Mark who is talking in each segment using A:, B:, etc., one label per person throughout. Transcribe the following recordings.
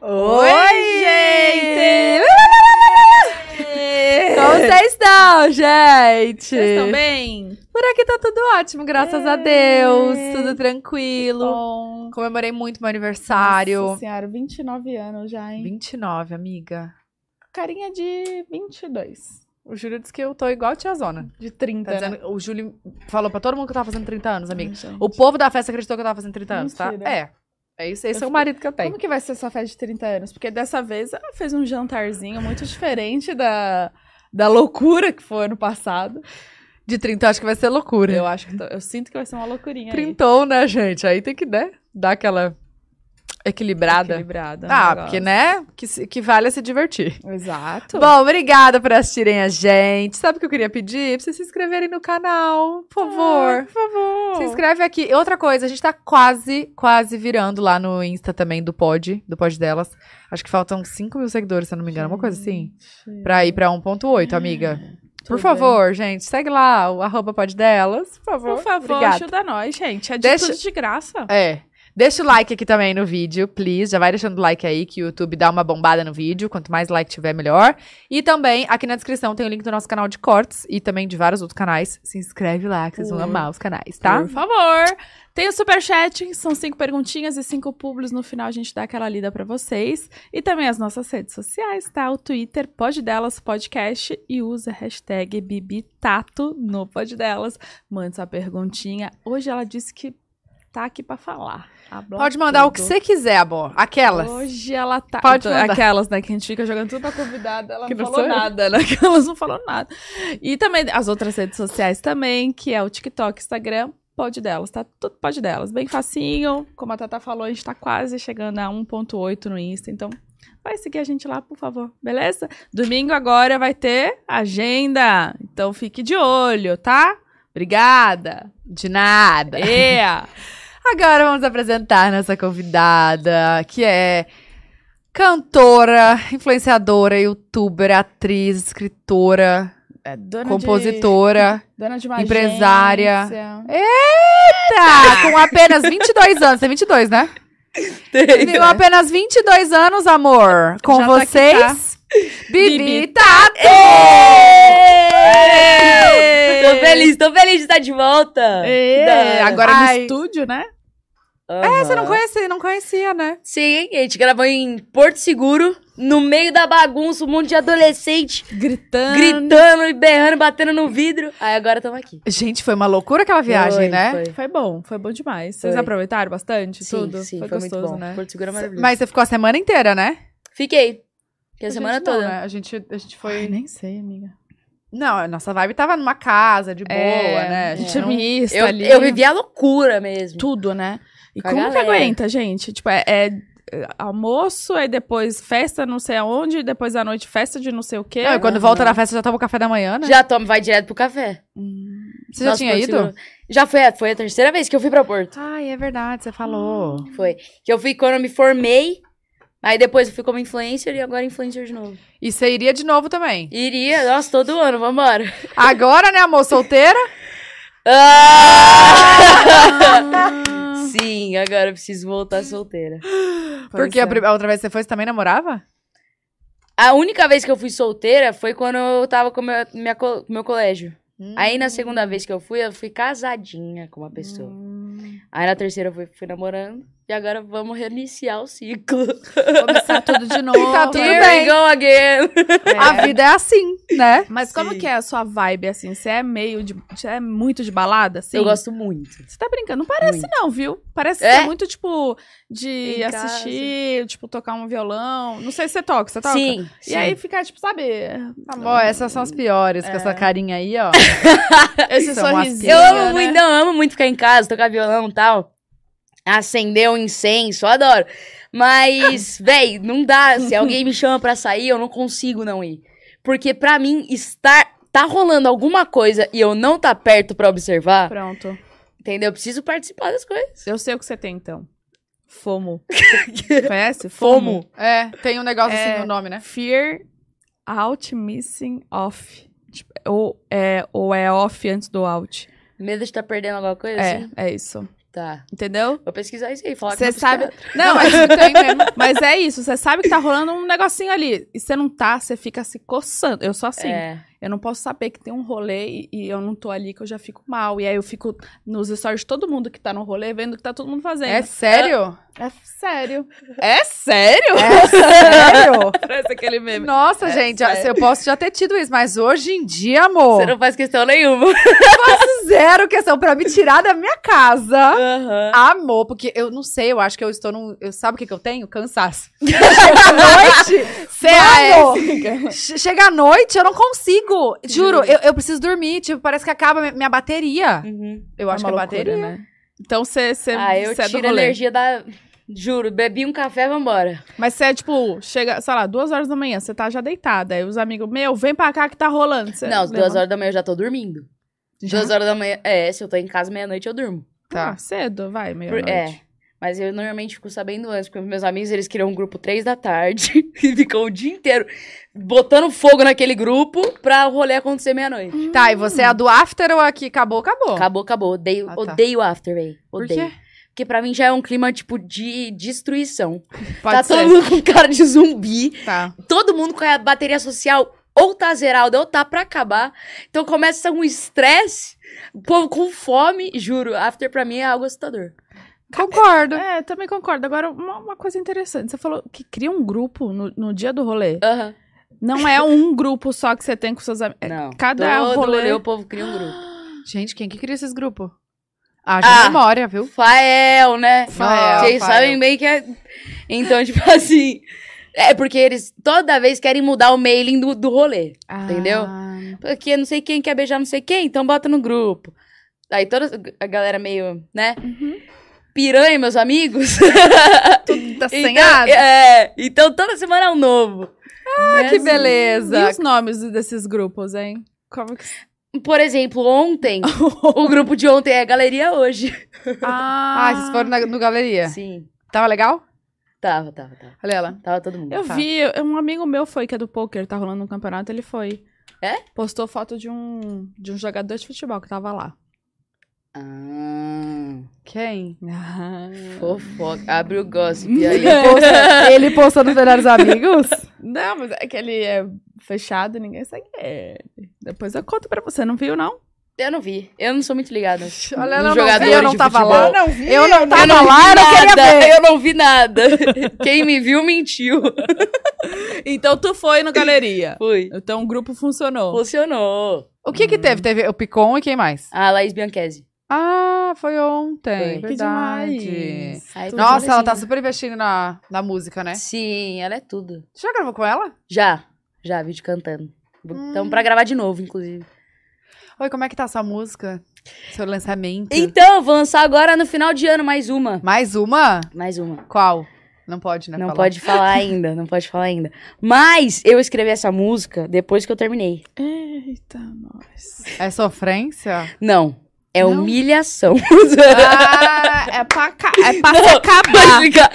A: Oi, gente!
B: Como vocês estão, gente? É.
A: Vocês estão bem?
B: Por aqui tá tudo ótimo, graças a Deus. Tudo tranquilo.
A: Bom.
B: Comemorei muito meu aniversário.
A: Nossa senhora, 29 anos já, hein?
B: 29, amiga.
A: Carinha de 22.
B: O Júlio disse que eu tô igual a tia Zona.
A: De né? 30,
B: Tá dizendo- o Júlio falou pra todo mundo que eu tava fazendo 30 anos, amiga.
A: Amiga,
B: O povo da festa acreditou que eu tava fazendo 30 anos, tá?
A: Mentira.
B: É. É isso, esse
A: Eu
B: é o marido que eu tenho.
A: Como que vai ser sua festa de 30 anos? Porque dessa vez ela fez um jantarzinho muito diferente da, da loucura que foi ano passado.
B: De 30 acho que vai ser loucura.
A: Eu acho que tô- eu sinto que vai ser uma loucurinha. aí.
B: Trintou, né, gente? Aí tem que, né, dar aquela equilibrada.
A: Equilibrada. no
B: Ah,
A: negócio.
B: porque, né, que, se- que vale é se divertir.
A: Exato.
B: Bom, obrigada por assistirem a gente. Sabe o que eu queria pedir? Pra vocês se inscreverem no canal, por
A: Ah,
B: favor.
A: por favor.
B: Se inscreve aqui. E Outra coisa, a gente tá quase, quase virando lá no Insta também do Pod, do Pod delas. Acho que faltam 5 mil seguidores, se eu não me engano, uma coisa assim.
A: Gente, Ah,
B: Pra ir pra 1.8, amiga. Por
A: tudo
B: favor, gente, segue lá o arroba Pod delas, por favor.
A: Por favor,
B: Obrigada.
A: ajuda nós, gente. É de
B: Deixa-
A: tudo de graça.
B: É. Deixa o like aqui também no vídeo, please. Já vai deixando o like aí, que o YouTube dá uma bombada no vídeo. Quanto mais like tiver, melhor. E também, aqui na descrição tem o link do nosso canal de cortes e também de vários outros canais. Se inscreve lá, que vocês vão
A: Por
B: amar os canais, tá?
A: Por favor. Tem o superchat, são cinco perguntinhas e cinco públicos. No final a gente dá aquela lida pra vocês. E também as nossas redes sociais, tá? O Twitter, Pod Delas Podcast e usa a hashtag Bibitato no Pod Delas. Mande sua perguntinha. Hoje ela disse que tá aqui pra falar. Habla
B: Pode mandar o que
A: tudo.
B: você quiser, amor. Aquelas.
A: Hoje ela tá.
B: Pode
A: Então,
B: mandar.
A: Aquelas, né? Que a gente fica jogando tudo pra convidada. Ela
B: Que
A: não
B: não
A: falou
B: sou eu.
A: nada, né? Que elas não falou nada. E também as outras redes sociais também, que é o TikTok, Instagram, pode delas, tá? Tudo pode delas. Bem facinho. Como a Tata falou, a gente tá quase chegando a 1.8 no Insta, então. Vai seguir a gente lá, por favor, beleza? Domingo agora vai ter agenda. Então fique de olho, tá? Obrigada.
B: De nada.
A: É.
B: Agora vamos apresentar nossa convidada, que é cantora, influenciadora, youtuber, atriz, escritora,
A: é dona de-
B: compositora.
A: dona de uma
B: empresária.
A: agência.
B: Tá, com apenas 22 anos. Tem 22, né? Com
C: né?
B: apenas 22 anos, amor. Com
A: Já tá que
B: vocês, Bibi
A: Bibi
B: Tato!
C: Tô feliz, tô feliz de estar de volta.
A: É, agora
B: Ai.
A: no estúdio, né?
C: É,
B: Você não conhecia, não conhecia, né?
C: Sim, a gente gravou em Porto Seguro, no meio da bagunça, um monte de adolescente
A: Gritando.
C: gritando e berrando, batendo no vidro. Aí agora estamos aqui.
B: Gente, foi uma loucura aquela viagem,
C: Foi,
B: né?
C: Foi.
A: Foi bom, foi bom demais. Vocês
C: Foi.
A: aproveitaram bastante?
C: Sim,
A: tudo?
C: sim, foi,
A: gostoso,
C: muito bom.
A: né?
C: Porto Seguro é maravilhoso.
B: Mas você ficou a semana inteira, né?
C: Fiquei. Fiquei a,
B: gente
C: semana
B: não,
C: toda.
B: né? A gente, a gente
A: Ai,
B: foi.
A: nem sei, amiga.
B: Não, a nossa vibe tava numa casa, de boa,
A: É,
B: né? A gente
A: Gente,
B: não-
A: mista
C: Eu,
A: ali.
C: eu vivi a loucura mesmo.
A: tudo, né? E
C: Com a
A: como que
C: galera.
A: aguenta, gente? Tipo, é, é, é, almoço, aí depois festa não sei aonde, e depois à noite festa de não sei o quê. né?
B: Não, e quando volta da festa já toma o café da manhã, né?
C: Já toma, vai direto pro café.
A: Hum.
B: Você já
C: Nossa,
B: tinha
C: Porto
B: ido?
C: Seguro- Já foi, a- foi a terceira vez que eu fui pra Porto.
B: Ai, é verdade, você falou.
C: Foi. Que eu fui quando eu me formei. Aí depois eu fui como influencer e agora influencer de novo.
B: E você iria de novo também.
C: Iria, nossa, todo ano, vambora.
B: Agora, né, amor, solteira?
C: Ah!
A: Ah.
C: Sim, agora eu preciso voltar solteira.
A: é.
B: Porque a,
A: Hum.
B: prim- a outra vez que você foi, você também namorava?
C: A única vez que eu fui solteira foi quando eu tava com meu, minha co- com meu colégio.
B: Hum.
C: Aí na segunda vez que eu fui, eu fui casadinha com uma
A: Hum.
C: pessoa. Aí na terceira eu fui, fui namorando. E agora vamos reiniciar o ciclo.
A: Começar tudo de novo. né?
B: Tá tudo
C: Here
B: bem.
C: we go again.
B: A vida é assim, né?
A: Mas como
C: Sim.
A: que é a sua vibe, assim? Você é meio de... Você é muito de balada, assim?
C: Eu gosto muito.
A: Você tá brincando? Não parece,
C: Muito.
A: não, viu? Parece
C: É?
A: ser muito, tipo, de
C: Em casa.
A: assistir, tipo, tocar um violão. Não sei se você toca, você toca?
C: Sim,
A: E aí ficar, tipo, sabe? Tá
B: Amor, essas são as piores, com essa carinha aí, ó.
A: Esse
B: São as
A: sorrisinho.
C: Eu amo
A: né?
C: muito, não, amo muito ficar em casa, tocar violão e tal. Acender um incenso, eu adoro. Mas, véi, não dá. Se alguém me chama pra sair, eu não consigo não ir. Porque pra mim, estar. Tá rolando alguma coisa e eu não tá perto pra observar,
A: Pronto.
C: entendeu? Eu preciso participar das coisas.
A: Eu sei o que você tem, então. Fomo. Conhece? Fomo.
B: É, tem um negócio
A: É.
B: assim no nome, né?
A: Fear out missing off. Tipo, ou, é, ou é off antes do out.
C: Medo de estar perdendo alguma coisa,
A: É,
C: assim.
A: é isso.
C: Tá.
A: Entendeu?
C: Vou pesquisar isso aí, falar com
A: Você
C: meu
A: sabe.
C: psiquiatra.
A: Não, mas, tem mesmo. Mas é isso. Você sabe que tá rolando um negocinho ali. E você não tá, você fica se coçando. Eu sou assim.
C: É.
A: Eu não posso saber que tem um rolê e, e eu não tô ali, que eu já fico mal. E aí eu fico nos stories de todo mundo que tá no rolê, vendo o que tá todo mundo fazendo.
B: É sério?
A: É sério. É sério?
B: É sério?
A: Parece aquele meme.
B: Nossa,
A: É
B: gente, eu-
A: sério.
B: eu posso já ter tido isso, mas hoje em dia, amor,
C: Você não faz questão nenhuma.
B: zero questão pra me tirar da minha
A: Ah.
B: casa.
C: Aham.
B: Amor, porque eu não sei, eu acho que eu estou num. Eu, sabe o que, que eu tenho? Cansaço. Chega à noite. CAS. che- Chega à noite, eu não consigo. Juro, eu, eu preciso dormir. Tipo, parece que acaba mi- minha bateria.
C: Uhum.
B: Eu acho
A: uma
B: que é
A: loucura,
B: bateria.
A: né? Então você você-
C: Ah, eu
A: você é do
C: tiro a
A: rolê.
C: energia da. Juro, bebi um café, vambora.
A: Mas você é tipo, chega, sei lá, duas horas da manhã, você tá já deitada. Aí os amigos, meu, vem pra cá que tá rolando. Você
C: não, às duas
A: levanta.
C: horas da manhã eu já tô dormindo.
B: Já?
C: Duas horas da manhã. É, se eu tô em casa meia-noite, eu durmo.
B: Tá.
A: Ah, cedo, vai, meio
C: Por- é. Mas eu normalmente fico sabendo antes, porque meus amigos, eles criam um grupo três da tarde e ficam o dia inteiro botando fogo naquele grupo pra o rolê acontecer meia-noite.
B: Tá, e você é a do after ou aqui? Acabou, acabou.
C: Acabou, acabou. Odeio,
B: Ah, tá.
C: odeio after, véi.
B: Por
C: Odeio.
B: quê?
C: Porque pra mim já é um clima, tipo, de destruição.
A: Pode
C: tá
A: ser.
C: todo mundo com cara de zumbi.
A: Tá.
C: Todo mundo com a bateria social ou tá zerada ou tá pra acabar. Então começa um estresse, o povo com fome. Juro, after pra mim é algo assustador.
B: Concordo.
A: É, também concordo. Agora, uma, uma coisa interessante. Você falou que cria um grupo no, no dia do rolê.
C: Aham.
A: Não é um grupo só que você tem com seus amigos.
C: Não.
A: É, cada
C: Todo
A: rolê-
C: o povo cria um grupo.
B: Gente, quem que cria esses grupos? Haja
C: Ah.
B: é memória, viu?
C: Fael, né?
B: Fael,
C: Vocês
B: Fael.
C: sabem bem que é. Então, tipo assim. É porque eles toda vez querem mudar o mailing do, do rolê. Entendeu?
A: Ah,
C: Porque não sei quem quer beijar não sei quem, então bota no grupo. Aí toda a galera meio, né? Piranha, meus amigos.
B: Tudo tá
C: Então, é, então toda semana é um novo. Ah,
B: é, que beleza.
A: E os nomes desses grupos, hein? Como que...
C: Por exemplo, ontem, o grupo de ontem é Galeria Hoje.
A: Ah,
B: Ah, vocês foram na- no galeria.
C: Sim.
B: Tava legal?
C: Tava, tava, tava.
B: Olha ela.
C: Tava todo mundo.
A: Eu
B: Tá.
A: vi, um amigo meu foi, que é do poker, tá rolando um campeonato, ele foi.
C: É?
A: Postou foto de um, de um jogador de futebol que tava lá.
C: Ah.
B: Quem?
C: Fofoca. Abre o gossip aí.
B: Posta- ele postou nos melhores amigos?
A: Não, mas é que ele é fechado, ninguém segue ele. Depois eu conto pra você, não viu, não?
C: Eu não vi. Eu não sou muito ligada.
B: Olha,
C: Nos
B: ela não
C: jogadores
B: viu, eu não
C: de
B: tava
C: futebol.
B: lá.
C: Eu
B: não vi, eu não tava
C: não vi
B: lá, eu não queria
C: nada,
B: ver.
C: Eu não vi nada. Quem me viu, mentiu.
A: Então tu foi no galeria.
C: Fui.
A: Então o grupo funcionou.
C: Funcionou.
B: O que que teve? Teve o Picon e quem mais?
C: A Laís Bianchese.
B: Ah, foi ontem.
A: Foi. Que
B: verdade.
A: demais.
C: Ai,
A: Tudo
B: Nossa, ela
C: bonitinho.
B: tá super investindo na, na música, né?
C: Sim, ela é tudo.
B: Já gravou com ela?
C: Já. Já, vídeo cantando. Então, pra gravar de novo, inclusive.
B: Oi, como é que tá essa música? Seu lançamento?
C: Então, vou lançar agora no final de ano mais uma.
B: Mais uma?
C: Mais uma.
B: Qual? Não pode, né?
C: Não é
B: falar.
C: pode falar ainda, não pode falar ainda. Mas eu escrevi essa música depois que eu terminei.
A: Eita, nós.
B: É sofrência?
C: Não, é
B: Não?
C: humilhação.
A: Ah, é pra, ca... é pra se
C: Pode
A: acabar.
C: explicar.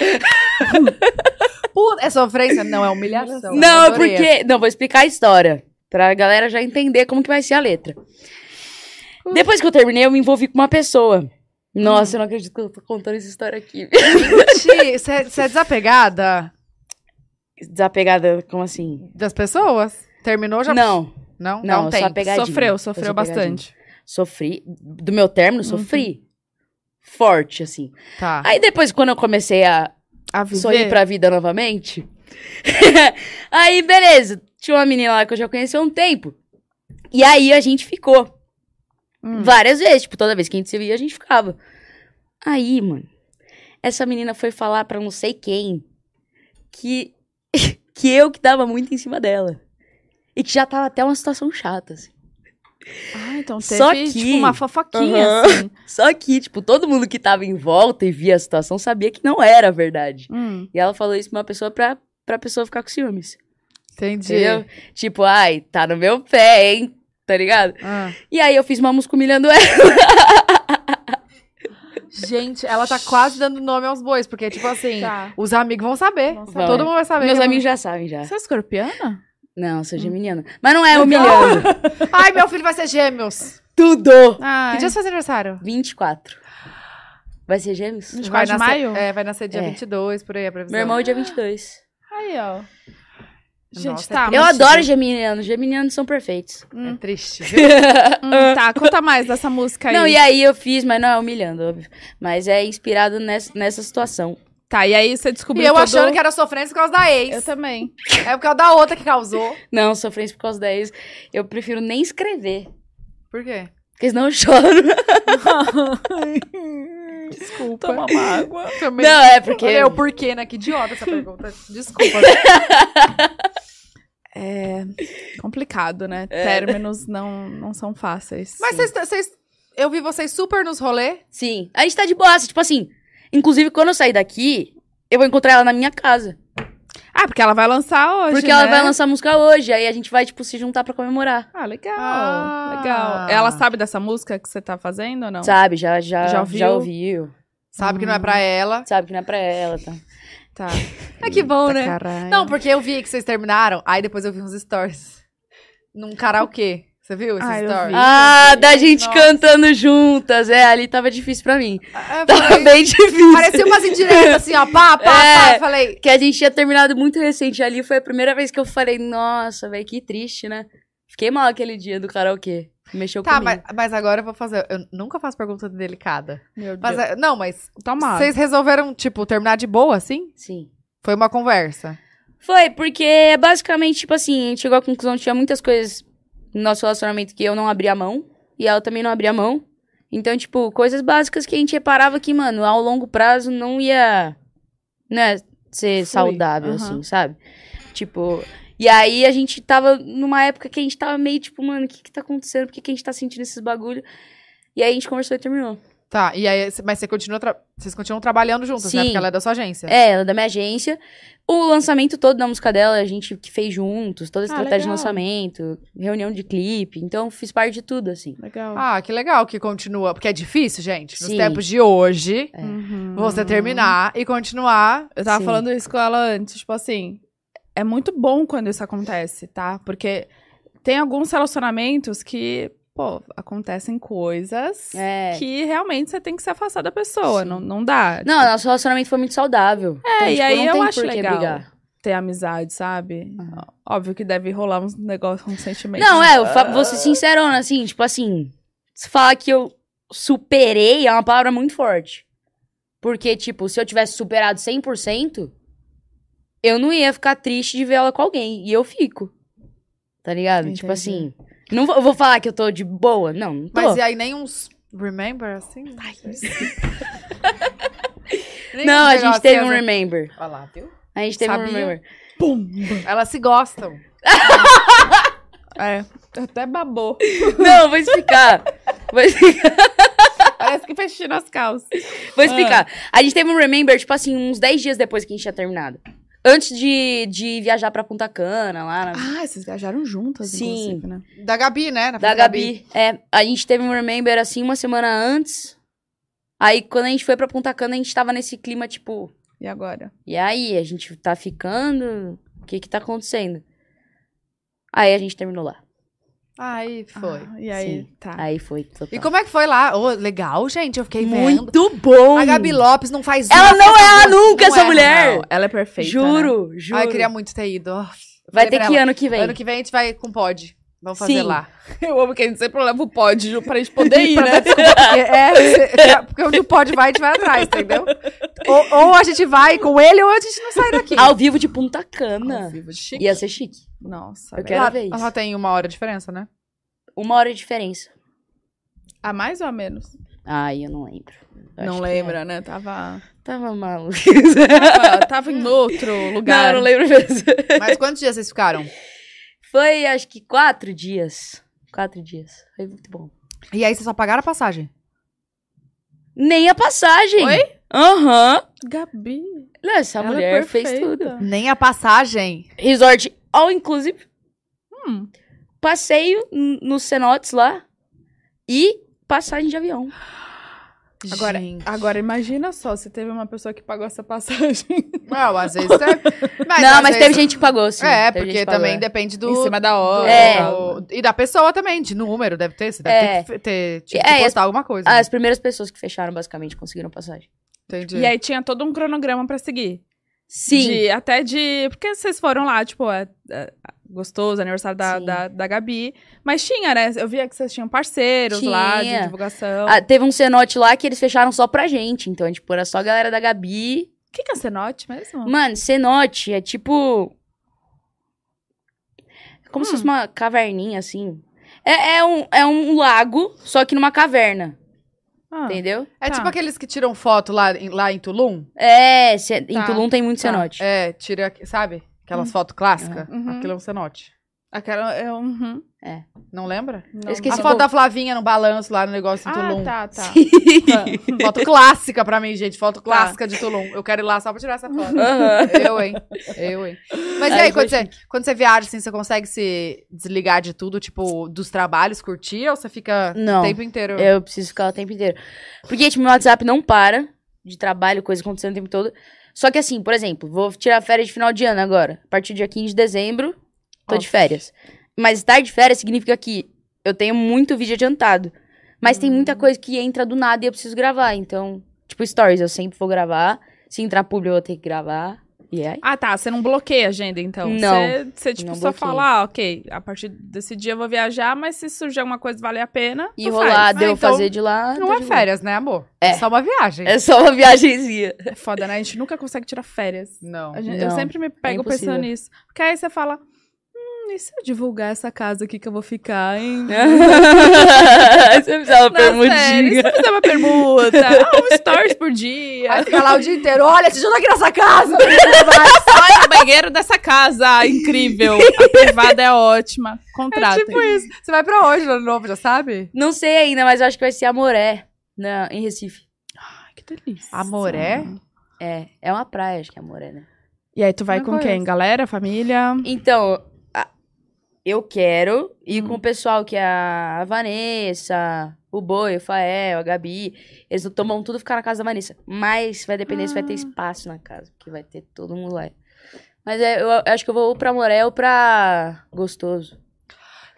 B: Puta, é sofrência? Não, é humilhação. Eu
C: Não,
B: adorei essa.
C: porque. Não, vou explicar a história. Pra galera já entender como que vai ser a letra. Depois que eu terminei, eu me envolvi com uma pessoa. Nossa, eu não acredito que eu tô contando essa história aqui.
B: Gente, você é desapegada
C: Desapegada, como assim?
B: das pessoas? Terminou já?
C: Não,
B: Não,
C: não,
B: não
C: eu
B: tem.
C: sou apegadinha.
A: Sofreu,
C: Eu
A: sofreu
C: sou apegadinha.
A: bastante.
C: Sofri. Do meu término, sofri.
A: Uhum.
C: Forte, assim.
B: Tá.
C: Aí depois, quando eu comecei a,
A: A Ah. viver.
C: sonhei pra vida novamente. aí, beleza. Tinha uma menina lá que eu já conheci há um tempo. E aí a gente ficou.
A: Hum.
C: Várias vezes. Tipo, toda vez que a gente se via, a gente ficava. Aí, mano. Essa menina foi falar pra não sei quem que, que eu que dava muito em cima dela. E que já tava até uma situação chata, assim.
A: Ah, então teve
C: Só que-
A: tipo uma fofoquinha,
C: Aham.
A: assim.
C: Só que, tipo, todo mundo que tava em volta e via a situação sabia que não era verdade.
A: Hum.
C: E ela falou isso pra uma pessoa pra, pra pessoa ficar com ciúmes.
B: Entendi.
C: Entendeu? Tipo, ai, tá no meu pé, hein? Tá ligado?
B: Ah.
C: E aí eu fiz música humilhando ela.
B: Gente, ela tá quase dando nome aos bois, porque, tipo assim,
A: Tá.
B: os amigos vão saber.
A: Vão
C: saber.
B: Todo mundo vai saber.
C: Meus
B: que eu-
C: amigos já sabem já.
A: Você é escorpiana?
C: Não, sou geminiana. Mas não é humilhando.
B: Ai, meu filho vai ser gêmeos.
C: Tudo!
A: Ah,
B: Que dia é seu aniversário?
C: 24. Vai ser gêmeos?
A: 24
B: Vai
A: de
B: nascer-
A: maio?
B: É, vai nascer dia
C: É.
B: 22, por aí, a previsão.
C: Meu irmão é dia 22.
A: Aí, ó. Gente,
B: Nossa,
A: tá.
C: Eu
A: mas-
C: adoro geminianos. Geminianos são perfeitos.
B: É
A: Hum,
B: triste, viu?
A: hum, tá, conta mais dessa música aí.
C: Não, e Tá aí eu fiz, mas não é humilhando, óbvio. Mas é inspirado nessa, nessa situação.
A: Tá, e aí você descobriu
B: E eu
A: todo-
B: achando que era sofrência por causa da
A: Eu
B: ex.
A: também.
B: É por causa da outra que causou.
C: Não, sofrência por causa da ex. Eu prefiro nem escrever.
B: Por quê?
C: Porque senão eu choro.
A: Desculpa. Toma uma água.
B: Também.
C: Não, é porque.
B: Olha eu por quê, né? Que idiota essa pergunta. Desculpa. né?
A: Complicado, né? Términos não, não são fáceis.
B: Mas vocês- vocês... Eu vi vocês super nos rolê.
C: Sim. A gente tá de boassa, tipo assim. Inclusive, quando eu sair daqui, eu vou encontrar ela na minha casa.
A: Ah, porque ela vai lançar hoje,
C: porque ela
A: né?
C: vai lançar música hoje. Aí a gente vai, tipo, se juntar pra comemorar.
A: Ah, legal.
B: Ah.
A: Legal. Ela sabe dessa música que você tá fazendo ou não?
C: Sabe, já, já,
A: Já
C: já
A: ouviu?
C: ouviu.
B: Sabe que não é pra ela.
C: Sabe que não é pra ela, tá?
A: Hum. Tá.
B: É que bom,
A: Tá,
B: né?
A: caralho.
B: Não, porque eu vi que vocês terminaram. Aí depois eu vi uns stories. Num karaokê. Você viu esses
A: Ah, eu
B: stories?
A: vi.
C: Ah, da gente
B: Nossa.
C: cantando juntas. É, ali tava difícil pra mim.
B: Ah, eu
C: Tava
B: falei-
C: bem difícil.
B: Parecia umas indiretas assim, ó. Pá, pá, pá.
C: É.
B: Eu Falei...
C: Que a gente tinha terminado muito recente ali. Foi a primeira vez que eu falei, nossa, velho, que triste, né? Fiquei mal aquele dia do karaokê. Mexeu
B: Tá,
C: comigo.
B: mas, mas agora eu vou fazer... Eu nunca faço pergunta delicada.
A: Meu
B: Mas,
A: Deus.
B: é- não, mas...
A: Tomara.
B: Vocês resolveram, tipo, terminar de boa, assim?
C: Sim.
B: Foi uma conversa.
C: Foi, porque basicamente, tipo assim, a gente chegou à conclusão que tinha muitas coisas no nosso relacionamento que eu não abria mão. E ela também não abria mão. Então, tipo, coisas básicas que a gente reparava que, mano, ao longo prazo não ia. Né,
A: Fluir,
C: ser saudável,
A: aham.
C: assim, sabe? Tipo. E aí a gente tava numa época que a gente tava meio tipo, mano, o que que tá acontecendo? Por que, que a gente tá sentindo esses bagulho? E aí a gente conversou e terminou.
B: Tá, e aí... Mas você continua tra- vocês continuam trabalhando juntas, né?
C: Sim.
B: Porque ela é da sua agência.
C: É, ela é da minha agência. O lançamento todo da música dela, a gente que fez juntos, toda
A: Ah,
C: a estratégia de
A: legal.
C: lançamento, reunião de clipe. Então, fiz parte de tudo, assim.
A: Legal.
B: Ah, que legal que continua. Porque é difícil, gente. Nos
C: Sim.
B: tempos de hoje,
C: é.
A: Uhum.
B: você terminar e continuar.
A: Eu tava
C: Sim.
A: falando isso com ela antes, tipo assim, é muito bom quando isso acontece, tá? Porque tem alguns relacionamentos que, pô, acontecem coisas
C: É.
A: que realmente você tem que se afastar da pessoa,
C: Sim.
A: não, não dá.
C: Não, nosso relacionamento foi muito saudável. É,
A: e aí eu acho
C: por que
A: legal.
C: brigar.
A: Ter amizade, sabe?
C: Uhum.
A: Óbvio que deve rolar uns negócios, uns sentimentos.
C: Não, é, eu fa- vou ser sincerona, assim, tipo assim, se falar que eu superei é uma palavra muito forte. Porque, tipo, se eu tivesse superado 100%, eu não ia ficar triste de ver ela com alguém. E eu fico. Tá ligado? Tipo
A: Entendi.
C: assim. Não vou, eu vou falar que eu tô de boa. Não, não tô.
B: Mas e aí, nem uns. Remember, assim? Nem
C: não,
B: uns
C: a
B: negócios
C: gente teve
B: assim,
C: um
B: assim.
C: remember.
B: Olha lá, viu?
C: A gente teve
B: Sabia?
C: um remember.
B: Elas se gostam.
A: É, até babou.
C: Não, vou explicar. vou explicar.
A: Parece que fez tiro nas calças.
B: Ah.
C: Vou explicar. A gente teve um remember, tipo assim, uns 10 dias depois que a gente tinha terminado. Antes de, de viajar pra Punta Cana, lá na
A: Ah, vocês viajaram juntas,
C: Sim.
A: inclusive, né?
B: Da Gabi, né? Na
C: Da
B: frente
C: Gabi. É, a gente teve um remember assim uma semana antes. Aí quando a gente foi pra Punta Cana, a gente tava nesse clima tipo,
A: E agora?
C: e aí, a gente tá ficando? O que que tá acontecendo? Aí a gente terminou lá.
B: Aí foi.
A: Ah, e aí, tá.
C: Aí foi. total.
B: E como é que foi lá? Ô, legal, gente. Eu fiquei vendo.
C: Muito bom!
B: A Gabi Lopes não faz
C: Ela
B: uma
C: não
B: festa
C: é
B: boa.
C: ela nunca,
B: Não
C: essa
B: é,
C: mulher!
A: Não, ela é perfeita. né?
C: juro, juro.
B: Ai, eu queria muito ter ido. Ó,
C: Vai
B: falei
C: ter
B: pra
C: que
B: ela,
C: ano que vem.
B: Ano que vem a gente vai com pod. Vamos fazer
C: Sim.
B: lá.
A: Eu amo que a gente sempre leva o pódio pra gente poder ir,
B: Pra-
A: né?
B: desculpa, porque é, é, porque onde o pod vai, a gente vai atrás, entendeu? Ou, ou a gente vai com ele, ou a gente não sai daqui.
C: Ao vivo de Punta
A: Ao
C: Cana.
A: vivo, chique.
C: Ia ser chique.
A: Nossa,
C: Eu
A: velho.
C: quero
B: Ela-
C: ver isso.
B: Ela tem uma hora de diferença, né?
C: Uma hora de diferença.
A: A mais ou a menos?
C: Ai, eu não lembro. Eu acho
A: não
C: que
A: lembra, né? Tava,
C: é. Tava maluco.
A: tava, tava em outro
C: Não, eu
B: um
A: lugar.
C: não lembro mesmo.
B: Mas quantos dias vocês ficaram?
C: Foi, acho que quatro dias. Quatro dias. Foi muito bom.
B: E aí vocês só pagaram a passagem?
C: Nem a passagem.
A: Oi?
C: Aham.
A: Gabi.
C: Não, Essa
A: ela é
C: Tá, mulher fez
A: perfeita.
C: tudo.
B: Nem a passagem.
C: Resort all inclusive.
A: Hum.
C: Passeio n- nos cenotes lá. E passagem de avião.
D: Agora,
C: Gente.
D: agora imagina só, se teve uma pessoa que pagou essa passagem
B: Não, às vezes é. Mas,
C: não,
B: às
C: mas
B: vezes-
C: teve gente que pagou, sim.
B: É,
C: Teve gente
B: porque
C: que pagou,
B: também
C: é.
B: depende do.
A: em cima da hora.
C: É.
B: do- E da pessoa também, de número, deve ter. Você deve
C: É.
B: ter que fe- ter, tinha
C: É,
B: que
C: e
B: postar alguma coisa.
C: Ah, As primeiras pessoas que fecharam, basicamente, conseguiram passagem.
B: Entendi.
A: E aí tinha todo um cronograma pra seguir.
C: Sim.
A: De- até de. Porque vocês foram lá, tipo, é, é, gostoso, aniversário da,
C: Sim.
A: da, da Gabi. Mas tinha, né? Eu via que vocês tinham parceiros lá de
C: Tinha.
A: divulgação.
C: Ah, teve um cenote lá que eles fecharam só pra gente. Então, tipo, era só a galera da Gabi.
A: O que, que é cenote mesmo?
C: Mano, cenote é tipo. é Como se
A: Ah.
C: fosse uma caverninha, assim. É, é, um, é um lago, só que numa caverna,
A: Ah,
C: entendeu?
B: É
A: Tá.
B: tipo aqueles que tiram foto lá em, lá em Tulum.
C: É, ce-
A: Tá,
C: em Tulum tem muito
A: tá.
C: cenote. É,
B: É, tira, sabe? Aquelas fotos clássicas.
A: Uhum.
B: Aquilo é um cenote.
A: aquela. É, uhum,
B: Não lembra?
A: não.
C: Eu esqueci
B: a
C: Esse
B: foto
C: gol-
B: da Flavinha no balanço lá no negócio em Tulum.
A: Ah, tá, tá.
B: Foto clássica pra mim, gente.
C: Tá.
B: Foto clássica de Tulum. Eu quero ir lá só pra tirar essa foto.
C: Aham.
B: Eu, hein? Eu, hein? Mas e
C: Uhum. Ai,
B: aí, quando você, quando você viaja, assim, você consegue se desligar de tudo, tipo, dos trabalhos, curtir, ou você fica
C: Não.
B: o tempo inteiro?
C: Eu preciso ficar o tempo inteiro. Porque, tipo, meu WhatsApp não para de trabalho, coisa acontecendo o tempo todo. Só que assim, por exemplo, vou tirar férias de final de ano agora. A partir do dia 15 de dezembro, tô de
B: Off.
C: férias. Mas estar de férias significa que eu tenho muito vídeo adiantado. Mas tem
B: Hum.
C: muita coisa que entra do nada e eu preciso gravar. Então, tipo, stories, eu sempre vou gravar. Se entrar público, eu vou ter que gravar. E é. aí?
A: Ah, tá. Você não bloqueia a agenda, então.
C: Não,
A: Você, você, tipo,
C: não
A: só
C: bloqueio.
A: fala, ah, ok, a partir desse dia eu vou viajar, mas se surgir alguma coisa que vale a pena.
C: E
A: tu
C: rolar,
A: faz. Ah,
C: deu
B: então,
C: fazer de lá.
B: Não
C: deu
B: é
C: de lá.
B: férias, né, amor?
C: É.
B: só uma viagem.
C: É só uma viagemzinha.
A: É foda, né? A gente nunca consegue tirar férias.
B: Não.
A: A gente- eu
C: Não, é
A: sempre me pego
C: impossível.
A: pensando nisso. Porque aí você fala, hum, e se eu divulgar essa casa aqui que eu vou ficar, hein?
C: Você precisava
A: Na série, se
C: permutinha.
A: eu fizer uma permuta, ah, um stories por dia.
B: Aí fica lá o dia inteiro, olha, te aqui nessa casa!
C: É
A: Olha o banheiro dessa casa, incrível. A privada é ótima. Contrata.
B: tipo isso. Você vai pra onde, ano novo, já sabe?
C: Não sei ainda, mas eu acho que vai ser Amoré, na, em Recife.
A: Ai, que delícia.
B: Amoré?
C: É, é uma praia, acho que é Amoré, né?
A: E aí tu vai
B: Não
A: com
B: conheço.
A: quem? Galera, família?
C: Então, a- eu quero ir com o pessoal que é a Vanessa, o Boi, o Fael, a Gabi. Eles tomam tudo ficar na casa da Vanessa. Mas vai depender se vai
B: Ah.
C: ter espaço na casa, porque vai ter todo mundo lá. Mas é, eu, eu acho que eu vou ou pra Amoré ou pra Gostoso.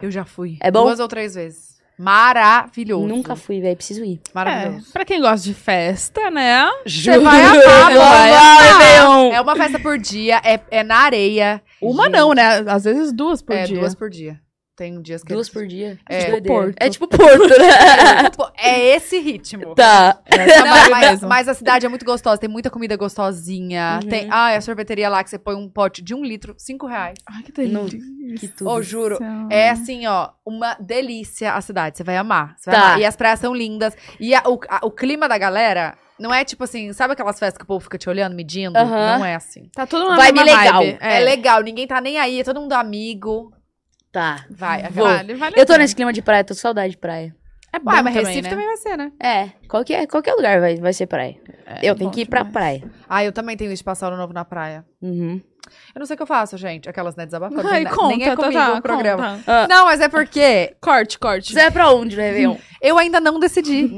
B: Eu já fui.
C: É bom?
B: Duas ou três vezes. Maravilhoso.
C: Nunca fui, velho, preciso ir.
A: É,
B: Maravilhoso.
A: pra quem gosta de festa, né?
B: Você vai amar,
C: Eu vou
B: vai
C: amar,
B: amar.
C: Réveillon.
B: É uma festa por dia, é, é na areia.
A: Uma
C: tipo
B: Gente,
A: não, né? Às vezes duas por
B: é
A: dia.
B: duas por dia. Tem dias que
C: Duas por dia.
B: É.
C: Que
B: Tipo
C: doideira.
A: Porto.
C: É tipo Porto, né?
B: Pô, É esse ritmo.
C: tá.
A: É Essa
B: Não,
A: vibe
B: mas,
A: mesmo.
B: mas a cidade é muito gostosa, tem muita comida gostosinha.
A: Uhum.
B: Tem, ah, é a sorveteria lá que você põe um pote de um litro, cinco reais.
A: Ai, que
C: Não,
A: delícia.
C: Que tudo.
B: Ô, juro. É assim, ó, uma delícia a cidade. Você vai amar. Você vai
C: Tá.
B: amar. E as praias são lindas. E a- o, a- o clima da galera não é tipo assim, sabe aquelas festas que o povo fica te olhando, medindo?
C: Aham.
B: Não é assim.
A: Tá todo mundo na
C: Vibe
A: mesma
C: legal.
A: vibe.
B: É. legal, ninguém tá nem aí, é todo mundo amigo.
C: Tá.
B: Vai, aquela-
C: Vou.
A: Vale, vale a
C: Eu tô
A: pena.
C: nesse clima de praia, tô com saudade de praia.
A: É bom
B: Ué, mas
A: também,
B: Recife
A: né?
B: também vai ser, né?
C: É, qualquer, qualquer lugar vai, vai ser praia.
A: É
C: eu
A: bom
C: tenho que ir pra
A: demais.
C: praia.
B: Ah, eu também tenho isso de passar ano novo na praia.
C: Uhum.
B: Eu não sei o que eu faço, gente. Aquelas, né, desabafando.
A: Ai,
B: né?
A: conta,
B: Nem é
A: tá,
B: comigo
A: tá,
B: o programa.
A: conta.
C: Ah,
B: Não, mas é porque
A: Corte, corte.
C: você vai pra onde né, no Réveillon?
B: eu ainda não
C: Hum,
B: decidi.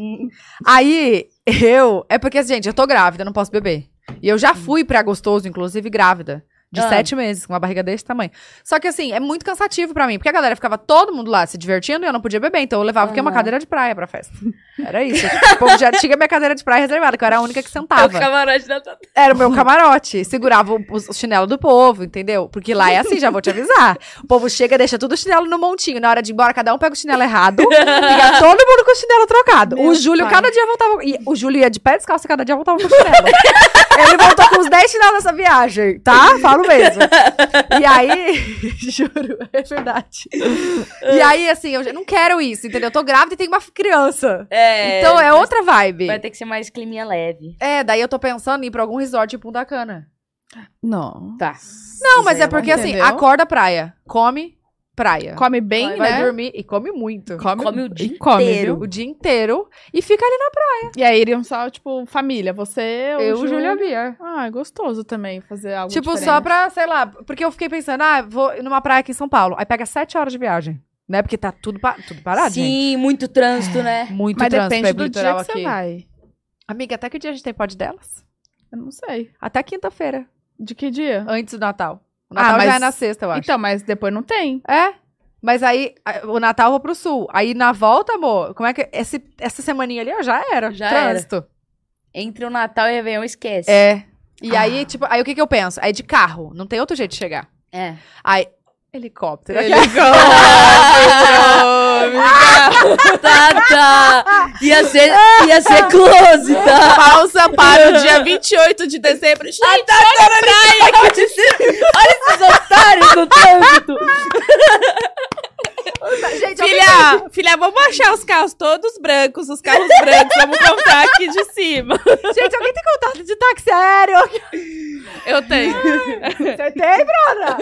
B: Aí, eu... É porque, gente, eu tô grávida, eu não posso beber. E eu já fui pra Gostoso, inclusive, grávida. De
C: Ah.
B: sete meses, com uma barriga desse tamanho. Só que, assim, é muito cansativo pra mim. Porque a galera ficava todo mundo lá se divertindo e eu não podia beber. Então, eu levava porque é uma
C: Aham.
B: cadeira de praia pra festa. Era isso. o povo já tinha minha cadeira de praia reservada, que eu era a única que
C: É o
B: sentava.
C: camarote da tua...
B: Era o meu camarote. Segurava o, o chinelo do povo, entendeu? Porque lá é assim, já vou te avisar. O povo chega, deixa tudo o chinelo no montinho. Na hora de ir embora, cada um pega o chinelo errado. Fica todo mundo com o chinelo trocado.
A: Meu
B: o Júlio,
A: pai.
B: cada dia voltava. E o Júlio ia de pé descalço e cada dia voltava com o chinelo. Ele voltou com uns 10 chinelos nessa viagem, tá? Falo mesmo. E aí, juro, é verdade. E aí, assim, eu já não quero isso, entendeu? Eu tô grávida e tenho uma criança.
C: É.
B: então é outra vibe.
C: Vai ter que ser mais climinha leve.
B: É, daí eu tô pensando em ir pra algum resort tipo Punta Cana.
A: Não.
C: Tá.
B: Não, mas
C: Sei
B: é
C: lá.
B: porque assim,
A: Entendeu?
B: acorda praia, come praia.
A: Come bem,
B: vai
A: né?
B: dormir e come muito.
A: Come,
C: Come o dia
A: e come,
C: inteiro.
A: viu?
B: O dia inteiro e fica ali na
A: E aí iriam só, tipo, família. Você, o
B: praia. Eu,
A: Júlio.
B: É Júlia Bia.
A: Ah, é gostoso também fazer algo
B: Tipo,
A: diferente.
B: só pra, sei lá, porque eu fiquei pensando, ah, vou numa praia aqui em São Paulo. Aí pega sete horas de viagem, né? Porque tá tudo, pa- tudo parado,
C: Sim, muito trânsito, né?
B: gente. Muito
A: Mas
B: trânsito
A: depende
B: aí pro
A: do dia
B: litoral
A: que você
B: aqui.
A: vai.
B: Amiga, até que dia a gente tem pod delas?
A: Eu não sei.
B: Até quinta-feira,
A: De que dia?
B: antes do Natal. O
A: Ah,
B: Natal já
A: mas-
B: é na sexta, eu acho.
A: Então, mas depois não tem.
B: É. Mas aí, a- o Natal eu vou pro sul. Aí na volta, amor, como é que. Esse, essa semaninha ali, ó, já era.
C: Já
B: trânsito.
C: Entre o Natal e o Réveillon, esquece.
B: É. E
A: Ah.
B: aí, tipo, aí o que que eu penso? Aí de carro, não tem outro jeito de chegar.
C: É.
B: Aí, helicóptero.
C: Ah, Tá, tá. Ia ser, ia ser close, tá?
A: Pausa para o dia 28 de dezembro. Gente,
C: Esses otários do trânsito.
B: Gente, tá olha
A: filha, filha, vamos achar os carros todos brancos, os carros brancos, vamos contar aqui de cima.
B: Gente, alguém tem contato de táxi aéreo?
A: Eu tenho.
B: Você tem, Bruna?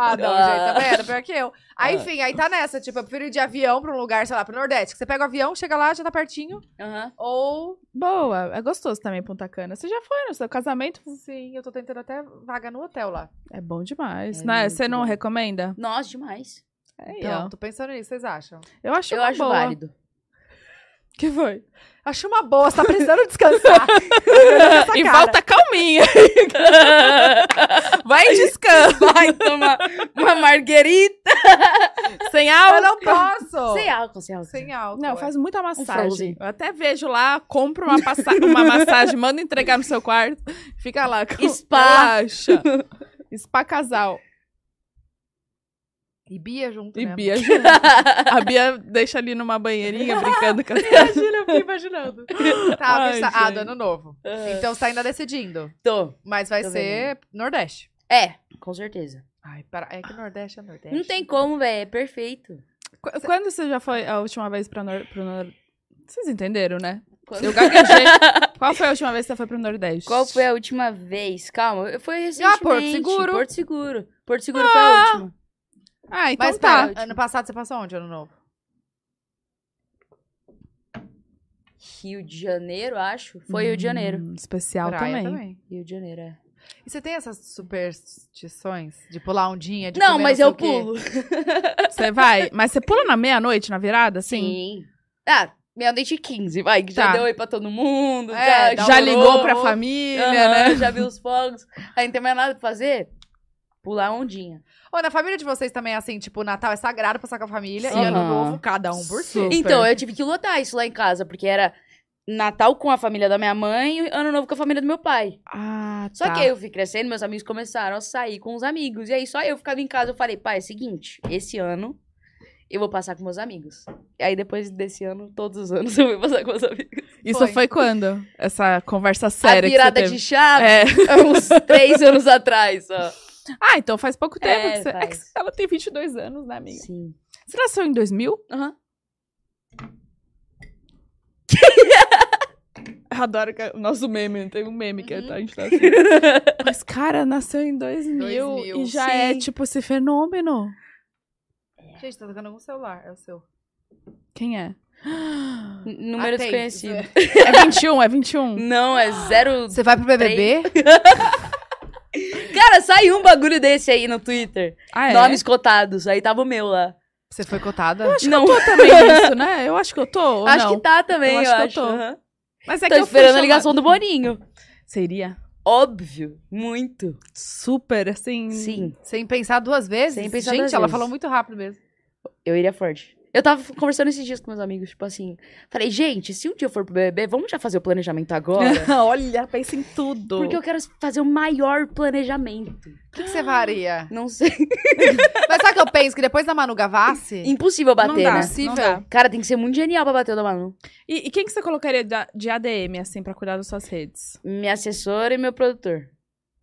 B: Ah, não,
C: Ah.
B: gente, tá vendo? Pior que eu. Aí,
C: Ah.
B: enfim, aí tá nessa. Tipo, eu prefiro ir de avião pra um lugar, sei lá, pro Nordeste. Que você pega o avião, chega lá, já tá pertinho.
C: Aham.
B: Ou.
A: Boa, é gostoso também Punta Cana. Você já foi no seu casamento?
B: Sim, eu tô tentando até vaga no hotel lá.
A: É bom demais,
C: É
A: né?
C: muito
A: Você não
C: bom.
A: recomenda?
C: Nossa, demais.
A: É,
B: Então,
A: ó.
B: tô pensando nisso, vocês acham?
A: Eu acho
C: Eu
A: uma
C: acho
A: boa.
C: válido.
A: Que foi?
B: Acho uma boa, você tá precisando descansar.
A: e
B: cara.
A: volta calminha. Vai em descanso.
C: Vai tomar uma marguerita.
A: Sem
B: Eu
A: álcool. Um
B: não posso.
C: Sem álcool, é. sem álcool.
B: Sem álcool. é.
A: Não, faz muita massagem.
C: frozen.
A: eu até vejo lá, compro uma, passa- uma massagem, mando entregar no seu quarto. Fica lá. com-
C: Spa.
A: Relaxa. Spa casal.
B: E Bia junto,
A: E
B: né?
A: Bia junto. A Bia deixa ali numa banheirinha brincando com a
B: Imagina, eu fiquei imaginando. Tá,
A: Ai,
B: pensar- ah,
A: gente.
B: do ano novo. Então você ainda decidindo.
C: Tô.
B: Mas vai
C: Tô
B: ser Nordeste.
C: É, com certeza.
B: Ai, para. É que Nordeste é Nordeste.
C: Não tem como, velho. É perfeito.
A: Qu- Quando você já foi a última vez pra nor... pro nor... Vocês entenderam, né?
C: Quando-
A: Eu gaguejei. Qual foi a última vez que você foi pro Nordeste?
C: Qual foi a última vez? Calma, eu- foi
B: Ah,
C: recentemente.
B: Porto Seguro.
C: Porto Seguro. Porto Seguro foi a última.
A: Ah, então
B: Mas
A: tá.
B: pera, ano passado você passou onde, ano novo?
C: Rio de Janeiro, acho. Foi Rio de Janeiro.
A: Hum, especial
B: Praia
A: também.
C: Rio de Janeiro, é.
B: E você tem essas superstições? De pular ondinha, de
C: não,
B: comer
C: mas
B: sei
C: eu
B: o quê?
C: pulo.
A: Você vai. Mas você pula na meia-noite, na virada, assim?
C: Sim. Ah, meia-noite e 15, vai, que já
A: Tá. um
C: deu oi pra todo mundo.
B: É, dá
A: Já
C: um
B: Namorou.
A: ligou pra
C: família,
A: família, né?
C: Já viu os fogos. Aí não tem mais nada pra fazer? Pular ondinha.
B: Ou na família de vocês também é assim, tipo, Natal é sagrado pra passar com a família e
C: Sim.
B: ano
C: Aham.
B: novo, cada um por si.
A: Super.
C: Então, eu tive que lotar isso lá em casa, porque era Natal com a família da minha mãe e Ano Novo com a família do meu pai.
A: Ah,
C: Só que aí eu fui crescendo, meus amigos começaram a sair com os amigos. E aí só eu ficava em casa, eu falei, pai, é o seguinte, esse ano eu vou passar com meus amigos. E aí depois desse ano, todos os anos eu vou passar com meus amigos.
A: Isso
B: Foi.
A: foi. quando? Essa conversa séria
C: a virada
A: que você
C: de
A: teve.
C: chave,
A: É.
C: uns três anos atrás, ó.
A: Ah, então faz pouco tempo.
C: É,
A: que você... é que
C: faz.
A: ela tem 22 anos, né, amiga?
C: Sim.
A: Você nasceu em 2000?
C: Aham.
A: Eu adoro que- é o nosso meme, tem um meme que
B: Uhum.
A: tá- a gente tá assim. Mas, cara, nasceu em 2000,
B: 2000,
A: e já
B: sim.
A: é, tipo, esse fenômeno.
B: Gente, tá tocando algum celular, é o seu.
A: Quem é?
C: N- Número
B: Ah, tem.
C: desconhecido.
A: É 21, é 21.
C: Não, é zero...
B: Você vai pro BBB?
C: Cara, saiu um bagulho desse aí no Twitter.
A: Ah, é?
C: Nomes cotados. Aí tava o meu lá.
B: Você foi cotada?
C: não,
A: Eu tô também nisso, né? Eu acho que eu tô, ou
C: acho
A: não?
C: que tá também,
A: Eu
C: eu
A: acho
C: acho.
A: que eu tô.
C: aham.
A: Mas é
C: Tô
A: que eu fui
C: esperando a
A: chamada-
C: ligação do Boninho.
A: Seria
C: Óbvio, Hum. muito.
A: super, assim...
C: Sim,
B: Sem pensar duas vezes?
C: Sem pensar
B: Gente,
C: duas
B: ela
C: vezes.
B: falou muito rápido mesmo.
C: eu iria forte. Eu tava conversando esses dias com meus amigos, tipo assim. Falei, gente, se um dia eu for pro BBB, vamos já fazer o planejamento agora?
A: Olha, pensa em tudo.
C: Porque eu quero fazer o maior planejamento.
B: O que, que você faria?
C: Não sei.
B: Mas sabe o que eu penso? Que depois da Manu Gavassi... É
C: Impossível bater,
A: dá.
C: né?
B: Impossível.
A: Não dá.
C: Cara, tem que ser muito genial pra bater o da Manu.
A: E, e quem que você colocaria da- de ADM, assim, pra cuidar das suas redes?
C: Minha assessora e meu produtor.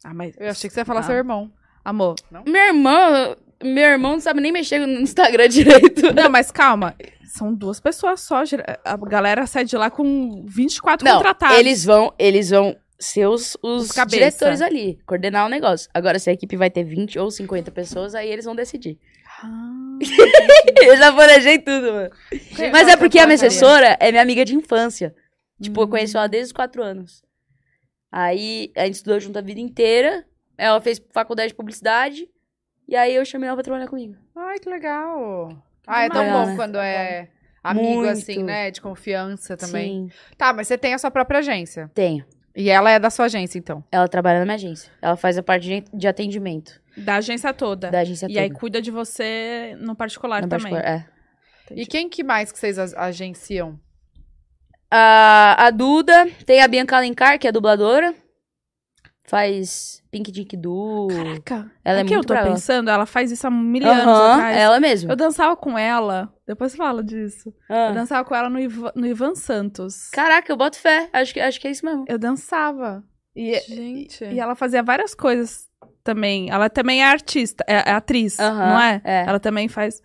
A: Ah, mas...
B: Eu achei que você ia falar
A: Ah.
B: seu irmão.
A: Amor,
C: Meu irmão, meu irmão não sabe nem mexer no Instagram direito.
A: Não, mas calma. São duas pessoas só. gera- A galera sai de lá com 24
C: Não,
A: contratados.
C: eles vão, eles vão ser os, os
A: Os cabeça.
C: diretores ali, coordenar o negócio. Agora, se a equipe vai ter 20 ou 50 pessoas, aí eles vão decidir.
A: Ah,
C: Eu já planejei tudo, mano. Mas é porque a minha assessora é minha amiga de infância. Tipo,
A: Hum.
C: eu conheço ela desde os quatro anos. Aí a gente estudou junto a vida inteira. Ela fez faculdade de publicidade. E aí eu chamei ela pra trabalhar comigo.
B: Ai, que legal. Ah, é tão
C: Demais,
B: bom
C: né?
B: quando é... Amigo,
C: Muito.
B: assim, né? De confiança também.
C: Também. Sim,
B: Tá, mas você tem a sua própria agência.
C: tenho.
B: E ela é da sua agência, então.
C: Ela trabalha na minha agência. Ela faz a parte de- de atendimento
A: Da agência toda.
C: da agência
A: E
C: toda.
A: aí cuida de você no particular
C: Na
A: também.
C: particular, é.
B: E quem que mais que vocês a- agenciam?
C: A, a Duda, tem a Bianca Alencar, que é dubladora. Faz Pink Dink Do.
A: Caraca,
C: Ela é
A: é que eu
C: muito
A: tô
C: brava.
A: pensando, ela faz isso há mil anos
C: Aham,
A: atrás.
C: ela mesma.
A: Eu dançava com ela, depois fala disso.
C: Ah.
A: Eu dançava com ela no, Iva- no Ivan Santos.
C: Caraca, eu boto fé. Acho que, acho que é isso mesmo.
A: Eu dançava. E,
D: Gente.
A: e ela fazia várias coisas também. Ela também é artista, é, é atriz,
C: Aham,
A: não é?
C: é.
A: Ela também faz.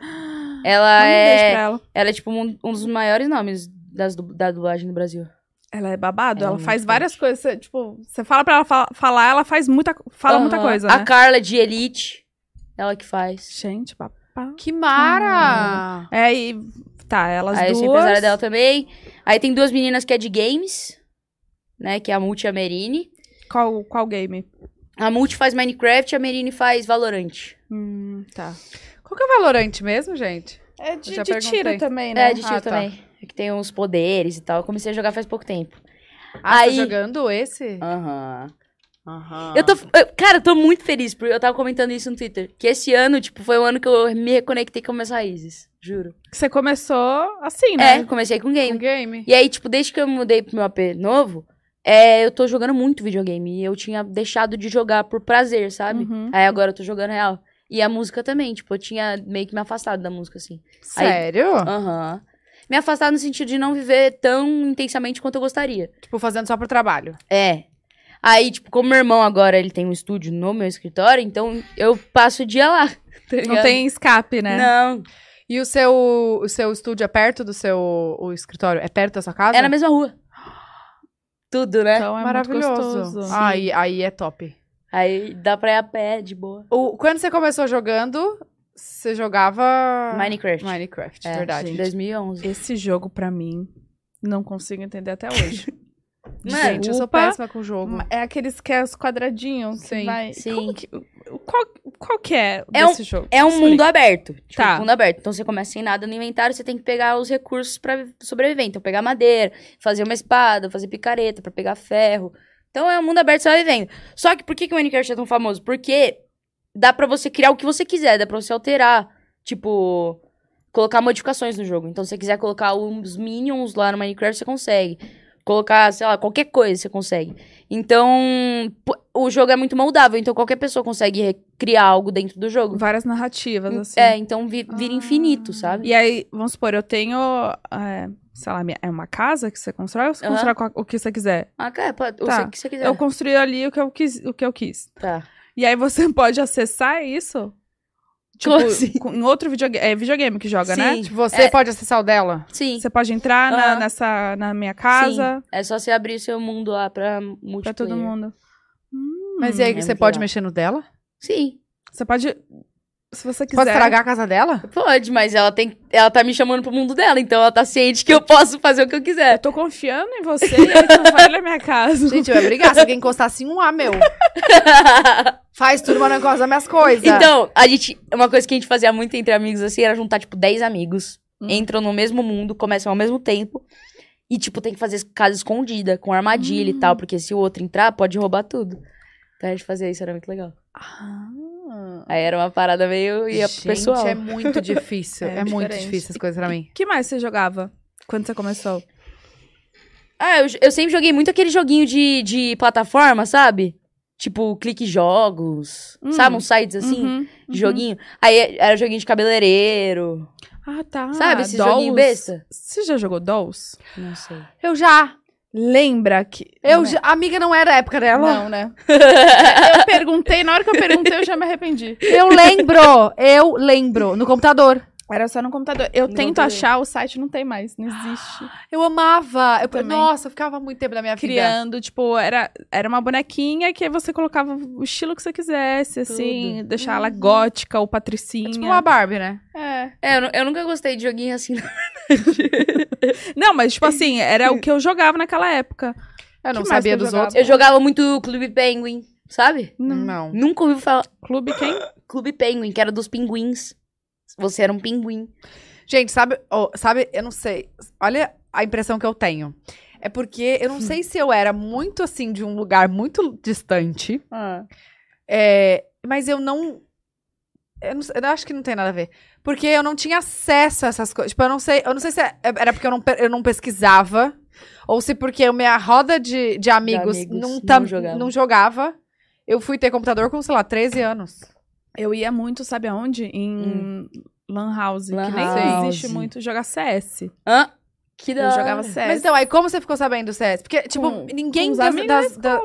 C: Ela
A: Manda um beijo pra
C: é.
A: ela.
C: Ela é tipo um, um dos maiores nomes das, du- da dublagem no Brasil.
A: Ela é babado,
C: Ela é
A: ela
C: muito
A: faz várias coisas. Você, tipo, você fala pra ela fa- falar, ela faz muita, fala muita
C: Aham.
A: coisa,
C: A
A: né?
C: Carla de Elite. Ela que faz.
A: Gente, papá.
B: Que
C: Hum.
B: mara!
A: É, e tá, elas
C: Aí eu sou
A: duas.
C: empresária é dela também. Aí tem duas meninas que é de games, né? Que é a Multi e a Merine.
A: Qual, qual game?
C: A Multi faz Minecraft e a Merine faz Valorant.
A: Hum, tá.
B: Qual que é o valorante mesmo, gente?
A: É
B: de- de tiro
A: também, né?
C: É, de tiro
B: Ah, tá.
C: também. É Que tem uns poderes e tal. Eu comecei a jogar faz pouco tempo.
B: Ah,
C: Aí-
B: tá jogando esse?
C: Aham.
B: Aham.
C: Eu tô. eu- cara, eu tô muito feliz, porque eu tava comentando isso no Twitter. Que esse ano, tipo, foi o ano que eu me reconectei com minhas raízes. Juro.
A: Você começou assim, né?
C: É, comecei com
B: Um
C: game.
B: game.
C: E aí, tipo, desde que eu me mudei pro meu AP novo, é, eu tô jogando muito videogame. E eu tinha deixado de jogar por prazer, sabe?
A: Uhum.
C: Aí agora eu tô jogando real. E a música também, tipo, eu tinha meio que me afastado da música, assim.
B: Sério?
C: Aham. Me afastado no sentido de não viver tão intensamente quanto eu gostaria.
B: Tipo, fazendo só pro trabalho.
C: É. Aí, tipo, como meu irmão agora ele tem um estúdio no meu escritório, então eu passo o dia lá. tá
A: Não
C: ligado?
A: tem escape, né?
C: Não.
B: E o seu, o seu estúdio é perto do seu o escritório? É perto da sua casa?
C: É na mesma rua. Tudo, né?
A: Então é Muito
B: Maravilhoso.
A: gostoso.
B: Aí, aí é top.
C: Aí dá pra ir a pé, de boa.
B: O, quando você começou jogando, você jogava.
C: Minecraft.
B: Ah. Minecraft,
C: É,
B: verdade.
C: Em 2011.
A: Esse jogo, pra mim, não consigo entender até hoje.
C: Mano,
B: Gente, eu sou
A: Desculpa.
B: péssima com o jogo.
A: É aqueles que é os quadradinhos. que
B: Sim,
A: vai-
C: sim.
A: Como que- Qual, qual que é,
C: É um-
A: desse jogo?
C: É um
A: Explica.
C: mundo aberto. Tipo,
A: Tá.
C: mundo aberto. Então você começa sem nada no inventário, você tem que pegar os recursos pra sobreviver. Então pegar madeira, fazer uma espada, fazer picareta pra pegar ferro. Então é um mundo aberto, você vai vivendo. Só que por que, que o Minecraft é tão famoso? Porque dá pra você criar o que você quiser, dá pra você alterar. Tipo, colocar modificações no jogo. Então se você quiser colocar uns minions lá no Minecraft, você consegue. Colocar, sei lá, qualquer coisa você consegue. Então, pô, o jogo é muito moldável. Então, qualquer pessoa consegue criar algo dentro do jogo.
A: Várias narrativas, assim.
C: É, então vi- vira infinito, sabe?
A: E aí, vamos supor, eu tenho, é, sei lá, minha- é uma casa que você constrói ou você
C: Aham. É.
A: constrói com a- o que você quiser?
C: Ah, cara, pode,
A: Tá.
C: o que você quiser.
A: Eu construí ali o que eu quis. O que eu quis.
C: Tá.
A: E aí você pode acessar isso? Tipo,
C: Como assim?
A: com- em outro videogame. É videogame que joga, né?
C: Sim.
B: Tipo, você pode acessar o dela?
C: Sim.
A: Você pode entrar na,
C: Aham.
A: nessa, na minha casa,
C: É só você abrir seu mundo lá pra multiplayer.
A: pra todo mundo. Hum,
B: Mas e aí,
C: é
B: você
C: muito
B: pode
C: legal.
B: mexer no dela?
C: Sim.
A: Você pode. Se você quiser.
B: Pode estragar a casa dela?
C: Pode, mas ela tem. Ela tá me chamando pro mundo dela, então ela tá ciente que eu posso fazer o que eu quiser.
A: Eu tô confiando em você e aí tu vai na minha casa.
B: Gente, eu ia brigar se alguém encostar assim um A, meu. Faz tudo, mas não encosta nas minhas coisas.
C: então, a gente. Uma coisa que a gente fazia muito entre amigos assim era juntar, tipo, 10 amigos.
A: Hum.
C: Entram no mesmo mundo, começam ao mesmo tempo. E, tipo, tem que fazer casa escondida, com armadilha e
A: Hum.
C: tal, porque se o outro entrar, pode roubar tudo. Então a gente fazia isso, era muito legal.
A: Ah.
C: Aí era uma parada meio ia pro
B: Gente,
C: pessoal.
B: é muito difícil. é
A: É
B: muito
A: diferente.
B: difícil as coisas pra mim.
A: que mais você jogava quando você começou?
C: Ah, eu, eu sempre joguei muito aquele joguinho de, de plataforma, sabe? Tipo, clique jogos.
A: Hum.
C: Sabe, uns sites assim?
A: Uhum,
C: De joguinho. Aí é, era joguinho de cabeleireiro.
A: uhum. Ah, tá.
C: sabe, esse
A: Dolls.
C: joguinho besta?
A: Você já jogou Dolls?
C: Não sei.
B: Eu
C: Tá.
B: já.
A: Lembra que.
B: Eu já. Amiga, não era a época dela.
A: é? Não, né? eu perguntei, na hora que eu perguntei, eu já me arrependi.
B: Eu lembro. eu lembro. No computador.
A: Era só no computador. Eu
C: No
A: tento
C: computador.
A: achar, o site não tem mais, não existe.
B: Eu amava. Eu,
A: Também.
B: nossa, eu ficava muito tempo da minha vida.
A: Criando, tipo, era, era uma bonequinha que aí você colocava o estilo que você quisesse, assim, deixar ela gótica ou patricinha.
B: Uhum. É Tipo uma Barbie, né?
A: É.
C: É, eu, nu- eu nunca gostei de joguinho assim. não.
A: Não, mas tipo assim, era o que eu jogava naquela época.
B: Eu Hum. não
A: mais
B: sabia
A: que eu
B: dos
A: jogava?
B: outros.
C: Eu jogava muito Clube Penguin, sabe?
B: Não.
C: Nunca ouvi falar.
A: Clube quem?
C: Clube Penguin, que era dos pinguins. Você era um pinguim.
B: Gente, sabe, ó, sabe, eu não sei. Olha a impressão que eu tenho. É porque eu não
A: Hum.
B: sei se eu era muito assim de um lugar muito distante,
D: Ah,
B: é, mas eu não, eu não sei, eu acho que não tem nada a ver. Porque eu não tinha acesso a essas coisas. Tipo, eu não sei, eu não sei se é- era porque eu não, pe- eu não pesquisava ou se porque a minha roda de, de amigos,
C: amigos,
B: não,
C: não
B: tam-
C: jogava.
B: não jogava. Eu fui ter computador com, sei lá, 13 anos.
A: Eu ia muito, sabe aonde? Em Lan House,
C: Hum. Lan
A: que nem
C: House.
A: existe muito jogar CS.
C: Hã? assim. Que da
A: Eu
C: hora.
A: jogava CS.
B: Mas então, aí como você ficou sabendo do CS? Porque, tipo,
A: Com-
B: ninguém
A: com os
B: das,
A: amigos
B: das- da-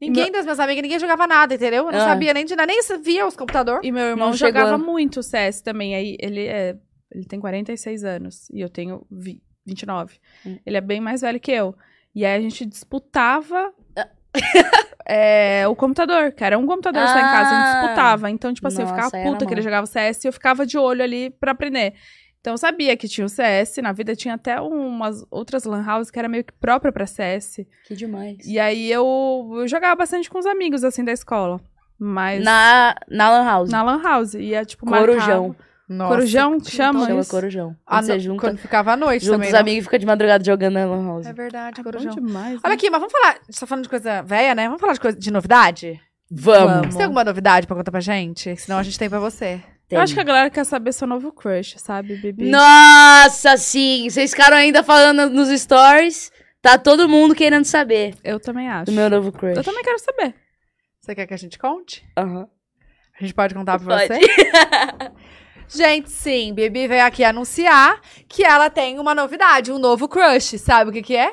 B: Ninguém das minhas amigas, ninguém jogava nada, entendeu? Eu não
C: Ah.
B: sabia nem de nada, nem via os computadores.
A: E meu irmão
C: Não chegou.
A: jogava muito CS também. Aí ele é. Ele tem 46 anos e eu tenho vi- 29.
C: Hum.
A: Ele é bem mais velho que eu. E aí a gente disputava
C: Ah.
A: é, o computador, que era um computador só em casa, a gente
C: Ah.
A: disputava. Então, tipo assim, eu
C: Nossa,
A: ficava
C: era
A: puta que
C: bom.
A: ele jogava CS e eu ficava de olho ali pra aprender. Então eu sabia que tinha o CS, na vida tinha até umas outras lan houses que era meio que própria pra CS.
C: Que demais.
A: E aí eu, eu jogava bastante com os amigos, assim, da escola. Mas. Na,
C: Na, na Lan House.
A: Lan House. Ia, tipo,
C: Corujão.
A: marcava- Corujão que chama?
C: Chama
A: isso?
C: Corujão.
B: Ah,
C: Quando você
B: não,
C: junta,
B: Quando ficava à noite
C: junta
B: também.
C: os
B: não?
C: amigos e fica de madrugada jogando na Lan House.
B: É verdade,
A: Ah, bom
B: corujão.
A: demais.
B: Olha
A: né?
B: aqui, mas vamos falar. Você tá falando de coisa velha, né? Vamos falar de coisa de novidade?
C: Vamos.
B: Você tem alguma novidade pra contar pra gente? Senão a gente tem pra você.
A: Eu acho que a galera quer saber seu novo crush, sabe, Bibi?
C: Nossa, sim! Vocês ficaram ainda falando nos stories. Tá todo mundo querendo saber
A: Eu também acho.
C: do meu novo crush.
A: Eu também quero saber.
B: Você quer que a gente conte?
C: Aham.
B: A gente pode contar pra
C: Pode.
B: você? Gente, sim, Bibi veio aqui anunciar que ela tem uma novidade, um novo crush. Sabe o que que é?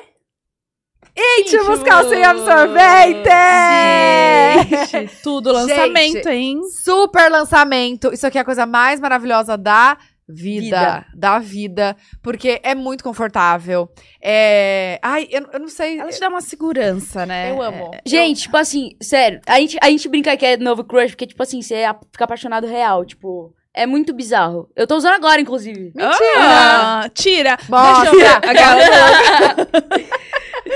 B: Íntimos
A: Íntimos!
B: calcinha absorvente!
A: Gente, tudo lançamento, hein?
B: Super lançamento. Isso aqui é a coisa mais maravilhosa da vida, Da vida. Porque é muito confortável. É. Ai, eu, eu não sei.
A: Ela te dá uma segurança,
C: É,
A: né?
B: Eu amo.
C: Gente, tipo assim, sério, a gente, a gente brinca que é novo crush, porque, tipo assim, você a- fica apaixonado real, tipo, é muito bizarro. Eu tô usando agora, inclusive.
A: Ah, tira!
B: Bora.
A: Deixa eu ver. A galera-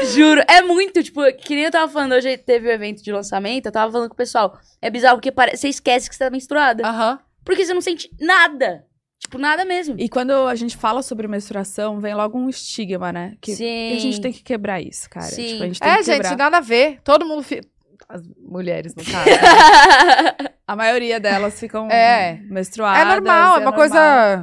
C: Juro, é muito, tipo, que nem eu tava falando, hoje teve o evento de lançamento, eu tava falando com o pessoal, é bizarro porque parece, você esquece que você tá menstruada.
B: Aham.
C: Porque você não sente nada. Tipo, nada mesmo.
A: E quando a gente fala sobre menstruação, vem logo um estigma, né? Que
C: Sim.
A: E a gente tem que quebrar isso, cara.
C: Sim.
A: Tipo, a gente tem
B: É,
A: que
B: gente,
A: quebrar.
B: nada a ver. Todo mundo. fi- As mulheres, no caso.
A: A maioria delas ficam
B: É.
A: menstruadas.
B: é normal, é uma
A: normal.
B: coisa.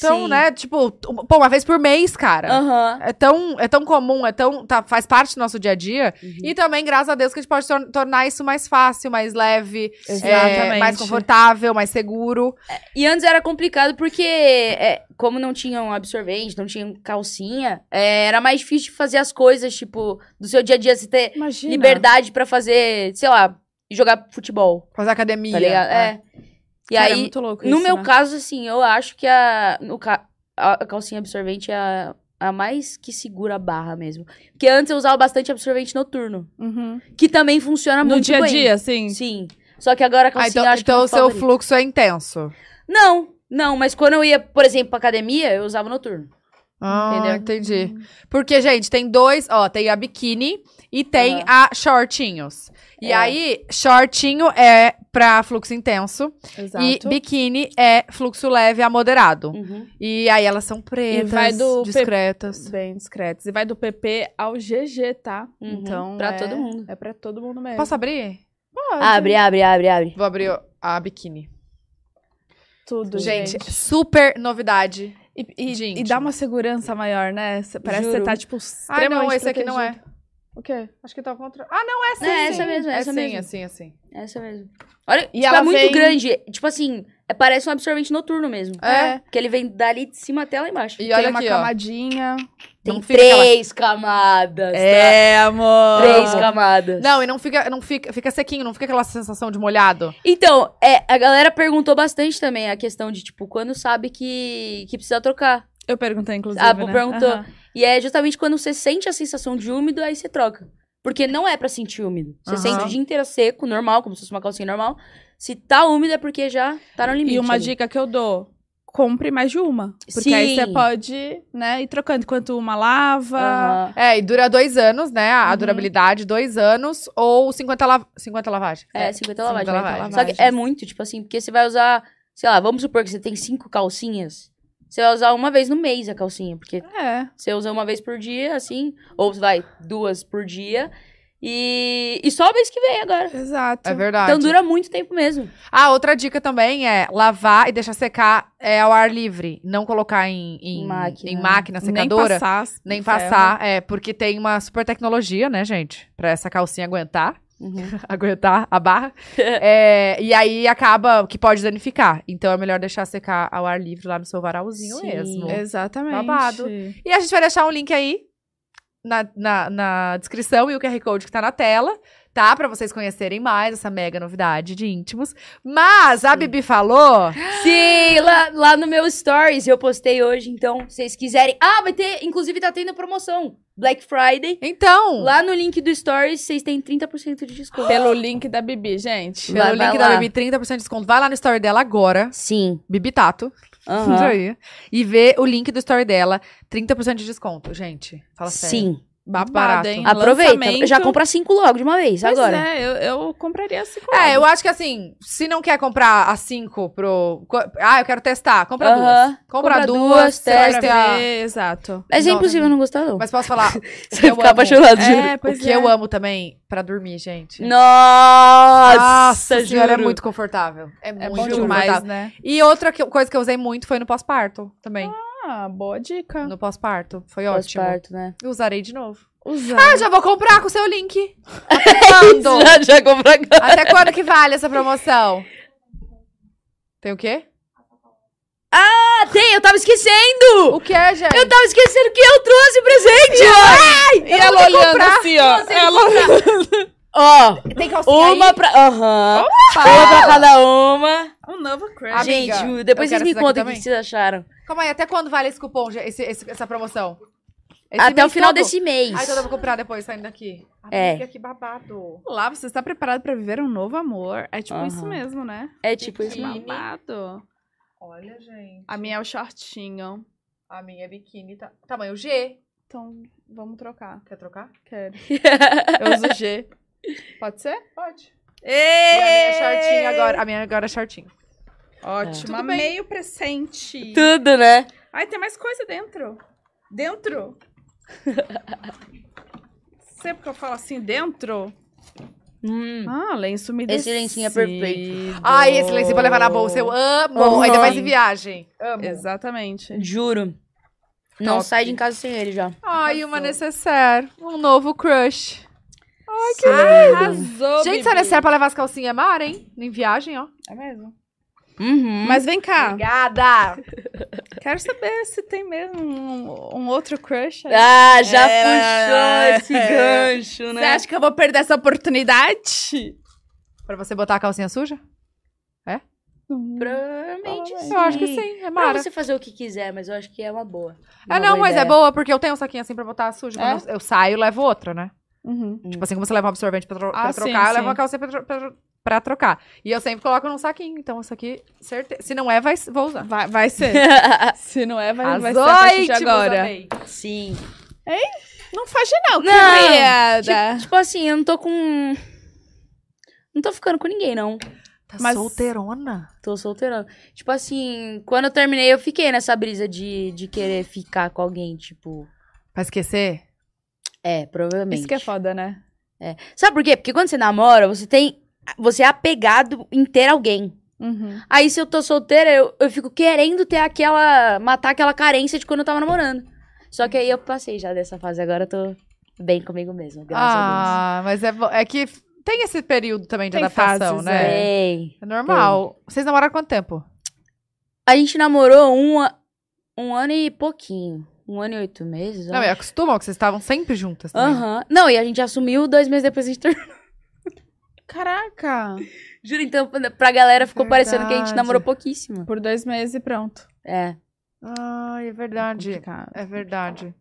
B: Tão,
A: Então,
C: Sim.
B: né? Tipo, t- pô, uma vez por mês, cara.
C: Aham.
B: É tão, é tão comum, é tão. tá- faz parte do nosso dia a dia.
A: Uhum.
B: E também, graças a Deus, que a gente pode tor- tornar isso mais fácil, mais leve,
A: Exatamente.
B: é, mais confortável, mais seguro.
C: E antes era complicado porque, é, como não tinham absorvente, não tinham calcinha, é, era mais difícil de fazer as coisas, tipo, do seu dia a dia, você ter
A: Imagina.
C: liberdade pra fazer, sei lá, jogar futebol,
B: Fazer academia.
C: tá ligado? É. E
A: Cara, é
C: aí,
A: muito louco
C: no
A: isso,
C: meu
A: né?
C: caso, assim, eu acho que a, no ca- a a calcinha absorvente é a, a mais que segura a barra mesmo. Porque antes eu usava bastante absorvente noturno,
A: Uhum.
C: que também funciona
A: No
C: muito
A: dia a
C: bem.
A: dia, assim.
C: Sim. Só que agora a
B: Ah,
C: calcinha
B: então
C: eu acho que é
B: então
C: o
B: o seu
C: favorito.
B: fluxo é intenso.
C: Não, não, mas quando eu ia, por exemplo, pra academia, eu usava noturno.
B: Ah,
C: Entendeu?
B: entendi. Porque, gente, tem dois, ó, tem a biquíni e tem
C: Aham.
B: a shortinhos. E
C: É.
B: aí, shortinho é pra fluxo intenso
A: Exato.
B: e biquíni é fluxo leve a moderado.
C: Uhum,
B: E aí elas são pretas,
A: vai do pe-
B: discretas.
A: Bem discretos. E vai do PP ao GG, tá?
C: Uhum.
A: Então.
C: Pra
A: é-
C: todo mundo.
A: É pra todo mundo mesmo.
B: Posso abrir?
A: Pode.
C: Abre, abre, abre, abre.
B: Vou abrir a biquíni.
A: tudo.
B: Gente,
A: Gente.
B: super novidade.
A: E, e-
B: de
A: e
B: íntimo.
A: dá uma segurança maior, né? Cê- Parece que
C: Juro.
A: você tá, tipo,
B: Ah,
A: extremamente
B: não, esse aqui não é.
A: protegido. O quê?
B: Acho que tá ao contrário. Ah, não, é sim.
C: É,
B: sim.
C: essa mesmo,
B: é
C: essa
B: sim,
C: mesmo.
B: assim, assim.
C: Essa mesmo. Olha,
B: E
C: tipo,
B: ela
C: é muito
B: vem-
C: grande. Tipo assim, é- parece um absorvente noturno mesmo.
B: É.
C: Que ele vem dali de cima até lá embaixo.
B: E
A: Tem
B: olha
A: uma
B: aqui, ó.
A: camadinha.
C: Tem
B: não fica É.
C: três camadas. tá?
A: amor!
C: Três camadas.
B: Não, e não fica, não fica, fica sequinho, não fica aquela sensação de molhado.
C: Então, é, a galera perguntou bastante também a questão de, tipo, quando sabe que, que precisa trocar.
A: Eu perguntei, inclusive.
C: Ah, Bo
A: né?
C: perguntou.
A: Aham.
C: E é justamente quando você sente a sensação de úmido, aí você troca. Porque não é pra sentir úmido. Você
B: Aham.
C: sente o dia inteiro seco, normal, como se fosse uma calcinha normal. Se tá úmido é porque já tá no limite.
A: E uma
C: ali.
A: dica que eu dou: compre mais de uma. Porque aí
C: Sim.
A: você pode, né, ir trocando. Enquanto uma lava.
C: Aham.
B: É, e dura dois anos, né? A
A: Uhum.
B: durabilidade, dois anos ou 50, la... 50 lavagens.
C: É, 50 lavagens.
B: 50
C: né?
B: lavagens.
C: Só que é muito, tipo assim, porque você vai usar sei lá, vamos supor que você tem cinco calcinhas. Você vai usar uma vez no mês a calcinha, porque
A: É.
C: você usa uma vez por dia, assim, ou vai duas por dia. E, e só a vez que vem agora.
A: Exato.
B: É verdade.
C: Então dura muito tempo mesmo.
B: Ah, outra dica também é lavar e deixar secar é, ao ar livre. Não colocar em, em,
C: Em
B: máquina.
C: máquina.
B: em máquina
A: Nem
B: secadora.
A: passar.
B: Nem
A: no
B: passar,
C: né?
B: é, porque tem uma super tecnologia, né, gente? Pra essa calcinha aguentar,
C: Uhum.
B: aguentar a barra. É, e aí acaba que pode danificar. Então é melhor deixar secar ao ar livre lá no seu varalzinho
C: Sim. é,
B: mesmo.
A: ferro. Exatamente.
B: Babado. E a gente vai deixar um link aí na, na, na descrição e o QR Code que tá na tela, tá? Pra vocês conhecerem mais essa mega novidade de íntimos. Mas a Bibi falou.
C: Sim, lá, lá no meu Stories eu postei hoje, então, se vocês quiserem. Ah, vai ter, inclusive tá tendo promoção. Black Friday.
B: Então,
C: Lá no link do Stories vocês têm 30% de desconto.
A: Pelo link da Bibi, gente.
B: pelo
C: Vai- vai
B: link da
C: lá.
B: Bibi, 30% de desconto. Vai lá no story dela agora,
C: Sim.
B: Bibi Tato.
C: aham.
B: Isso aí. E vê o link do story dela, 30% de desconto, gente. Fala sério.
C: Sim.
B: Muito
A: Babado,
B: barato.
A: hein?
C: Aproveita.
A: Lançamento.
C: Já compra cinco logo de uma vez,
A: Pois
C: agora.
A: é, eu, eu compraria cinco.
B: É, eu acho que assim, se não quer comprar a 5 pro. co- Ah, eu quero testar. Compra
C: Aham.
B: duas. Compra,
C: Compra
B: duas,
C: duas,
B: você vai
C: testa.
B: ter a-
A: Exato.
C: Mas é
B: Nossa.
C: impossível não gostar, não.
B: Mas posso falar
C: Você
B: eu
C: vai ficar
B: amo.
C: apaixonado, juro.
A: É, pois
B: o que
A: é.
B: eu amo também pra dormir, gente.
C: Nossa,
B: Nossa
C: juro.
B: senhora, é muito confortável. É,
A: É
B: muito
A: bom demais,
B: confortável.
A: né?
B: E outra que- coisa que eu usei muito foi no pós-parto também.
A: Ah, boa dica.
B: No pós-parto. Foi ótimo.
C: Pós-parto, né?
B: Eu usarei de novo.
A: Usar.
B: Ah, já vou comprar com o seu link. Até quando?
C: Já, já comprou agora.
B: Até quando que vale essa promoção? Tem o quê?
C: Ah, tem, eu tava esquecendo!
B: O que é, gente?
C: Eu tava esquecendo que eu trouxe presente!
A: e ela olhando assim, ó. Ela...
C: Ó,
B: Tem calcinha
C: uma
B: aí? Oh!
C: pra. Aham. Uma pra cada uma.
A: Um novo crush.
B: Amiga,
C: Gente, Ju, depois
B: eu
C: vocês
B: quero
C: me
B: essa daqui
C: contam o que
B: também.
C: vocês acharam.
B: Calma aí, até quando vale esse cupom, gente? Esse- esse- essa promoção? Esse
C: Até o
B: mês
C: final
B: todo?
C: desse mês.
B: Ah, então eu vou comprar depois, saindo daqui.
C: É.
B: Amiga, que babado.
A: Lá, você está preparado pra viver um novo amor? É tipo
C: Aham.
A: isso mesmo, né?
C: É tipo isso.
B: Biquíni.
A: Babado.
B: Olha, gente.
A: A minha é o shortinho.
B: A minha biquíni tá... Tamanho G.
A: Então, vamos trocar.
B: Quer trocar?
A: Quero. Eu uso G. Pode ser?
B: Pode. E a minha é
A: Ei! É.
B: shortinho agora. A minha agora é shortinho.
A: Ótimo.
B: Tudo bem.
A: Meio presente.
C: Tudo, né?
A: Ai, tem mais coisa dentro. Dentro. Sempre que eu falo assim, dentro.
C: Hum.
A: Ah, lenço umedecido.
C: Esse lencinho é perfeito.
B: Ai, esse lencinho pra levar na bolsa. Eu amo.
C: Amo.
B: Ainda mais em viagem. Amo.
A: Exatamente.
C: Juro. Não
B: Top.
C: sai de casa sem ele já.
B: Ai, uma necessaire. Um novo crush.
A: Arrasou,
B: Gente,
A: Bibi.
B: será necessário pra levar as calcinhas é mara, hein? Em viagem, ó.
A: É mesmo.
C: Uhum.
A: Mas vem cá.
B: Obrigada!
A: Quero saber se tem mesmo um, um outro crush aí.
C: Ah, já
A: É,
C: puxou esse
A: é.
C: gancho, né?
A: Você acha que eu vou perder essa oportunidade?
B: Pra você botar a calcinha suja?
A: Hum.
C: Provavelmente sim.
B: Eu acho que sim, é
C: Pra
B: mara.
C: você fazer o que quiser, mas eu acho que é uma boa.
B: Ah,
C: Uma
B: não, mas é
C: ideia.
B: boa, porque eu tenho um saquinho assim pra botar a suja.
A: É?
B: Quando eu, eu saio, eu levo outra, né?
A: Uhum.
B: Tipo assim, como você leva um absorvente pra, tro- pra
A: Ah, sim,
B: trocar, eu
A: sim.
B: levo uma calcinha pra, tro- pra- pra trocar. E eu sempre coloco num saquinho, então isso aqui, certeza. Se não é, vai, vou usar.
A: Vai, vai ser. Se não é, vai, vai ser a partir
B: Azoite,
A: de agora.
C: Sim.
A: Não faz não,
C: Não,
A: querida.
C: Tipo assim, eu não tô com. Não tô ficando com ninguém, não.
B: Tá
A: Mas-
B: solteirona?
C: Tô solteirando. Tipo assim, quando eu terminei, eu fiquei nessa brisa de, de querer ficar com alguém, tipo.
B: Pra esquecer?
C: É, provavelmente.
A: Isso que é foda, né?
C: Sabe por quê? Porque quando você namora, você tem. Você é apegado em ter alguém.
A: Uhum.
C: Aí, se eu tô solteira, eu, eu fico querendo ter aquela. matar aquela carência de quando eu tava namorando. Só que aí eu passei já dessa fase, agora eu tô bem comigo mesma, graças a Deus.
B: ah, mas é, bo- é que tem esse período também de
A: Tem
B: adaptação,
A: fases,
B: né?
C: Bem.
B: É normal. Vocês namoraram há quanto tempo?
C: A gente namorou um, a- um ano e pouquinho. Um ano e oito meses. eu
B: Não, e
C: acho.
B: acostumam que vocês estavam sempre juntas. também.
C: Aham. Não, e a gente assumiu dois meses depois a gente terminou.
A: Caraca.
C: Juro, então pra galera ficou parecendo que a gente
B: Verdade.
C: namorou pouquíssimo.
A: Por dois meses e pronto.
C: É.
B: Ah, é verdade.
A: Complicado.
B: É verdade.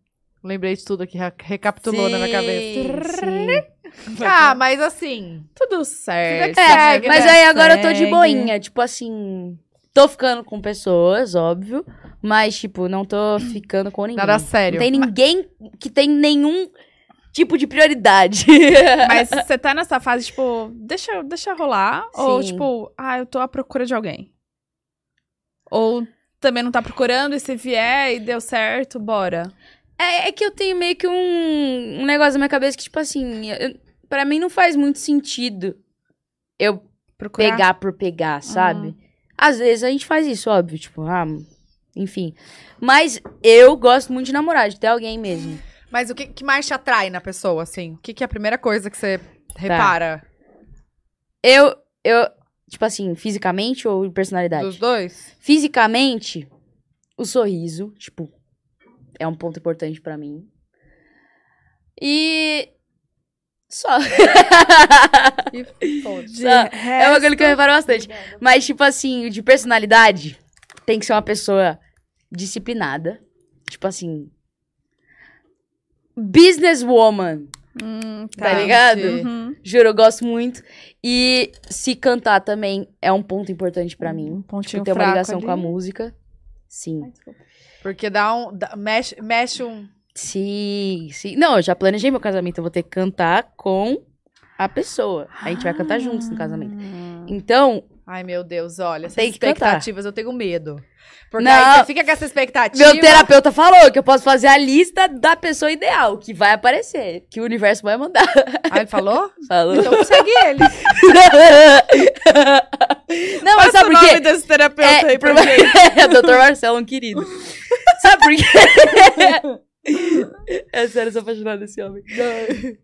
B: Lembrei de tudo aqui, re- recapitulou na minha cabeça.
C: Sim.
B: Ah, mas assim.
A: Tudo certo.
B: É,
A: Segue,
C: Mas
A: né?
C: aí agora eu tô de
A: Segue.
C: boinha. Tipo assim. Tô ficando com pessoas, óbvio. Mas, tipo, não tô ficando com ninguém.
B: Nada sério.
C: Não tem ninguém que tem nenhum tipo de prioridade.
A: Mas você tá nessa fase, tipo, deixa, deixa rolar? Ou,
C: Sim.
A: tipo, ah, eu tô à procura de alguém? Ou também não tá procurando e se vier e deu certo, bora.
C: É, é que eu tenho meio que um, um negócio na minha cabeça que, tipo assim, eu, pra mim não faz muito sentido eu
A: Procurar.
C: pegar por pegar, sabe? Às vezes a gente faz isso, óbvio, tipo, ah, enfim. Mas eu gosto muito de namorar, de ter alguém mesmo.
B: Mas o que, que mais te atrai na pessoa, assim? O que, que é a primeira coisa que você
C: Tá.
B: repara
C: Eu, eu, tipo assim, fisicamente ou em personalidade?
B: dos dois?
C: Fisicamente, o sorriso, tipo, é um ponto importante pra mim. E só.
B: E foda.
A: De
C: Tá. É uma
A: resto-
C: coisa que eu reparo bastante. Mas, tipo assim, de personalidade, tem que ser uma pessoa disciplinada. Tipo assim. Businesswoman,
A: Hum,
C: tá, ligado?
B: entendi.
A: Uhum.
C: Juro, eu gosto muito. E se cantar também é um ponto importante pra mim.
A: Um pontinho
C: Tipo, ter uma
A: fraco
C: ligação com a
A: ali.
C: música. Sim.
A: Ai, desculpa.
B: Porque dá um. dá- mexe, mexe um.
C: Sim, sim. Não, eu já planejei meu casamento. Eu vou ter que cantar com a pessoa. A gente vai cantar juntos no
A: Ah.
C: casamento.
B: Ah.
C: Então,
B: Ai, meu Deus, olha, essas
C: Tem que cantar.
B: expectativas, eu tenho medo. Porque
C: Não.
B: aí você fica com essa expectativa.
C: Meu terapeuta falou que eu posso fazer a lista da pessoa ideal, que vai aparecer, que o universo vai mandar.
B: Aí ele falou?
C: Falou.
B: Então segue ele.
C: Não, mas sabe por
A: o nome
C: quê?
A: desse terapeuta
C: É,
A: aí pra
C: pro...
A: mim.
C: Dr. Marcelo, um querido. Sabe por quê? É sério, eu sou apaixonada desse homem.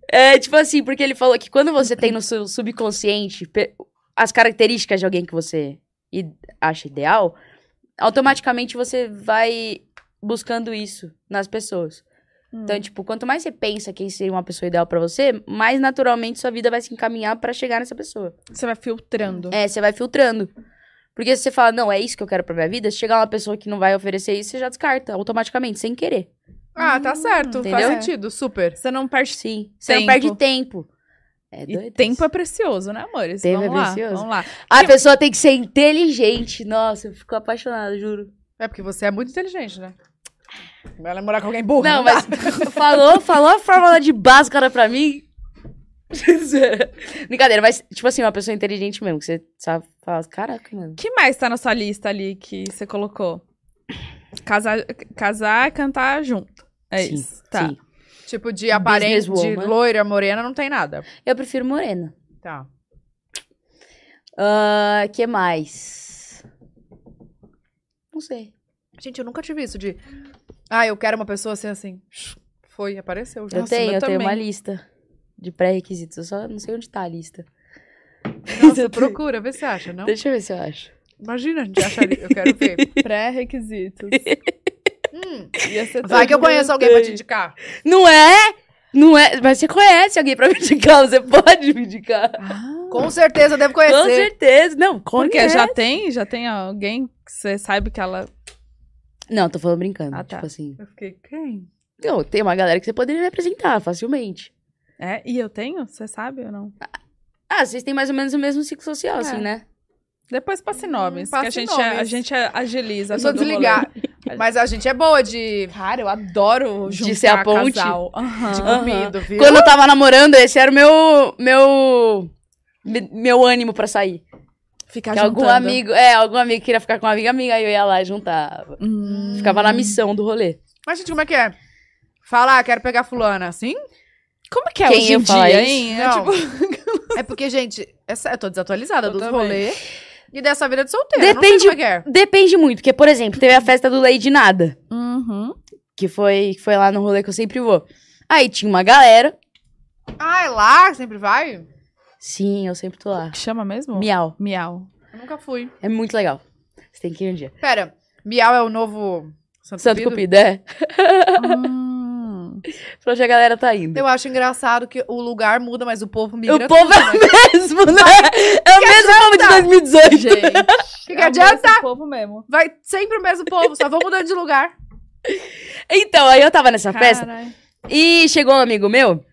C: É, tipo assim, porque ele falou que quando você tem no seu subconsciente pe- as características de alguém que você i- acha ideal, automaticamente você vai buscando isso nas pessoas. Então, tipo, quanto mais você pensa quem seria uma pessoa ideal pra você, mais naturalmente sua vida vai se encaminhar pra chegar nessa pessoa.
A: Você vai filtrando.
C: É, você vai filtrando. Porque se você fala, não, é isso que eu quero pra minha vida, se chegar uma pessoa que não vai oferecer isso, você já descarta automaticamente, sem querer.
B: Ah, tá certo.
C: Entendeu?
B: Faz sentido, super.
A: Você não parte.
C: Sim. Você não
A: Tempo.
C: perde tempo. É
A: E
C: doido.
A: tempo é precioso, né, amores?
C: Tempo
A: vamos
C: é
A: lá,
C: precioso.
A: Vamos lá.
C: A pessoa tem que ser inteligente. Nossa, eu fico apaixonada, juro.
B: É porque você é muito inteligente, né? Vai namorar com alguém burro.
C: não, mas falou, falou a fórmula de básica pra mim. Brincadeira, mas, tipo assim, uma pessoa inteligente mesmo, que você sabe falar, caraca, mano.
A: O que mais tá na sua lista ali que você colocou? Casar, casar cantar junto. É
C: Sim,
A: isso. Tá.
C: sim.
B: Tipo, de aparente, de
C: Businesswoman.
B: loira, morena, não tem nada.
C: Eu prefiro morena.
B: Tá.
C: Ah, que mais? Não sei.
B: Gente, eu nunca tive isso de. Ah, eu quero uma pessoa assim, assim. Foi, apareceu.
C: Eu
A: Nossa,
C: tenho,
A: eu
C: eu tenho uma
A: também.
C: lista de pré-requisitos. Eu só não sei onde tá a lista.
B: Nossa, procura, vê se acha, não?
C: Deixa eu ver se eu acho.
B: Imagina, a gente acha. Eu quero ver.
A: Pré-requisitos.
B: Hum,
A: Ia ser
B: vai que eu
A: tudo.
B: conheço alguém pra te indicar.
C: Não é? Não é? Mas você conhece alguém pra me indicar? Você pode me indicar?
A: Ah,
B: Com certeza eu devo
C: Com
B: conhecer.
C: certeza. Não,
A: porque
C: conhece.
A: é? já tem, já tem alguém que você sabe que ela.
C: Não, tô falando brincando.
A: Ah, tá.
C: Tipo assim.
B: Eu fiquei, quem?
C: Não, tem uma galera que você poderia me apresentar facilmente.
A: É, e eu tenho? Você sabe ou não?
C: Ah, vocês têm mais ou menos o mesmo ciclo social,
A: É.
C: assim, né?
A: Depois passe
C: Uhum,
A: nomes, que
B: passe
A: a gente, é-
B: nomes.
A: a gente agiliza.
B: Eu sou
A: todo o rolê.
B: desligar. Mas a gente é boa de.
A: Cara, eu adoro
C: De
A: juntar
C: ser a ponte?
A: casal. Aham.
B: De
C: Aham.
B: comido, viu?
C: Quando eu tava namorando, esse era o meu. meu. me- meu ânimo pra sair.
A: Ficar
C: que
A: juntando.
C: algum amigo. É, algum amigo queria ficar com uma amiga, amiga, aí eu ia lá e juntava.
A: Hum.
C: Ficava na missão do rolê.
B: Mas, gente, como é que é? Fala, ah, quero pegar fulana. Assim?
A: Como que é
C: Quem
A: hoje
C: ia
A: em
C: falar
A: dia,
C: isso?
A: hein? É,
B: Não.
A: tipo,
B: É porque, gente, essa, eu tô desatualizada
A: Eu
B: dos
A: também.
B: rolês e dessa vida de solteira. Não
C: Depende-
B: sei como é que é.
C: Depende muito, porque, por exemplo, teve a festa do Lady Nada.
A: Uhum.
C: que foi, que foi lá no rolê que eu sempre vou. Aí tinha uma galera.
B: Ah, é lá? Sempre vai?
C: Sim, eu sempre tô lá.
A: é Que chama mesmo?
C: Miau.
A: Miau.
B: Eu nunca fui.
C: É muito legal. Você tem que ir um dia.
B: Pera, Miau é o novo Santo,
C: Santo
B: Cupido?
C: Cupido, é?
A: Hum.
C: Pra onde a galera tá indo.
B: Eu acho engraçado que o lugar muda, mas o povo migra.
C: O povo é o mesmo, né? É o mesmo povo de 2018.
A: Gente,
B: que
A: é o
B: adianta?
A: mesmo povo mesmo.
B: Vai sempre o mesmo povo, só vão mudando de lugar.
C: Então, aí eu tava nessa festa
A: Caralho.
C: e chegou um amigo meu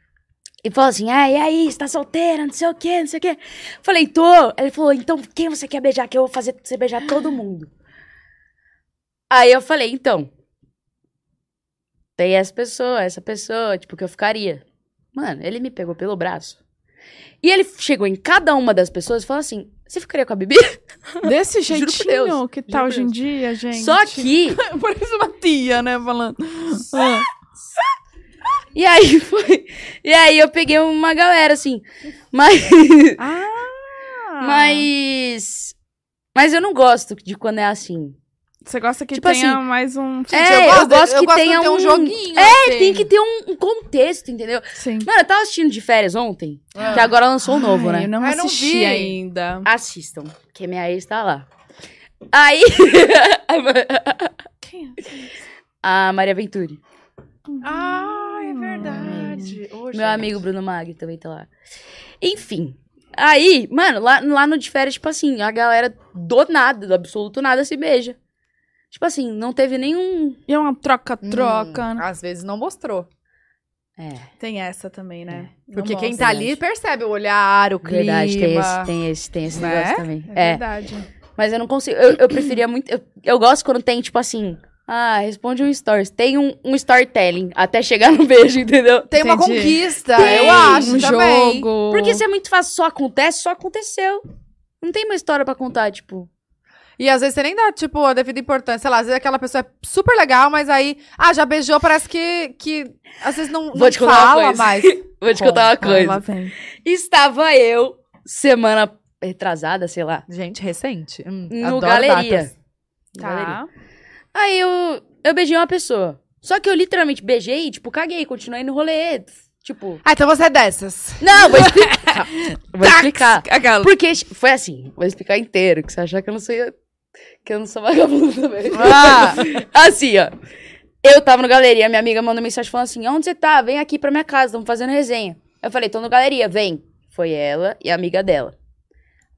C: e falou assim: ah, e aí, você tá solteira, não sei o quê, não sei o quê. Falei, tô. Ele falou: então quem você quer beijar? Que eu vou fazer você beijar todo mundo. Aí eu falei: então, tem essa pessoa, essa pessoa, tipo, que eu ficaria. Mano, ele me pegou pelo braço. E ele chegou em cada uma das pessoas e falou assim: Você ficaria com a Bibi?
A: Desse
C: Juro por
A: jeitinho
C: Deus,
A: que
C: por
A: tá hoje em
C: Deus.
A: dia, gente.
C: Só que
A: Parece uma tia, né, falando. Ah.
C: E aí foi. E aí eu peguei uma galera, assim. Mas. Ah.
A: Ah.
C: Mas. Mas eu não gosto de quando é assim.
A: Você gosta que
C: Tipo
A: tenha
C: assim,
A: mais um.
C: é, eu gosto que
E: de
C: tenha
E: ter
C: um-
E: joguinho.
C: É,
E: assim.
C: tem que ter um, um contexto, entendeu?
A: Sim.
C: Mano, eu tava assistindo de férias ontem,
E: Ah.
C: que agora lançou um novo,
A: Ai,
C: né?
A: Eu não
E: Ah, eu não
A: assisti
E: vi.
A: ainda.
C: Assistam, que minha ex tá lá. Aí. é?
A: Quem
C: A Maria Venturi.
E: Ah, é verdade. Ô, gente.
C: Hum. Meu amigo Bruno Magri também tá lá. Enfim. Aí, mano, lá, lá no de férias, tipo assim, a galera do nada, do absoluto nada, se beija. Tipo assim, não teve nenhum.
A: E é uma troca-troca.
B: Hum, às vezes não mostrou.
C: É.
A: Tem essa também, né? Não
B: Porque quem
A: mostra.
B: tá ali percebe o olhar, o clima.
C: Verdade, tem esse, tem esse, tem esse
B: Né?
C: negócio também.
A: É
C: É.
A: verdade.
C: Mas eu não consigo. Eu, eu preferia muito. Eu, eu gosto quando tem, tipo assim. Ah, responde um stories. Tem um, um storytelling até chegar no beijo, entendeu?
B: Tem uma
A: Entendi.
C: Ah,
B: conquista,
A: Tem
B: eu acho
A: um
B: também.
A: jogo.
C: Porque se é muito fácil, só acontece, só aconteceu. Não tem uma história pra contar, tipo.
B: E às vezes você nem dá, tipo, a devida importância. Sei lá, às vezes aquela pessoa é super legal, mas aí... Ah, já beijou, parece que... que às vezes não,
C: Vou
B: não
C: te contar uma
B: fala
C: coisa.
B: mais.
C: Vou te contar uma
A: Ah,
C: coisa.
A: lá vem.
C: Estava eu, semana retrasada, sei lá,
B: Gente, recente. Hum,
C: no
B: adoro
C: galeria.
B: datas.
C: No galeria.
A: Tá.
C: Aí eu, eu beijei uma pessoa. Só que eu literalmente beijei e, tipo, caguei, continuei no rolê. Tipo.
B: Ah, então você é dessas.
C: Não, vou explicar. Tá. vou explicar.
A: Aquela.
C: Porque foi assim, vou explicar inteiro, que você achar que eu não sei. Que eu não sou vagabundo também.
B: Ah,
C: Assim, ó. Eu tava no galeria, minha amiga mandou mensagem falando assim: onde você tá? Vem aqui pra minha casa, estamos fazendo resenha. Eu falei, tô no galeria, vem. Foi ela e a amiga dela.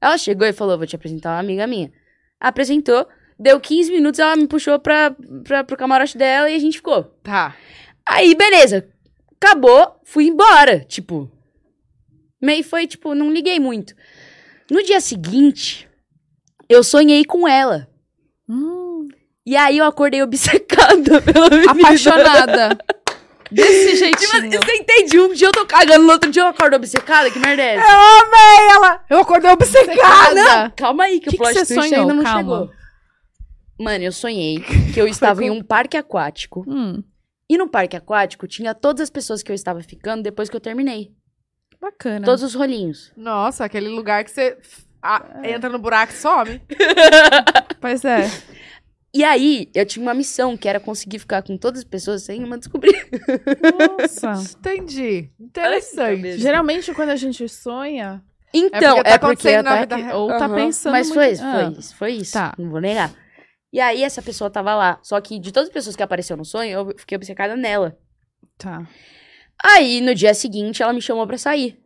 C: Ela chegou e falou: vou te apresentar uma amiga minha. Apresentou, deu 15 minutos, ela me puxou pra, pra, pro camarote dela e a gente ficou.
B: tá.
C: Aí, beleza. Acabou, fui embora. Tipo. Meio foi, tipo, não liguei muito. No dia seguinte, eu sonhei com ela.
A: Hum,
C: E aí eu acordei obcecada pela menina.
A: Apaixonada. Desse
C: Tipo,
A: jeitinho.
C: Você entende? Um dia eu tô cagando, no outro dia eu acordo obcecada? Que merda é essa?
B: Ela, eu acordei obcecada.
C: Calma aí,
A: Que
C: que, o
A: que
C: plot
A: você
C: twist
A: sonhou?
C: ainda não
A: Calma.
C: chegou. Mano, eu sonhei que eu estava em um parque aquático.
A: Hum,
C: E no parque aquático tinha todas as pessoas que eu estava ficando depois que eu terminei.
A: bacana.
C: Todos os rolinhos.
B: Nossa, aquele lugar que você ah,
C: É.
B: entra no buraco e some.
A: Pois é.
C: E aí, eu tinha uma missão, que era conseguir ficar com todas as pessoas sem uma descobrir.
A: Nossa.
B: Entendi.
C: Ai,
B: Interessante.
C: meu Deus.
A: Geralmente, quando a gente sonha,
C: Então,
B: tá
C: é porque,
B: acontecendo
C: é
B: na
C: tá
B: vida
C: aqui-
B: real.
A: ou tá
C: Aham.
A: pensando.
C: Mas
A: muito...
C: foi isso,
A: Ah,
C: foi isso, foi isso.
A: Tá.
C: Não vou negar. E aí, essa pessoa tava lá. Só que de todas as pessoas que apareceu no sonho, eu fiquei obcecada nela.
A: Tá.
C: Aí, no dia seguinte, ela me chamou pra sair.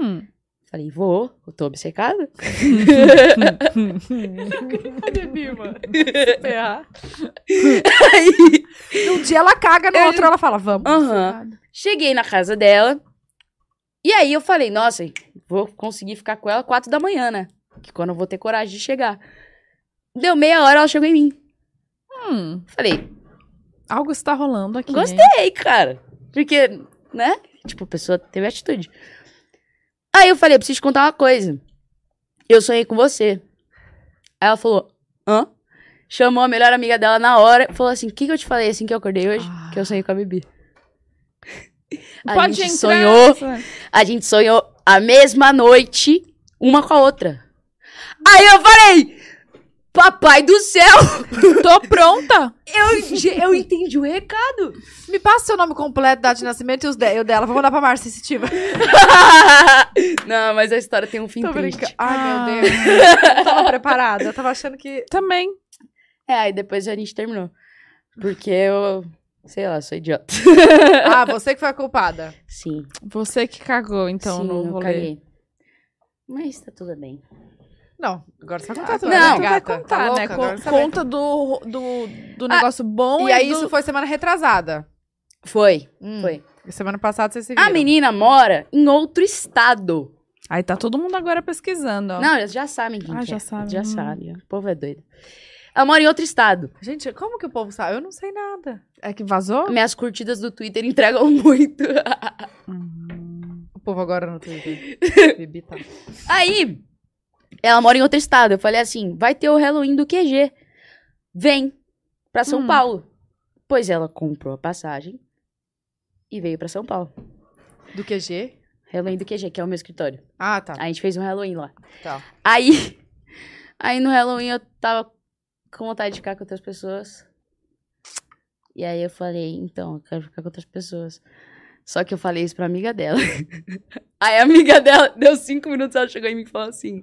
A: Hum.
C: Falei, vou, eu tô obcecada. Aí,
B: Um dia ela caga, no outro ela fala, vamos.
C: aham. Cheguei na casa dela. E aí, eu falei, nossa, vou conseguir ficar com ela quatro da manhã, né? Que quando eu vou ter coragem de chegar. Deu meia hora, ela chegou em mim.
A: Hum,
C: Falei,
A: algo está rolando aqui.
C: Gostei.
A: hein?
C: aí, cara. Porque, né? Tipo, a pessoa teve atitude. Aí eu falei, eu preciso te contar uma coisa. Eu sonhei com você. Aí ela falou, hã? Chamou a melhor amiga dela na hora. Falou assim, o que, que eu te falei assim que eu acordei hoje?
B: Ah.
C: Que eu sonhei com a Bibi. A
A: Pode
C: gente
A: entrar.
C: sonhou,
A: essa-
C: a gente sonhou a mesma noite, uma com a outra. Aí eu falei, papai do céu!
A: Tô pronta.
C: Eu, eu entendi o recado.
B: Me passa seu nome completo, data de nascimento e os de- e o dela. Vou mandar pra Márcia se tiver.
C: Não, mas a história tem um fim
B: Tô
C: triste.
B: brincando. Ai,
A: Ah.
B: meu Deus. Eu tava preparada. Eu tava achando que...
A: Também.
C: É, aí depois a gente terminou. Porque eu, sei lá, sou idiota.
B: Ah, você que foi a culpada.
C: Sim,
A: Você que cagou, então,
C: sim,
A: no
C: eu
A: rolê.
C: caguei. Mas tá tudo bem.
B: Não, agora você vai
A: tá
B: contar tudo,
C: não,
B: né,
A: vai
B: gata?
A: contar,
B: Tá
A: né?
B: louca?
A: Co-
B: Agora você vai Ah,
A: conta do, do, do negócio bom
B: E aí,
A: do...
B: isso foi semana retrasada.
C: Foi,
B: Hum.
C: foi.
B: Semana passada vocês se viram.
C: A menina mora em outro estado.
A: Aí tá todo mundo agora pesquisando, ó.
C: Não, eles já sabem quem
A: Ah,
C: que
A: já
C: é.
A: sabe.
C: Já
A: Hum.
C: sabe. O povo é doido. Ela mora em outro estado.
B: Gente, como que o povo sabe? Eu não sei nada.
A: É que vazou?
C: Minhas curtidas do Twitter entregam muito.
B: O povo agora no Twitter. Bibi tá.
C: Aí, ela mora em outro estado. Eu falei assim: vai ter o Halloween do QG. Vem pra São Paulo. Pois ela comprou a passagem e veio pra São Paulo.
B: Do QG?
C: Halloween do QG, que é o meu escritório.
B: Ah, tá.
C: A gente fez um Halloween lá.
B: Tá.
C: Aí, aí no Halloween eu tava com vontade de ficar com outras pessoas. E aí eu falei, então, eu quero ficar com outras pessoas. Só que eu falei isso pra amiga dela. Aí a amiga dela deu cinco minutos, ela chegou em mim e falou assim: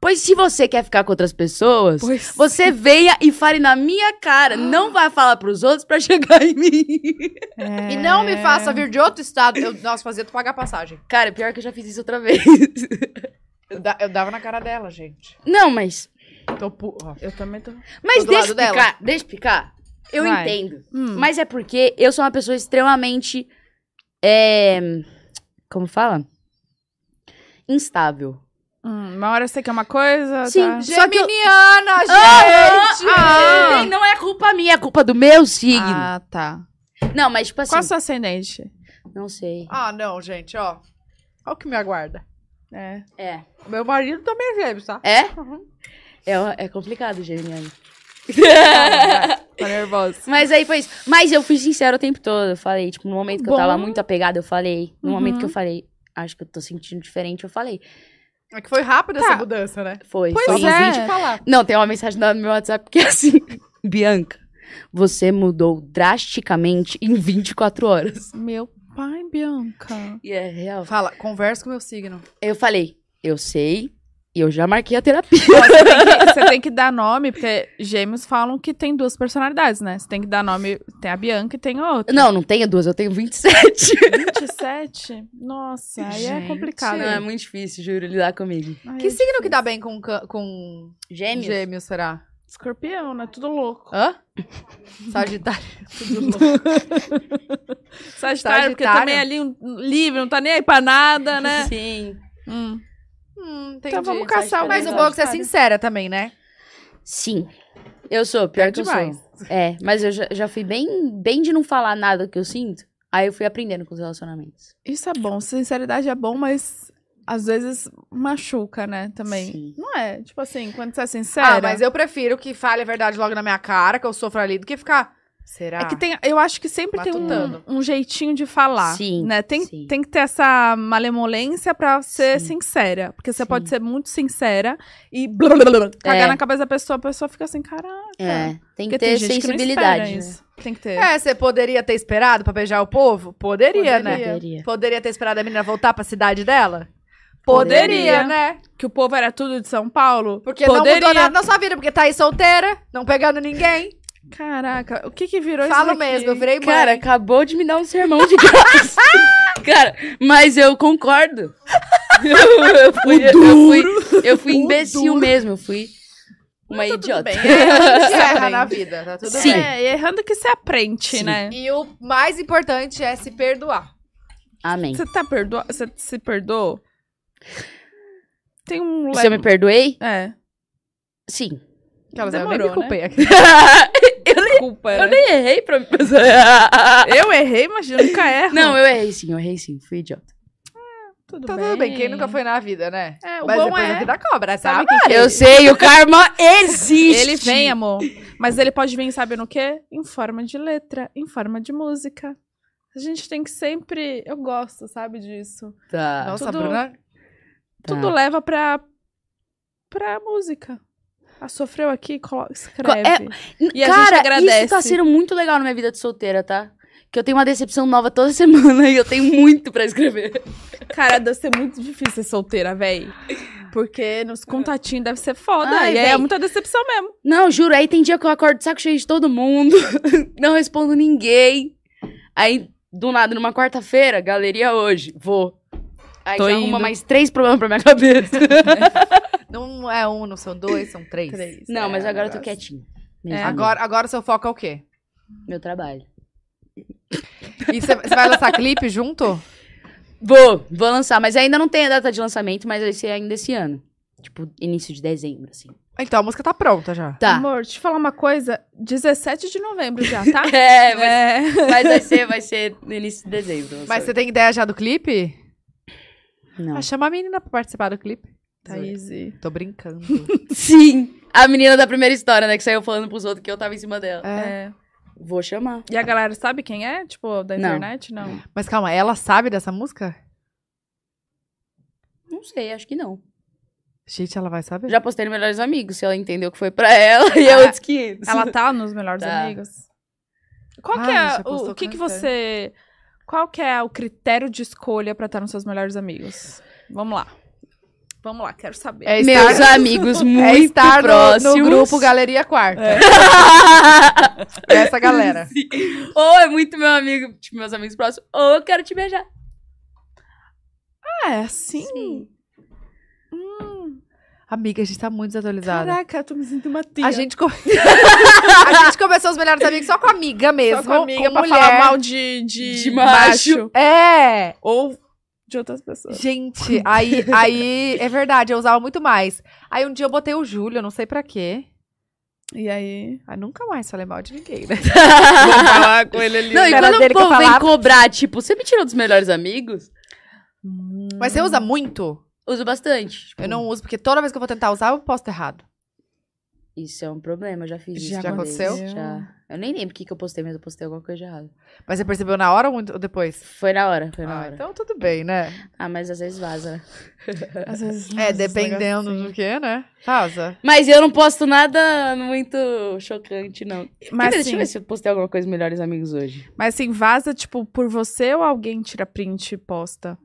C: Pois se você quer ficar com outras pessoas,
A: Pois.
C: você venha e fale na minha cara. Não vai falar pros outros pra chegar em mim.
B: E não me faça vir de outro estado. Eu, nossa, fazia tu pagar passagem.
C: Cara, pior que eu já fiz isso outra vez.
B: Eu, da- eu dava na cara dela, gente.
C: Não, mas
B: Tô pu... ó.
D: Eu também tô.
C: Mas
B: Tô do lado
C: deixa eu explicar,
B: dela.
C: deixa eu explicar. Eu
B: Vai.
C: entendo.
A: Hum.
C: Mas é porque eu sou uma pessoa extremamente. é, como fala? Instável.
A: Hum, uma hora você quer uma coisa,
C: Sim,
A: tá?
C: Só que eu-
B: Geminiana, gente!
C: Ah, não é culpa minha, é culpa do meu signo.
A: Ah, tá.
C: Não, mas tipo assim.
A: Qual o seu ascendente?
C: Não sei.
B: Ah, não, gente, ó. Olha o que me aguarda.
A: É.
C: É.
B: Meu marido também é gêmeos, tá?
C: É?
A: Uhum.
C: É, é complicado, Geminiano.
A: Tá nervosa.
C: Mas aí foi isso. Mas eu fui sincera o tempo todo. Eu falei, tipo, no momento que eu tava
A: Bom.
C: muito apegada, eu falei. No momento que eu
A: Uhum.
C: falei, acho que eu tô sentindo diferente, eu falei.
B: É que foi rápida
A: Tá.
B: essa mudança, né?
C: Foi.
A: Pois
C: foi um
A: é.
C: vídeo. Não, tem uma mensagem no meu WhatsApp que é assim: Bianca, você mudou drasticamente em 24 horas.
A: Meu pai, Bianca.
C: E é real.
B: Fala, conversa com meu signo.
C: Eu falei: eu sei, e eu já marquei a terapia.
A: Você tem, que, você tem que dar nome, porque gêmeos falam que tem duas personalidades, né? Você tem que dar nome, tem a Bianca e tem a outra.
C: Não, não tenho duas, eu tenho 27.
A: 27? Nossa, aí é
B: Gente.
A: complicado.
C: Não, é muito difícil, juro, lidar comigo.
A: Ai,
B: Que signo que dá bem com, ca- com
C: Gêmeos?
B: gêmeos, será?
A: Escorpião, né? Tudo louco.
B: Hã? Sagitário.
A: Sagitário, porque
B: Sagitário?
A: também é ali um, um livre, não tá nem aí pra nada, né?
C: Sim.
A: Hum.
B: Hum, entendi.
A: Então vamos caçar
B: Mas o
A: alguém
B: bom é que você é
A: Sagitário.
B: sincera também, né?
C: Sim. Eu sou, pior que eu
B: demais.
C: sou. É, mas eu já, já fui bem, bem de não falar nada que eu sinto. Aí eu fui aprendendo com os relacionamentos.
A: Isso é bom. Sinceridade é bom, mas às vezes machuca, né? Também.
C: Sim.
A: Não é? Tipo assim, quando você é sincera.
B: Ah, mas eu prefiro que fale a verdade logo na minha cara, que eu sofra ali, do que ficar. Será?
A: É que tem, eu acho que sempre
B: Tá. Matutando.
A: tem um, um jeitinho de falar,
C: Sim,
A: né? Tem,
C: sim.
A: tem que ter essa malemolência pra ser
C: Sim.
A: sincera, porque você
C: Sim.
A: pode ser muito sincera e blá, blá, blá, blá, cagar
C: É.
A: na cabeça da pessoa, a pessoa fica assim, caraca.
C: É, tem
A: Porque
C: que ter
A: gente que não
C: sensibilidade.
A: espera
C: né?
A: isso. Tem que ter.
B: É, você poderia ter esperado pra beijar o povo? Poderia, né?
C: Poderia.
B: Poderia ter esperado a menina voltar pra cidade dela?
A: Poderia.
B: né?
A: Que o povo era tudo de São Paulo.
B: Porque não
A: Poderia.
B: mudou nada na sua vida, porque tá aí solteira, não pegando ninguém.
A: Caraca, o que que virou
B: Falo
A: isso daqui?
B: mesmo, eu virei mãe.
C: Cara, acabou de me dar um sermão de graça. Cara, mas eu concordo. Eu, eu fui, eu, fui, eu fui imbecil mesmo, eu fui
A: tá
C: uma idiota.
B: a gente erra na vida, tá tudo
C: Sim.
B: bem.
A: É, e errando que você aprende,
C: Sim.
A: né?
B: E o mais importante é se perdoar.
C: Amém.
A: Você tá perdoa, você se perdoou? Tem um
C: Se eu me perdoei?
A: É,
C: Sim.
B: Aquelas, eu nem me
A: Demorou,
B: culpei aqui.
A: culpa.
C: Eu
A: né?
C: nem errei pra me
A: Eu errei, mas eu nunca erro.
C: Não, eu errei sim, eu errei sim, fui idiota.
A: tudo,
B: Tá tudo bem, quem nunca foi na vida, né?
A: É, o
B: Mas
A: bom
B: depois a
A: é.
B: vida cobra,
A: Sabe
B: sabe?
A: o que que
C: Eu sei, o karma existe.
A: Ele vem, amor. Mas ele pode vir, sabe no quê? Em forma de letra, em forma de música. A gente tem que sempre. Eu gosto, sabe disso.
C: Tá.
B: Nossa,
A: Tudo-
B: Bruna.
C: tá.
A: Tudo leva pra. pra música. A sofreu aqui, colo- escreve.
C: é-
A: E a gente
C: Cara,
A: agradece.
C: isso tá sendo muito legal na minha vida de solteira, tá? Que eu tenho uma decepção nova toda semana e eu tenho muito pra escrever.
A: Cara, deve ser muito difícil ser solteira, véi. Porque nos contatinhos deve ser foda.
C: Ai,
A: e aí é
C: véi.
A: muita decepção mesmo.
C: Não, juro, aí tem dia que eu acordo de saco cheio de todo mundo, não respondo ninguém. Aí, do nada, numa quarta-feira, galeria hoje, vou. Aí
A: Tô
C: já arruma
A: indo.
C: mais três problemas pra minha cabeça.
B: Não é um, não são dois, são três.
C: não, mas
A: É,
C: agora eu tô
A: negócio.
C: quietinha.
A: É.
B: Agora, agora o seu foco é o quê?
C: Meu trabalho.
B: E você vai lançar clipe junto?
C: Vou, vou lançar, mas ainda não tem a data de lançamento, mas vai ser ainda esse ano. Tipo, início de dezembro, assim.
B: Então a música tá pronta já.
C: Tá.
A: Amor, deixa eu falar uma coisa. 17 de novembro já, tá?
C: É, mas,
A: É.
C: mas vai ser, vai ser no início de dezembro.
B: Mas você tem ideia já do clipe?
C: Não.
B: Ah, chama a menina pra participar do clipe.
A: Thaís.
B: Tô brincando.
C: Sim! A menina da primeira história, né? Que saiu falando pros outros que eu tava em cima dela.
A: É.
C: Vou chamar.
A: E a galera sabe quem é? Tipo, da
C: Não.
A: internet? Não.
B: Mas calma, ela sabe dessa música?
C: Não sei, acho que não.
B: Gente, ela vai saber?
C: Já postei no Melhores Amigos, se ela entendeu que foi pra ela e eu disse que.
A: Ela tá nos melhores
C: Tá.
A: amigos? Qual
B: Ah,
A: que
B: já
A: é o,
B: postou
A: o que, que
B: quanto é?
A: você qual que é o critério de escolha pra estar nos seus melhores amigos? Vamos lá. Vamos lá, quero saber.
B: É
C: Meus
B: estar,
C: amigos
B: é
C: muito
B: estar no,
C: próximos.
B: no grupo Galeria Quarta. Essa galera.
C: ou é muito meu amigo, tipo, meus amigos próximos, ou eu quero te beijar.
A: Ah, é assim.
B: Amiga, a gente tá muito desatualizada.
A: Caraca, tu me sinto uma tia.
B: A gente, come- a gente começou os melhores amigos só com a amiga mesmo.
A: Só com amiga pra
B: mulher.
A: falar mal de, de,
C: De macho.
B: É.
A: Ou de outras pessoas.
B: Gente, aí, aí é verdade, eu usava muito mais. Aí um dia eu botei o Júlio, não sei pra quê.
A: E aí?
B: Aí nunca mais falei mal de ninguém, né?
A: Vou falar com ele ali.
C: Não, e
B: Era
C: quando o
B: dele que eu
C: povo vem
B: falava.
C: cobrar, tipo, você me tirou dos melhores amigos?
A: Hum,
B: Mas você usa muito?
C: Uso bastante. Tipo,
B: Eu não uso, porque toda vez que eu vou tentar usar, eu posto errado.
C: Isso é um problema, eu já fiz isso.
B: Já
C: uma vez,
B: aconteceu?
C: Já. Eu nem lembro o que, que eu postei, mas eu postei alguma coisa de errado.
B: Mas você percebeu na hora ou muito- ou depois?
C: Foi na hora, foi na
B: Ah,
C: hora.
B: então tudo bem, né?
C: Ah, mas às vezes vaza, né?
A: Às vezes, assim.
B: É,
A: nossa,
B: dependendo
A: esse
B: do que, né? Faza.
C: Mas eu não posto nada muito chocante, não.
A: negócio-
C: Mas,
A: Mas
C: deixa eu ver
A: assim,
C: se eu postei alguma coisa melhores amigos hoje.
A: mas assim, vaza, tipo, por você ou alguém tira print e posta?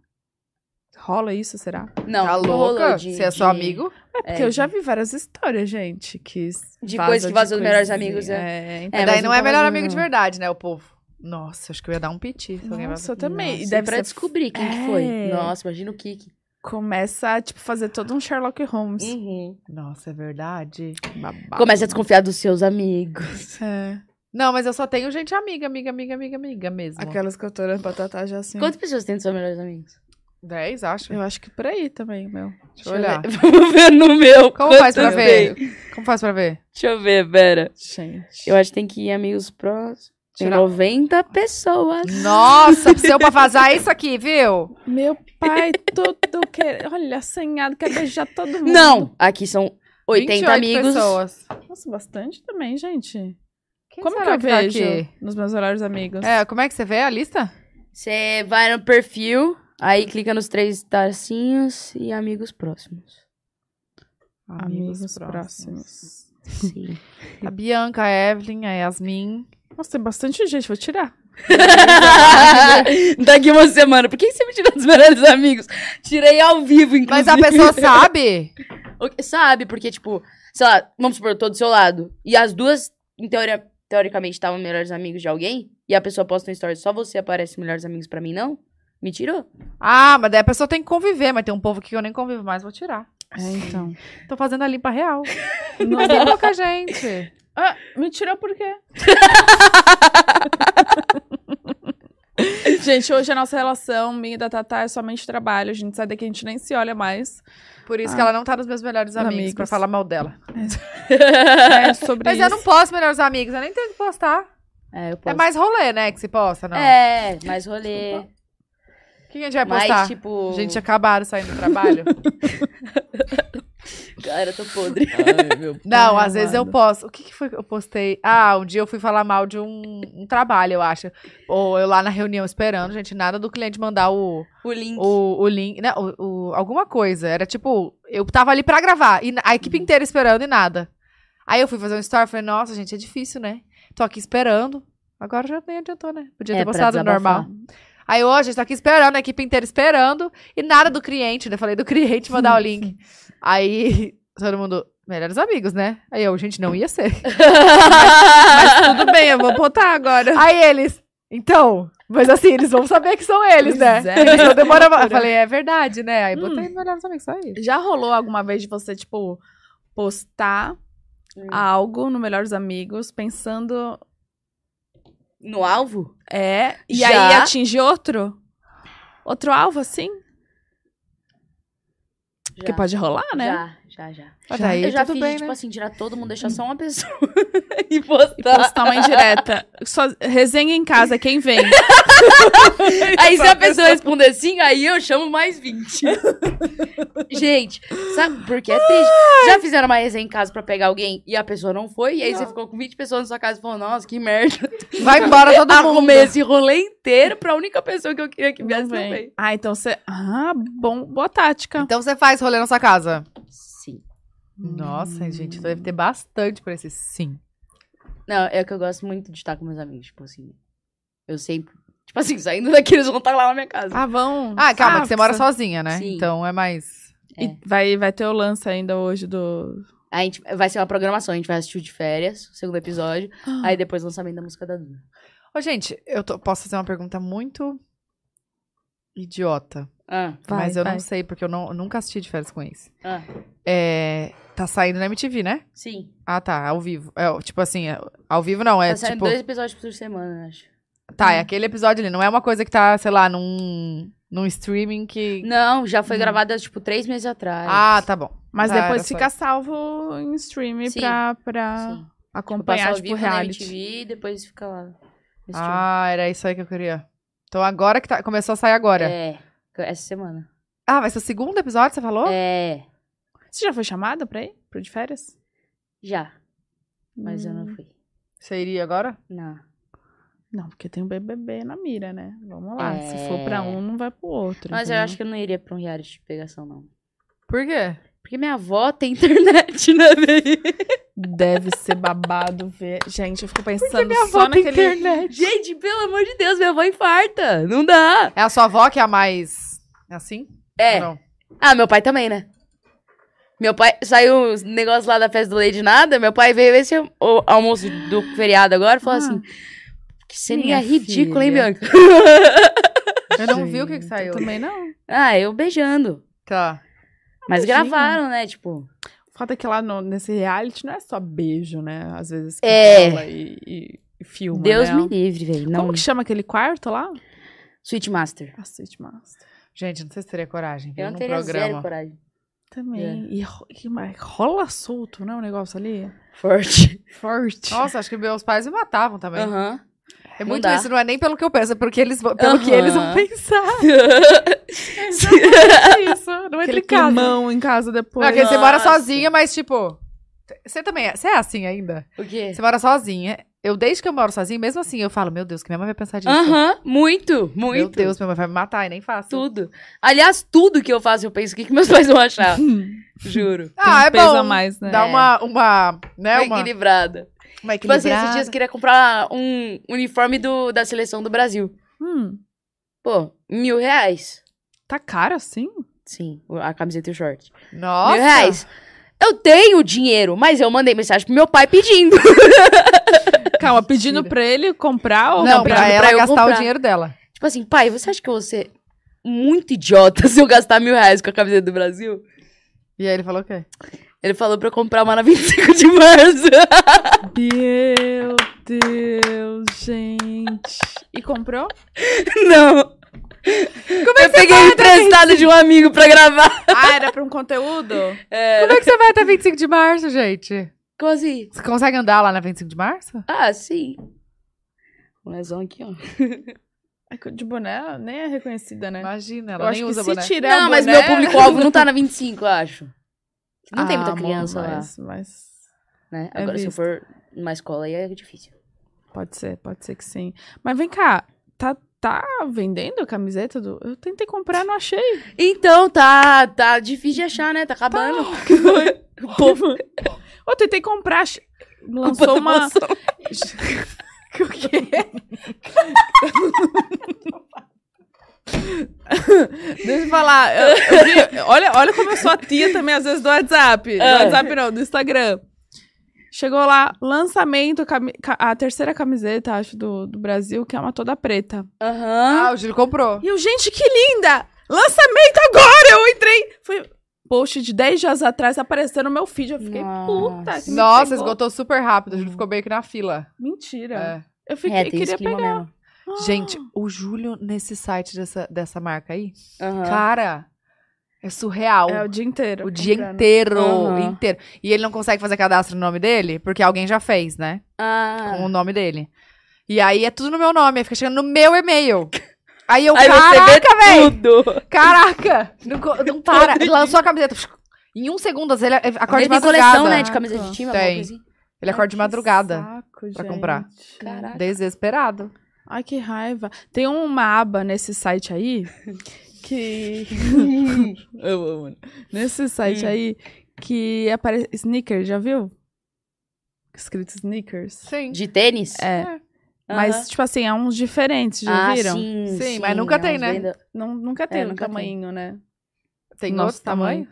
A: Rola isso, será?
C: Não,
B: tá
C: não rolou
B: louca?
C: de-
B: você é só
C: de-
B: amigo?
A: É porque eu já vi várias histórias, gente, que s-
C: De
A: vaza
C: coisa que vazou dos melhores
A: coisinha.
C: amigos,
A: é. então,
B: É,
C: É,
B: daí
C: mas
B: não
C: não
B: é
C: tava
B: melhor
C: junto,
B: amigo de
C: não.
B: verdade, né, o povo. Nossa, acho que eu ia dar um piti. se alguém vai-
A: Nossa, eu também.
C: Nossa,
A: e deve
C: pra
A: ser...
C: descobrir quem que
A: É.
C: foi. Nossa, imagina o Kiki.
A: Começa a, tipo, fazer todo um Sherlock Holmes.
C: Uhum.
B: Nossa, é verdade.
A: Babado.
C: Começa a desconfiar dos seus amigos.
A: É.
B: Não, mas eu só tenho gente amiga, amiga, amiga, amiga, amiga mesmo.
A: Aquelas que eu tô olhando pra Tatá já assim.
C: Quantas pessoas tem dos seus melhores amigos?
B: 10, acho.
A: Eu acho que por aí também, meu.
B: Deixa eu olhar.
C: Vamos ver no meu.
B: Como faz pra
C: quantos
B: ver?
C: tem.
B: Como faz pra ver?
C: Deixa eu ver, pera.
A: Gente.
C: Eu acho que tem que ir amigos próximos. Tem
B: Tirar-
C: 90 pessoas.
B: Nossa, seu pra vazar isso aqui, viu?
A: Meu pai, todo quer. Olha, assanhado, quer beijar todo mundo.
C: Não! Aqui são 80
B: 28
C: amigos.
B: pessoas.
A: Nossa, bastante também, gente.
B: Quem
A: Como que
B: será
A: eu
B: tá
A: vejo
B: aqui?
A: nos meus horários amigos?
B: É, como é que você vê a lista?
C: Você vai no perfil, aí clica nos três tracinhos e amigos próximos.
A: Amigos, próximos.
C: Sim.
B: A Bianca, a Evelyn, a Yasmin.
A: Nossa, tem bastante gente, vou tirar.
C: Daqui uma semana. Por que você me tirou dos melhores amigos? Tirei ao vivo, inclusive.
B: Mas a pessoa sabe?
C: O que- Sabe, porque, tipo, sei lá, vamos supor, eu tô do seu lado. E as duas, em teoria, teoricamente, estavam melhores amigos de alguém. E a pessoa posta um story, só você aparece melhores amigos pra mim, não? Me tirou?
B: Ah, mas daí a pessoa tem que conviver, mas tem um povo que eu nem convivo mais, vou tirar.
A: É, então.
B: Tô fazendo a limpa real. Não tem pouca gente.
A: Ah, me tirou por quê? gente, hoje a nossa relação, minha e da Tatá, é somente trabalho. A gente sai daqui, a gente nem se olha mais.
B: Por isso que ela não tá nos meus melhores amigos,
A: Amigos.
B: pra falar mal dela.
A: É sobre
B: Mas
A: isso.
B: eu não posto melhores amigos, eu nem tenho que postar.
C: É, eu
B: É
C: posto.
B: mais rolê, né, que se posta, não?
C: É, mais rolê.
B: O que a gente vai
C: mais,
B: postar?
C: tipo.
B: Gente, é- acabaram saindo do trabalho.
C: Cara, eu tô podre.
B: Não,
A: Ai,
B: às vezes eu
A: amado.
B: posto. O que, que foi que eu postei? Ah, um dia eu fui falar mal de um, um trabalho, eu acho. Ou eu lá na reunião esperando, gente, nada do cliente mandar o,
C: O link.
B: O, o link. Né, o, o- alguma coisa. Era tipo, eu tava ali pra gravar. E na- a
C: Uhum.
B: equipe inteira esperando e nada. Aí eu fui fazer um story e falei, nossa, gente, é difícil, né? Tô aqui esperando. Agora já nem adiantou, né? Podia
C: É,
B: ter
C: pra
B: postado
C: desabafar.
B: normal. Aí eu, ó, gente, tô aqui esperando, a equipe inteira esperando. E nada do cliente, né? Falei do cliente mandar o link. Aí todo mundo, melhores amigos, né? Aí eu, gente, não ia ser.
A: Mas tudo bem, eu vou botar agora.
B: Aí eles, então. Mas assim, eles vão saber que são eles, né?
A: Pois é,
B: Eles não demoram. Eu falei, é verdade, né?
C: Hum.
B: Aí botei melhores amigos, só isso.
A: Já rolou alguma vez de você, tipo, postar
C: Hum.
A: algo no Melhores Amigos, pensando.
C: No alvo?
A: É. E
C: Já.
A: aí atingir outro? Outro alvo, assim?
C: Já.
A: Porque pode rolar, né?
C: Já, Já, já.
B: Mas daí
C: eu já
B: tudo
C: fiz,
B: bem,
C: tipo
B: né?
C: assim, tirar todo mundo, deixar só uma pessoa e postar.
A: E postar uma indireta. Só resenha em casa, quem vem?
C: Aí se a pessoa responder assim, aí eu chamo mais 20. Gente, sabe por que é triste? Já fizeram uma resenha em casa pra pegar alguém e a pessoa não foi? E aí você ficou com 20 pessoas na sua casa e falou, nossa, que merda.
B: Vai embora Tá todo mundo.
C: Arrumei esse rolê inteiro pra única pessoa que eu queria que viesse
A: Não
C: também.
A: vem. Ah, então você. Ah, bom, boa tática.
B: Então você faz rolê na sua casa.
C: Sim.
B: Nossa, gente,
C: então
B: deve ter bastante pra esse sim.
C: Não, é que eu gosto muito de estar com meus amigos, tipo assim. Eu sempre... Tipo assim, saindo daqui, eles vão estar lá na minha casa.
A: Ah, vão.
B: Ah, calma, que você mora
A: precisa-
B: sozinha, né?
C: Sim.
B: Então é mais.
A: E vai, vai ter o lance ainda hoje do.
C: A gente, vai ser uma programação, a gente vai assistir o de férias, o segundo episódio.
B: Ah.
C: Aí depois o lançamento da música da Duda.
B: Ô, gente, eu tô- posso fazer uma pergunta muito idiota.
C: Ah,
A: Vai,
B: mas eu
A: vai.
B: não sei, porque eu, não- eu nunca assisti de férias com eles.
C: ah,
B: É. Tá saindo na MTV, né?
C: sim.
B: Ah, tá, ao vivo. É, tipo assim, é- ao vivo não, é
C: tá saindo
B: tipo.
C: dois Hum. episódios por semana, eu acho.
B: Tá, é aquele episódio ali. Não é uma coisa que tá, sei lá, num, num streaming que.
C: Não, já foi gravada, tipo, três meses atrás.
B: Ah, tá bom.
A: Mas
B: Tá, era
A: depois
B: só
A: fica salvo em stream
C: Sim.
A: pra, pra
C: Sim. Tipo, passa
A: acompanhar,
C: ao
A: tipo,
C: vivo na
A: reality.
C: MTV e depois fica lá. assistindo.
B: Ah, era isso aí que eu queria. Então agora que tá. Começou a sair agora.
C: é. Essa semana.
B: Ah, vai ser o segundo episódio, você falou?
C: É.
A: Você já foi chamada pra ir? Pro de férias? Hum,
C: Já. Mas eu não fui.
B: Você iria agora?
C: Hum. Não.
A: Não, porque tem um BBB na mira, né? Vamos lá.
C: É.
A: Se for pra um, não vai pro outro.
C: Mas eu
A: entendeu?
C: acho que eu não iria pra um reality de pegação, não.
B: Por quê?
C: Porque minha avó tem internet, né, velho?
A: Deve ser babado ver. Gente, eu fico pensando
B: minha avó
A: só
B: tem
A: naquele.
B: internet.
C: Gente, pelo amor de Deus, minha avó infarta. Não dá.
B: É a sua avó que é a mais. Assim?
C: É.
B: Ou Não.
C: Ah, meu pai também, né? Meu pai saiu um negócio lá da festa do Lady Nada. Meu pai veio esse o- almoço do feriado agora e falou assim: Que
A: Ah, minha
C: seria ridículo, hein,
A: filha."
C: Bianca?
B: Eu não vi o que, que saiu.
A: Também não.
C: ah, eu beijando.
B: Tá.
C: Mas
A: Beijinho.
C: gravaram, né? Tipo,
A: O fato é que lá no- nesse reality não é só beijo, né? Às vezes que
C: É.
A: rola e, e- e filma,
C: Deus
A: né?
C: me livre, velho. Não.
A: Como que chama aquele quarto lá?
C: Sweet Master.
A: Assiste, Master.
B: Gente, não sei se teria coragem. viu,
C: Eu não
B: num
C: teria zero
B: um programa.
C: coragem.
A: Também.
C: É.
A: E ro- E, mas rola solto, né? O negócio ali.
C: Forte.
A: Forte.
B: Nossa, acho que meus pais me matavam também.
C: Aham.
B: É
C: não
B: muito
C: dá.
B: isso, não é nem pelo que eu penso, é porque eles vão, pelo que eles vão
C: Aham.
B: pensar.
A: isso. Não é
B: Aquele
A: tricado. climão em casa depois.
B: Não, porque Ah, você mora
C: Nossa.
B: sozinha, mas tipo. Você também é. Você é assim ainda?
C: o quê?
B: Você mora sozinha. Eu, desde que eu moro sozinha, mesmo assim, eu falo, meu Deus, que minha mãe vai pensar disso.
C: Aham. Muito, muito.
B: Meu Deus, minha mãe vai me matar e nem faço.
C: Tudo. Aliás, tudo que eu faço, eu penso, o que, que meus pais vão
A: Ah,
C: achar?
A: hum,
C: Juro.
B: Ah, é
A: Pesa
B: bom.
A: mais, né?
B: Dá uma, uma, né,
C: Tô
B: uma,
C: equilibrada.
B: uma
C: Tipo assim,
B: equilibrada.
C: esses dias eu queria comprar um uniforme do, da seleção do Brasil.
A: Hum,
C: Pô, mil reais.
A: tá caro assim?
C: Sim, a camiseta e o short.
B: Nossa.
C: Mil reais. Eu tenho dinheiro, mas eu mandei mensagem pro meu pai pedindo.
A: Calma, pedindo pra ele comprar ou
B: Não,
A: comprar?
B: pra ela
C: eu
B: gastar o
C: comprar.
B: dinheiro dela.
C: Tipo assim, pai, você acha que eu vou ser muito idiota se eu gastar mil reais com a camiseta do Brasil?
B: E aí ele falou o quê?
C: Ele falou pra eu comprar uma na 25 de março.
A: Meu Deus, gente. E comprou?
C: Não. Como é que eu peguei emprestado de um amigo pra gravar.
A: Ah, era pra um conteúdo?
B: Como é que você vai até 25 de março, gente?
C: Como assim?
B: Você consegue andar lá na 25 de março?
C: Ah, sim. Um lesão aqui, ó.
A: É que De boné nem é reconhecida, né?
B: Imagina,
A: Eu
B: ela
A: acho
B: nem
A: que
B: usa
A: se
B: boné.
A: tirar
C: Não,
A: o
C: mas
A: boné-
C: meu público-alvo não tá na 25, eu acho. Não tem muita
A: Ah,
C: criança
A: amor,
C: lá,
A: mas, mas
C: né?
A: é
C: Agora, se eu
A: visto.
C: for numa escola, aí é difícil.
A: pode ser, pode ser que sim. Mas vem cá, tá, tá vendendo a camiseta do... Eu tentei comprar, não achei.
C: Então, tá, tá difícil de achar, né? Tá acabando.
A: Que foi? Pô, eu tentei comprar, ach- lançou uma... Que o quê? Deixa eu falar. eu- eu vi- olha, olha como eu sou a tia também, às vezes, do WhatsApp. Do
C: Ah.
A: WhatsApp não, do Instagram. Chegou lá, lançamento, cami- ca- a terceira camiseta, acho, do, do Brasil, que é uma toda preta.
C: Aham.
B: Ah, o Júlio comprou.
A: E eu, gente, que linda! Lançamento agora! Eu entrei. Foi post de 10 dias atrás apareceu no meu feed. Eu fiquei
C: Nossa.
A: puta. Que me
B: Nossa,
A: pegou.
B: esgotou super rápido. O Júlio ficou meio que na fila.
A: Mentira.
B: É.
A: Eu fiquei,
C: É, tem esse
A: queria
C: clima
A: pegar.
C: mesmo.
B: Gente, o Júlio nesse site dessa, dessa marca aí,
C: Aham.
B: cara, É surreal.
A: É o dia inteiro.
B: O dia
A: comprando.
B: inteiro,
C: Aham.
B: inteiro. E ele não consegue fazer cadastro no nome dele, porque alguém já fez, né? Com
C: Ah.
B: o nome dele. E aí é tudo no meu nome, aí fica chegando no meu e-mail. Aí eu,
C: Aí você
B: caraca,
C: vê
B: velho!
C: tudo.
B: Caraca! Não, co- não para. Lançou a camiseta. Em um segundo, assim, ele acorda
C: Ele
B: de
C: tem
B: madrugada.
C: coleção, né, de camiseta de time, alguma
B: Tem.
C: coisa assim.
B: Ele acorda de
A: Que
B: madrugada.
A: saco,
B: pra comprar.
A: gente.
C: Caraca.
B: Desesperado.
A: Ai, que raiva. Tem uma aba nesse site aí que. Eu amo. né? Nesse site
C: Hum.
A: aí que aparece. Sneaker, já viu? Escrito sneakers.
B: Sim.
C: De tênis?
A: É. Mas, tipo assim, é uns diferentes, já
C: ah,
A: viram?
C: Sim,
B: Sim, mas nunca
C: é
B: tem,
C: uns
B: né?
C: venda-
A: Não, nunca teve um
C: nunca tem.
A: tamanho, né?
B: Tem
A: Nosso
B: outro tamanho?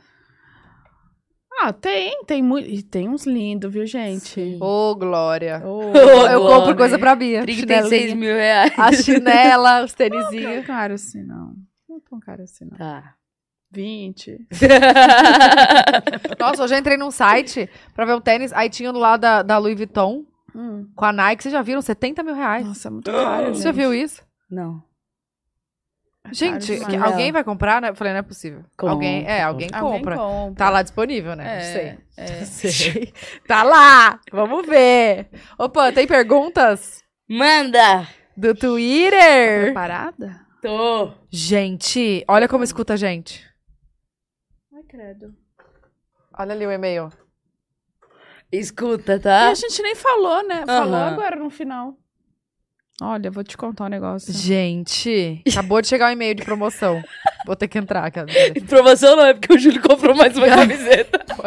A: Ah, tem, tem muito. E tem uns lindos, viu, gente?
B: Ô, Glória.
A: Ô,
C: Ô,
B: eu
C: Glória.
B: compro coisa pra Bia.
C: 36
B: Chinelinho.
C: mil reais.
B: A chinela, os tênisinhos.
A: Não é caro assim, não. Não é tão caro assim, não.
C: Tá.
A: 20.
B: Nossa, hoje eu entrei num site pra ver o tênis, aí tinha do lado da, da Louis Vuitton,
A: Hum.
B: com a Nike, vocês já viram? 70 mil reais.
A: Nossa, é muito caro.
B: Você já
A: gente.
B: viu isso?
C: Não.
B: Gente,
A: demais.
B: que- alguém vai comprar, né? Eu falei, não é possível.
C: Compra,
B: alguém, é, alguém compra.
A: Alguém Ah, compra.
B: Tá lá disponível, né? Não
A: É,
B: sei.
A: é.
B: Sei. Tá lá! Vamos ver! Opa, tem perguntas
C: Manda!
B: do
A: Tá
B: Twitter?
A: Preparada?
C: Tô.
B: Gente, olha como escuta a gente.
A: Ai, credo.
B: Olha ali o e-mail.
C: Escuta,
A: E
C: tá?
A: a gente nem falou, né? Falou
C: Aham.
A: agora no final. Olha, eu vou te contar um negócio.
B: Gente, acabou de chegar o e-mail de promoção. Vou ter que entrar, cara.
C: Promoção não, é porque o Júlio comprou mais uma camiseta.
B: Então,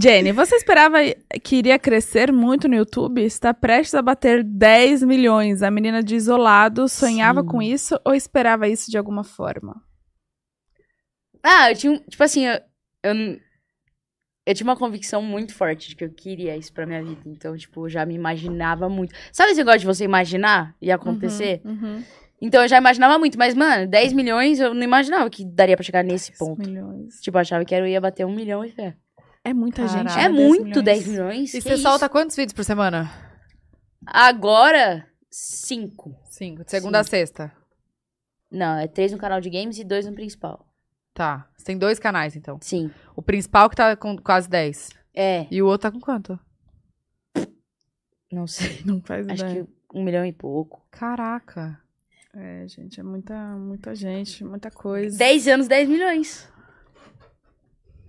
A: Jenny, você esperava que iria crescer muito no YouTube? Está prestes a bater 10 milhões. A menina de isolado sonhava
C: Sim.
A: com isso ou esperava isso de alguma forma?
C: Ah, eu tinha. um- Tipo assim, eu, eu, n- eu tinha uma convicção muito forte de que eu queria isso pra minha vida. Então, tipo, eu já me imaginava muito. Sabe esse negócio de você imaginar e acontecer?
A: Uhum.
C: Então, eu já imaginava muito, mas, mano, 10 milhões eu não imaginava que daria pra chegar nesse
A: 10
C: ponto.
A: milhões.
C: Tipo, eu achava que eu ia bater um milhão e fé.
A: É muita
B: Caraca.
A: gente.
B: Ah,
C: é
A: né?
C: muito 10 milhões?
B: E
C: que
B: você
C: isso?
B: solta quantos vídeos por semana?
C: Agora, 5.
B: Cinco. De segunda a sexta.
C: Não, é 3 no canal de games e 2 no principal.
B: Tá. Você tem dois canais, então.
C: Sim.
B: O principal que tá com quase 10.
C: É,
B: E o outro tá com quanto?
C: não sei.
A: Não faz
C: Acho
A: ideia.
C: que um milhão e pouco.
B: Caraca.
A: É, gente, é muita, muita gente, muita coisa.
C: 10 anos, 10 milhões.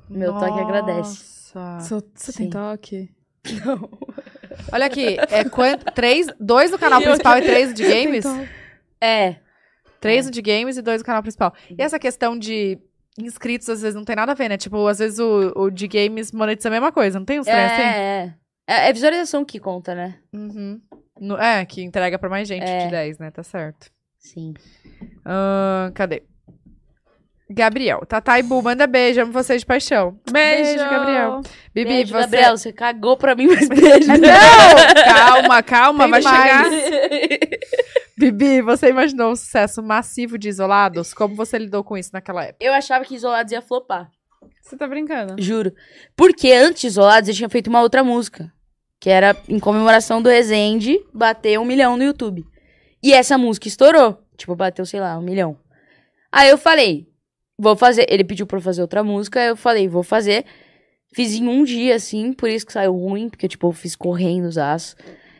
C: Meu toque
B: Nossa.
C: agradece.
A: Só- Você tem
C: Sim.
A: toque?
B: Olha aqui, é quanto? Três, dois no canal principal e três de games?
A: Tem toque.
C: É.
B: Três no de games e dois no canal principal. E essa questão de inscritos, às vezes, não tem nada a ver, né? Tipo, às vezes o, o de games monetiza a mesma coisa, não tem uns
C: É,
B: trem assim?
C: é. É, é visualização que conta, né?
B: Uhum. No- é, que entrega pra mais gente
C: É.
B: de 10, né? Tá certo.
C: Sim.
B: Ahn, cadê? Gabriel, Tatá e Bu, manda beijo, amo vocês de paixão.
A: Beijo, Gabriel.
B: Gabriel. Bibi,
C: beijo,
B: você.
C: Gabriel, você cagou pra mim, mas beijo.
B: Não! Calma, calma,
A: Tem
B: vai
A: mais.
B: chegar. Bibi, você imaginou o sucesso massivo de Isolados? Como você lidou com isso naquela época?
C: Eu achava que Isolados ia flopar.
A: Você tá brincando?
C: Juro. Porque antes de Isolados eu tinha feito uma outra música. Que era em comemoração do Rezende bater um milhão no YouTube. E essa música estourou. Tipo, bateu, sei lá, um milhão. Aí eu falei, vou fazer. Ele pediu pra eu fazer outra música, aí eu falei, vou fazer. Fiz em um dia, assim, por isso que saiu ruim, porque, tipo, eu fiz correndo os aços.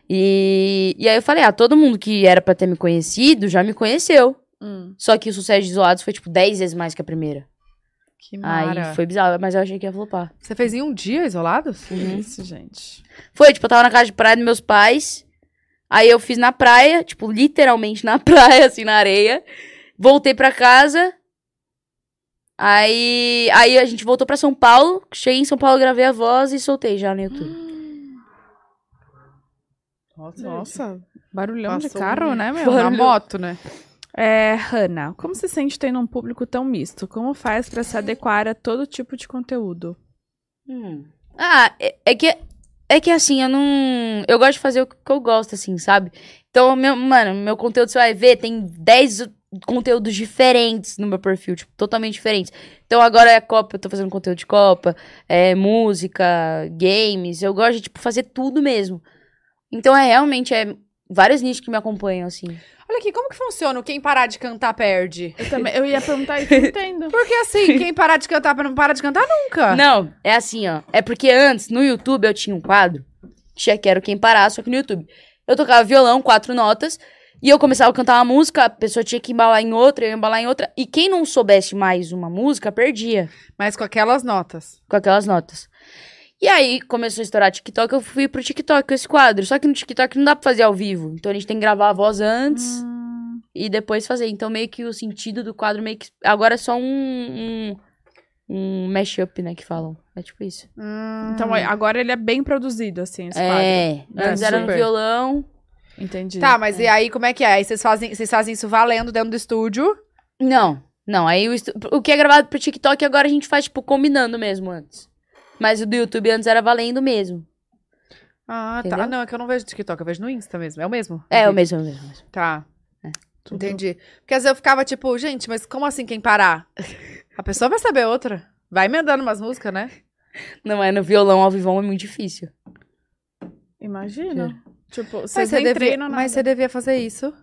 C: E, e aí eu falei, ah, todo mundo que era pra ter me conhecido já me conheceu.
A: Hum.
C: Só que o sucesso de Isolados foi, tipo, 10 vezes mais que a primeira.
B: Que
C: Aí foi bizarro, mas eu achei que ia flopar.
B: Você fez em um dia Isolados?
C: Uhum.
A: Isso, gente.
C: Foi, tipo, eu tava na casa de praia dos meus pais. Aí eu fiz na praia, tipo, literalmente na praia, assim, na areia. Voltei pra casa. Aí, aí a gente voltou pra São Paulo. Cheguei em São Paulo, gravei a voz e soltei já no YouTube.
A: Nossa, barulhão de
B: Passou
A: carro, né, meu?
B: Na
A: Na moto.
B: moto, né?
A: É, Hannah, como se sente tendo um público tão misto? Como faz pra se adequar a todo tipo de conteúdo?
C: Ah, é, é que é que assim, eu não, eu gosto de fazer o que eu gosto assim, sabe? Então, meu, mano, meu conteúdo você vai ver tem 10 conteúdos diferentes no meu perfil, tipo, totalmente diferentes. Então, agora é Copa, eu tô fazendo conteúdo de Copa, é música, games, eu gosto de tipo fazer tudo mesmo. Então, é realmente é vários nichos que me acompanham, assim.
B: Olha aqui, como que funciona o quem parar de cantar perde?
D: Eu, também, eu ia perguntar isso, não entendo.
B: Porque assim, quem parar de cantar não para de cantar nunca.
C: Não, é assim, ó. É porque antes, no YouTube, eu tinha um quadro, tinha que era quem parar, só que no YouTube. Eu tocava violão, quatro notas, e eu começava a cantar uma música, a pessoa tinha que embalar em outra, eu ia embalar em outra, e quem não soubesse mais uma música, perdia
B: Mas com aquelas notas.
C: com aquelas notas. E aí começou a estourar TikTok, eu fui pro TikTok com esse quadro. Só que no TikTok não dá pra fazer ao vivo. Então a gente tem que gravar a voz antes e depois fazer. Então meio que o sentido do quadro meio que. Agora é só um. um, um mashup, né? Que falam. É tipo isso.
B: Ah,
D: Então agora ele é bem produzido, assim, esse quadro.
C: É. Antes
D: É,
C: era no
D: super.
C: violão.
D: Entendi.
B: Tá, mas e aí como é que é? Aí vocês fazem, vocês fazem isso valendo dentro do estúdio?
C: Não, não. Aí o, estu- o que é gravado pro TikTok agora a gente faz, tipo, combinando mesmo antes. Mas o do YouTube antes era valendo mesmo.
B: Ah, tá.
C: Entendeu?
B: Ah, não, é que eu não vejo TikTok, eu vejo no Insta mesmo. É o mesmo?
C: É, o mesmo, é o mesmo. é o mesmo.
B: Tá.
D: Tudo.
B: Entendi. Porque às vezes eu ficava tipo, gente, mas como assim quem parar? A pessoa vai saber outra. Vai emendando umas músicas, né?
C: Não, é no violão ao vivo é muito difícil.
D: Imagina. Tipo,
B: Mas
D: vocês
B: você,
D: nem
B: devia,
D: treinam
B: mas você
D: nada.
B: devia fazer isso.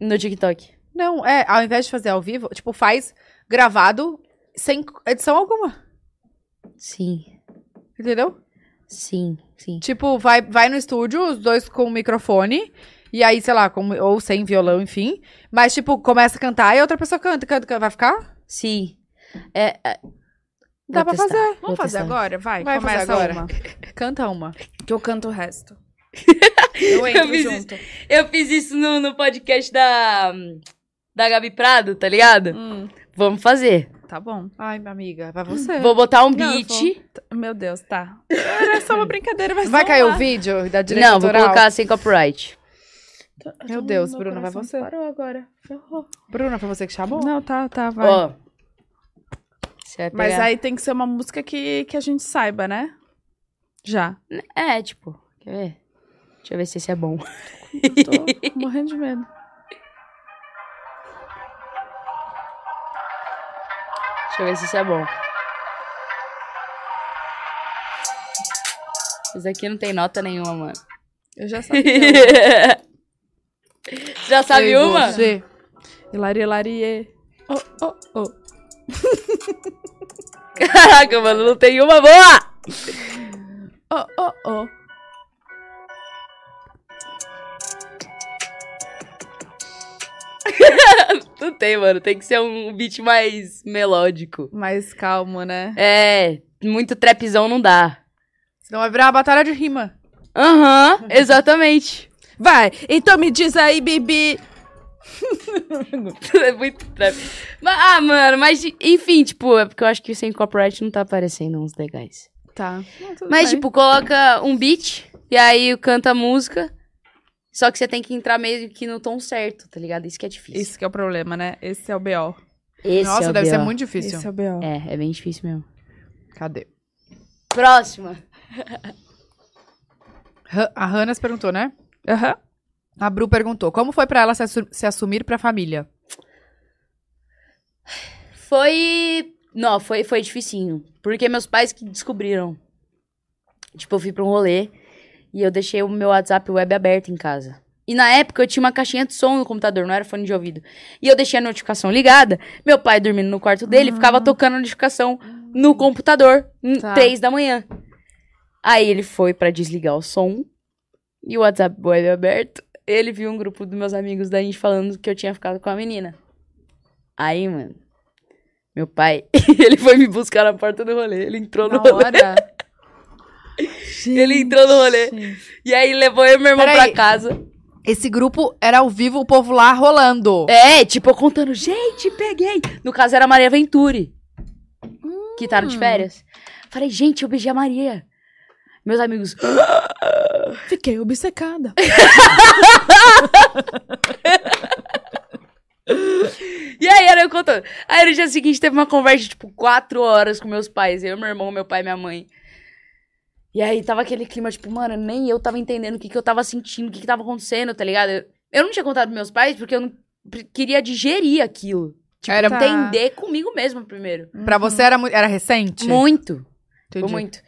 C: No TikTok.
B: Não, é, ao invés de fazer ao vivo, tipo, faz gravado sem edição alguma.
C: Sim.
B: Entendeu?
C: Sim, sim.
B: Tipo, vai, vai no estúdio, os dois com o microfone. E aí, sei lá, com- ou sem violão, enfim. Mas, tipo, começa a cantar e a outra pessoa canta, canta, canta. Vai ficar?
C: Sim. É, é,
B: Dá
C: vou
B: pra
C: testar,
B: fazer.
C: vou
D: Vamos fazer
C: testar.
D: agora? Vai,
B: Vai fazer
D: começa
B: agora.
D: uma.
B: Canta uma.
D: Que eu canto o resto. Eu entro
C: fiz isso.
D: junto.
C: Eu fiz isso no, no podcast da, da Gabi Prado, tá ligado?
D: Hum,
C: Vamos fazer.
D: tá bom.
B: Ai, minha amiga, vai você.
C: Vou botar um
D: Não, eu
C: beat.
D: vou- Meu Deus, tá. Era só uma brincadeira, mas
B: Vai
D: vamos
B: cair
D: lá.
B: o vídeo da direita
C: Não, vou
B: autoral?
C: colocar sem copyright.
B: Meu
D: Então,
B: Deus,
D: meu
B: Bruna, vai
D: coração
B: você.
D: Parou agora. Ferrou.
B: Bruna, foi você que chamou?
D: Não, tá, tá, vai.
C: Ó. Você vai
D: Mas
C: pegar-
D: aí tem que ser uma música que, que a gente saiba, né? Já.
C: É, tipo, quer ver? Deixa eu ver se esse é bom.
D: Tô morrendo de medo.
C: Deixa eu ver se isso é bom. Isso aqui não tem nota nenhuma, mano.
D: Eu já sabia.
C: Você já sabe
B: Eu e
C: uma?
B: você.
D: Hilari, hilarie. Oh, oh, oh.
C: Caraca, mano, não tem uma boa!
D: Oh, oh, oh.
C: Não tem, mano. Tem que ser um beat mais melódico.
D: Mais calmo, né?
C: É, muito trapzão não dá.
B: Senão vai virar uma batalha de rima.
C: Aham, exatamente.
D: Vai, então me diz aí, Bibi.
C: é muito trap. Mas, ah, mano, mas enfim, tipo, é porque eu acho que sem copyright não tá aparecendo uns legais.
D: Tá.
C: Mas, tipo, coloca um beat e aí canta a música. Só que você tem que entrar meio que no tom certo, tá ligado? Isso que é difícil.
D: Isso que é o problema, né? Esse é o B.O.
C: Esse
B: Nossa,
C: é o
B: deve ser
C: B.O..
B: muito difícil.
D: Esse é o B.O.
C: É, é bem difícil mesmo.
B: Cadê?
C: Próxima.
B: Ha- A Hannas perguntou, né?
D: Aham.
B: A Bru perguntou, como foi pra ela se, assu- se assumir pra família?
C: Foi. Não, foi, foi dificinho. Porque meus pais que descobriram. Tipo, eu fui pra um rolê e eu deixei o meu WhatsApp web aberto em casa. E na época eu tinha uma caixinha de som no computador, não era fone de ouvido. E eu deixei a notificação ligada. Meu pai dormindo no quarto dele ficava tocando a notificação no computador, em
D: Tá.
C: três da manhã. Aí ele foi pra desligar o som e o WhatsApp web aberto. Ele viu um grupo dos meus amigos da gente falando que eu tinha ficado com a menina. Aí, mano, meu pai, ele foi me buscar na porta do rolê. Ele entrou no
D: Na
C: rolê.
D: hora.
C: Ele entrou no rolê. E aí levou eu e meu irmão
B: Peraí.
C: pra casa.
B: Esse grupo era ao vivo, o povo lá rolando.
C: É, tipo, eu contando, gente, peguei. No caso era a Maria Venturi, que tá de férias. Falei, gente, eu beijei a Maria. Meus amigos,
D: Fiquei obcecada.
C: Ah, E aí era eu contando. Aí no dia seguinte teve uma conversa, tipo, quatro horas com meus pais. Eu, meu irmão, meu pai e minha mãe. E aí tava aquele clima, tipo, mano, nem eu tava entendendo o que, que eu tava sentindo, o que, que tava acontecendo, tá ligado? Eu, eu não tinha contado pros meus pais porque eu não pre- queria digerir aquilo. Tipo,
B: Era-
C: entender comigo mesmo primeiro.
B: Pra você era, mu- era recente?
C: Muito.
B: Entendi.
C: Foi muito.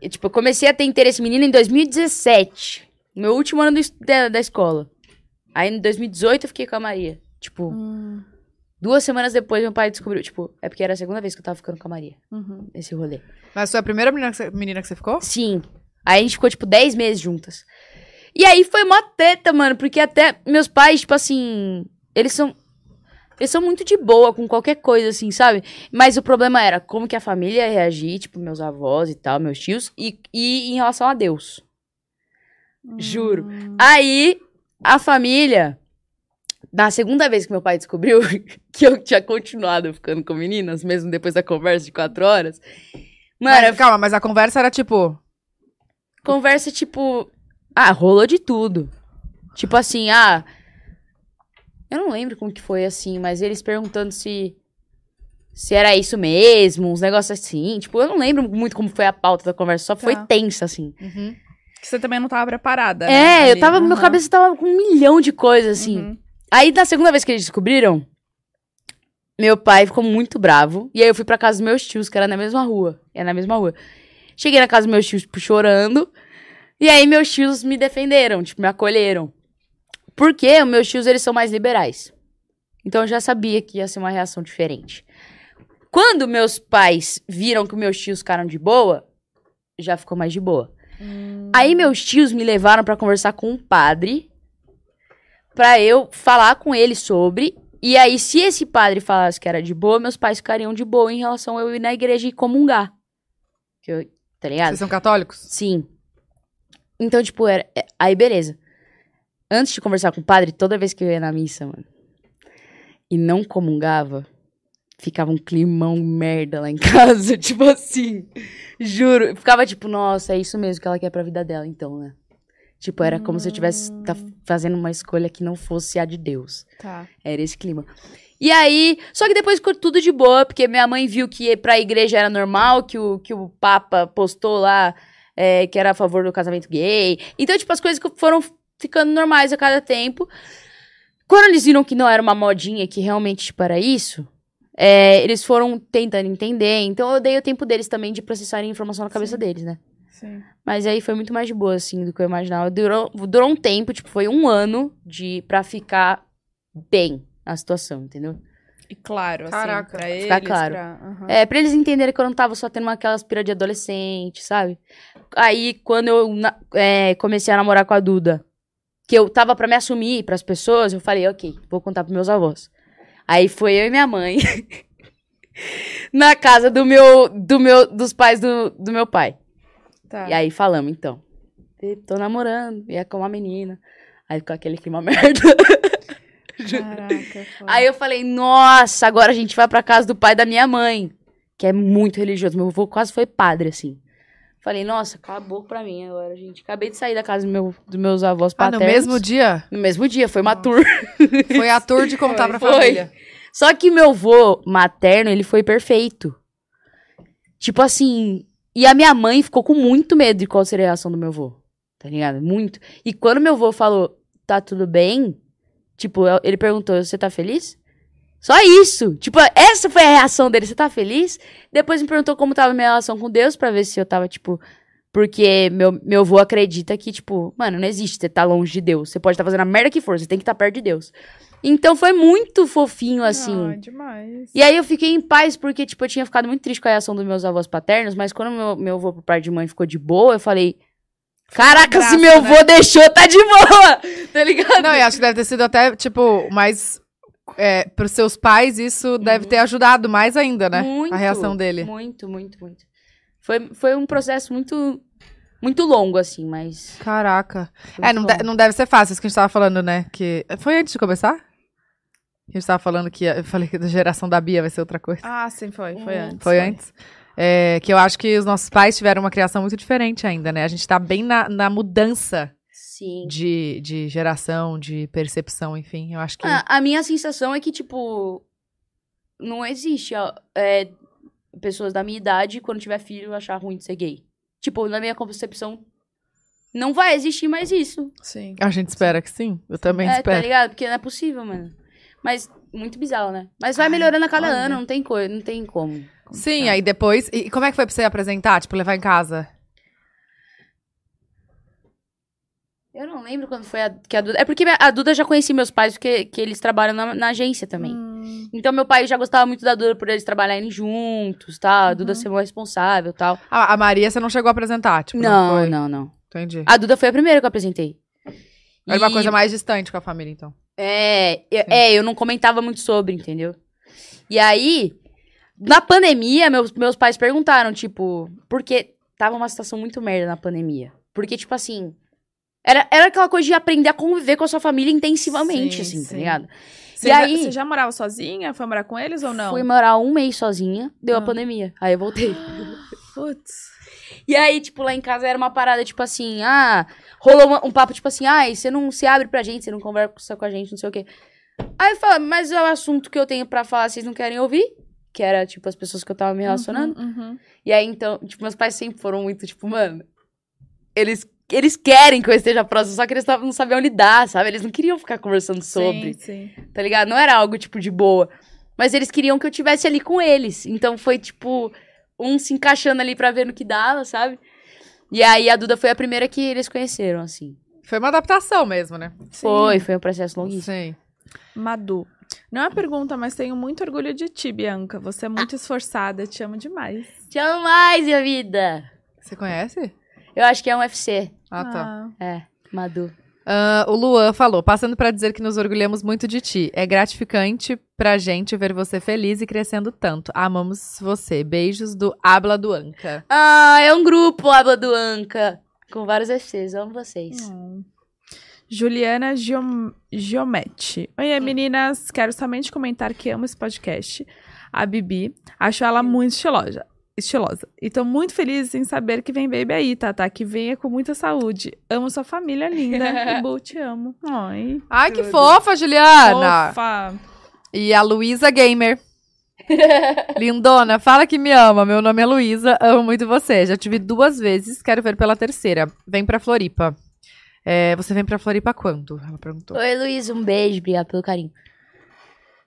C: E, tipo, eu comecei a ter interesse menino em 2017. Meu último ano do es- da, da escola. Aí em 2018 eu fiquei com a Maria. Tipo,
A: Hum,
C: duas semanas depois meu pai descobriu. Tipo, é porque era a segunda vez que eu tava ficando com a Maria.
A: uhum.
C: Esse rolê.
B: Mas foi a primeira menina que você, menina que você ficou?
C: Sim. Aí a gente ficou, tipo, 10 meses juntas. E aí foi mó treta, mano, porque até meus pais, tipo assim, eles são. Eles são muito de boa com qualquer coisa, assim, sabe? Mas o problema era como que a família ia reagir, tipo, meus avós e tal, meus tios, e, e em relação a Deus. Juro. Aí, a família, na segunda vez que meu pai descobriu que eu tinha continuado ficando com meninas, mesmo depois da conversa de quatro horas, mano, eu
B: Mas, calma, mas a conversa era tipo.
C: conversa tipo. Ah, rolou de tudo. Tipo assim, ah. Eu não lembro como que foi assim, mas eles perguntando se. Se era isso mesmo, uns negócios assim. Tipo, eu não lembro muito como foi a pauta da conversa, só foi tensa, assim.
B: Uhum.
D: Que você também não tava preparada.
C: É,
D: né,
C: eu tava. Meu
D: cabelo
C: cabeça tava com um milhão de coisas,
A: Uhum.
C: assim.
D: Uhum.
C: Aí, da segunda vez que eles descobriram, meu pai ficou muito bravo. E aí eu fui pra casa dos meus tios, que era na mesma rua. É na mesma rua. Cheguei na casa dos meus tios, tipo, chorando. E aí meus tios me defenderam, tipo, me acolheram. Porque os meus tios, eles são mais liberais. Então eu já sabia que ia ser uma reação diferente. Quando meus pais viram que meus tios ficaram de boa, já ficou mais de boa. Aí meus tios me levaram pra conversar com um padre pra eu falar com ele sobre. E aí, se esse padre falasse que era de boa, meus pais ficariam de boa em relação a eu ir na igreja e comungar. Que eu, tá ligado?
B: Vocês são católicos?
C: Sim. Então, tipo, era. é- Aí, beleza. Antes de conversar com o padre, toda vez que eu ia na missa, mano, e não comungava, ficava um climão merda lá em casa. Tipo assim. Juro. Eu Ficava tipo, nossa, é isso mesmo que ela quer pra vida dela, então, né? Tipo, era como se eu tivesse tá fazendo uma escolha que não fosse a de Deus.
A: Tá.
C: Era esse clima. E aí, só que depois ficou tudo de boa, porque minha mãe viu que ir pra igreja era normal, que o, que o Papa postou lá é, que era a favor do casamento gay. Então, tipo, as coisas que foram ficando normais a cada tempo. Quando eles viram que não era uma modinha, que realmente, tipo, era isso, é, eles foram tentando entender. Então, eu dei o tempo deles também de processarem a informação na cabeça deles, né?
D: Sim.
C: Mas aí foi muito mais de boa, assim, do que eu imaginava. Durou, durou um tempo, tipo, foi um ano de pra ficar bem a situação, entendeu?
D: E claro, assim,
B: Caraca.
D: pra eles,
C: Ficar claro.
D: pra- aham.
C: É, pra eles entenderem que eu não tava só tendo aquelas pira de adolescente, sabe? Aí, quando eu na- é, comecei a namorar com a Duda, que eu tava pra me assumir pras pessoas, eu falei, ok, vou contar pros meus avós. Aí foi eu e minha mãe na casa do meu, do meu, dos pais do, do meu pai.
D: Tá.
C: É, E aí falamos, então. E Tô namorando, e é com uma menina. Aí ficou aquele clima merda.
D: Caraca, foda.
C: Aí eu falei, nossa, agora a gente vai pra casa do pai da minha mãe, que é muito religioso. Meu avô quase foi padre, assim. Falei, nossa, acabou pra mim agora, gente. Acabei de sair da casa do meu, dos meus avós
B: Ah,
C: paternos.
B: no mesmo dia?
C: No mesmo dia, foi uma tour.
B: Foi a tour de contar pra
C: Foi.
B: família.
C: Só que meu avô materno, ele foi perfeito. Tipo assim. E a minha mãe ficou com muito medo de qual seria a reação do meu avô. Tá ligado? Muito. E quando meu avô falou, tá tudo bem? Tipo, eu- ele perguntou, você tá feliz? Só isso. Tipo, essa foi a reação dele, você tá feliz? Depois me perguntou como tava a minha relação com Deus, pra ver se eu tava, tipo. Porque meu, meu avô acredita que, tipo, mano, não existe você tá longe de Deus. Você pode estar fazendo a merda que for, você tem que estar perto de Deus. Então foi muito fofinho, assim.
A: é
D: Ai, demais.
C: E aí eu fiquei em paz, porque, tipo, eu tinha ficado muito triste com a reação dos meus avós paternos, mas quando meu, meu avô por parte de mãe ficou de boa, eu falei. Caraca, se
D: abraço,
C: meu
B: né?"
C: avô deixou, tá de boa! Tá ligado?
B: Não, eu acho que deve ter sido até, tipo, mais. É, pros seus pais, isso deve ter ajudado mais ainda, né?
C: Muito,
B: A reação dele.
C: Muito, muito, muito. Foi, foi um processo muito. Muito longo, assim, mas.
B: Caraca.
C: foi
B: É,
C: muito
B: não, de-
C: longo.
B: não deve ser fácil isso que a gente tava falando, né? Que... Foi antes de começar? A gente tava falando que. Eu falei que da geração da Bia vai ser outra coisa.
D: Ah, sim, foi. Foi antes.
B: Foi antes. É, que eu acho que os nossos pais tiveram uma criação muito diferente ainda, né? A gente tá bem na, na mudança
C: Sim.
B: de, de geração, de percepção, enfim. Eu acho que.
C: A, a minha sensação é que, tipo, não existe ó, é, pessoas da minha idade, quando tiver filho, achar ruim de ser gay. Tipo, na minha concepção, não vai existir mais isso.
D: Sim.
B: A gente espera que sim. Eu também
C: É, tá
B: espero.
C: ligado? Porque não é possível, mano. Mas, muito bizarro, né? Mas vai melhorando a cada
B: olha.
C: ano, não tem, coi- não tem como.
B: Sim, aí depois. E e como é que foi pra você apresentar? Tipo, levar em casa?
C: Eu não lembro quando foi a, que a Duda. É porque a Duda já conheci meus pais, porque que eles trabalham na, na agência também.
B: Hum.
A: Hum.
C: Então, meu pai já gostava muito da Duda por eles trabalharem juntos, tá? A Duda
B: Uhum.
C: ser mó responsável e tal.
B: A, a Maria, você não chegou a apresentar, tipo, não,
C: não,
B: foi?
C: não, não.
B: Entendi.
C: A Duda foi a primeira que eu apresentei.
B: Era uma
C: E-
B: coisa mais distante com a família, então.
C: É, eu- é, eu não comentava muito sobre, entendeu? E aí, na pandemia, meus, meus pais perguntaram, tipo, porque tava uma situação muito merda na pandemia. Porque, tipo assim, era, era aquela coisa de aprender a conviver com a sua família
A: Sim,
C: intensivamente, assim, tá
A: sim.
C: ligado?
A: Você
C: E
A: já-
C: aí-
A: Você já morava sozinha? Foi morar com eles ou não?
C: Fui morar um mês sozinha, deu a
A: Ah.
C: pandemia. Aí eu voltei.
A: Putz.
C: E aí, tipo, lá em casa era uma parada, tipo assim, ah, rolou uma- um papo, tipo assim, ah, você não se abre pra gente, você não conversa com a gente, não sei o quê. Aí eu falo, mas é o assunto que eu tenho pra falar, vocês não querem ouvir? Que era, tipo, as pessoas que eu tava me relacionando.
A: Uhum.
C: E aí, então, tipo, meus pais sempre foram muito, tipo, mano, eles, eles querem que eu esteja próximo, só que eles tavam- não sabiam lidar, sabe? Eles não queriam ficar conversando sobre
A: Sim, sim.
C: tá ligado? Não era algo, tipo, de boa. Mas eles queriam que eu tivesse ali com eles. Então foi, tipo, um se encaixando ali pra ver no que dava, sabe? E aí a Duda foi a primeira que eles conheceram, assim.
B: Foi uma adaptação mesmo, né?
C: Foi, foi um processo longuíssimo.
B: Sim.
A: Madu. Não é uma pergunta, mas tenho muito orgulho de ti, Bianca.
B: Ah.
A: Você é muito esforçada, te amo demais.
C: Te amo mais, minha vida!
B: Você conhece?
C: Eu acho que é um UFC,
B: Ah, tá.
C: Madu.
B: Ah, o Luan falou, passando pra dizer que nos orgulhamos muito de ti. É gratificante pra gente ver você feliz e crescendo tanto. Amamos você. Beijos do Abla do Anca.
C: Ah, é um grupo, Aba do Anca. Com vários UFCs, amo vocês.
A: Hum. Juliana Giom... Giometti. Oi, meninas. Quero somente comentar que amo esse podcast. A Bibi. Acho ela muito estilosa. Estilosa. E tô muito feliz em saber que vem baby aí, Tata. Que venha com muita saúde. Amo sua família linda. e Bu, te amo. Oi.
B: Ai, que fofa, Juliana!
A: Fofa.
B: E a Luísa Gamer. Lindona, fala que me ama. Meu nome é Luísa, amo muito você. Já tive duas vezes, quero ver pela terceira. Vem pra Floripa. É, você vem pra Floripa quando? Ela perguntou.
C: Oi, Luiz, um beijo, obrigado pelo carinho.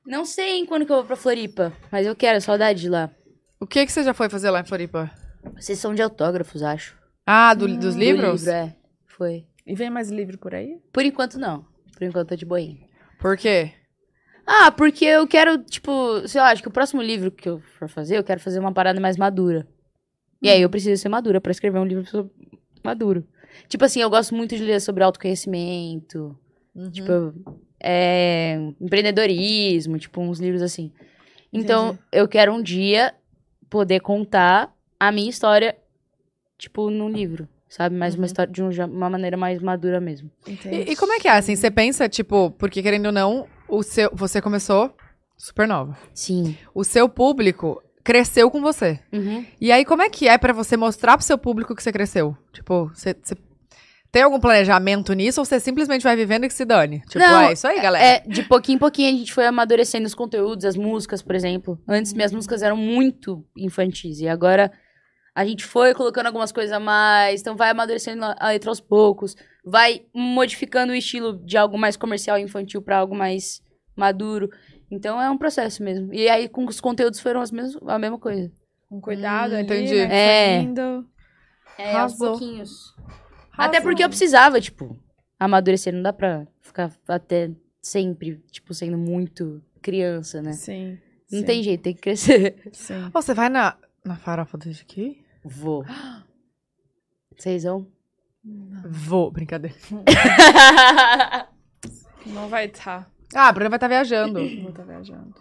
C: Não sei hein, quando que eu vou pra Floripa, mas eu quero, saudade de lá.
B: O que que você já foi fazer lá em Floripa?
C: Sessão de autógrafos, acho.
B: Ah, do- dos
C: Do
B: livros?
C: livro, é. Foi.
A: E vem mais livre por aí?
C: Por enquanto, não. Por enquanto, tô de boinha.
B: Por quê?
C: Ah, porque eu quero, tipo, sei lá, acho que o próximo livro que eu for fazer, eu quero fazer uma parada mais madura. E aí eu preciso ser madura pra escrever um livro sobre- maduro. Tipo assim, eu gosto muito de ler sobre autoconhecimento, tipo, é, empreendedorismo, tipo, uns livros assim. Então, eu quero um dia poder contar a minha história, tipo, num livro, sabe? Mas uma história de um ja- uma maneira mais madura mesmo.
B: E, e como é que é, assim, você pensa, tipo, porque querendo ou não, o seu, você começou super nova.
C: Sim.
B: O seu público cresceu com você.
C: Uhum.
B: E aí, como é que é pra você mostrar pro seu público que você cresceu? Tipo, você, você tem algum planejamento nisso ou você simplesmente vai vivendo e que se dane? Tipo,
C: Não,
B: é isso aí, galera.
C: É, de pouquinho em pouquinho a gente foi amadurecendo os conteúdos, as músicas, por exemplo. Antes minhas músicas eram muito infantis e agora a gente foi colocando algumas coisas a mais, então vai amadurecendo a- a letra aos poucos, vai modificando o estilo de algo mais comercial e infantil pra algo mais maduro. Então é um processo mesmo. E aí com os conteúdos foram as mesmas, a mesma coisa.
A: Com Um cuidado
B: Hum,
A: ali,
B: entendi.
A: né, que foi
C: É.
A: indo.
C: É,
A: Arrasou.
C: aos pouquinhos. Até porque eu precisava, tipo, amadurecer, não dá pra ficar até sempre, tipo, sendo muito criança, né?
A: Sim.
C: Não
A: sim,
C: tem jeito, tem que crescer.
A: Sim.
B: Pô, Você vai na,
C: é-
B: na farofa desde aqui?
C: Vou. Vocês vão?
B: Vou, brincadeira.
A: Não vai estar.
B: Ah, a Bruna vai estar viajando.
A: Não tá viajando.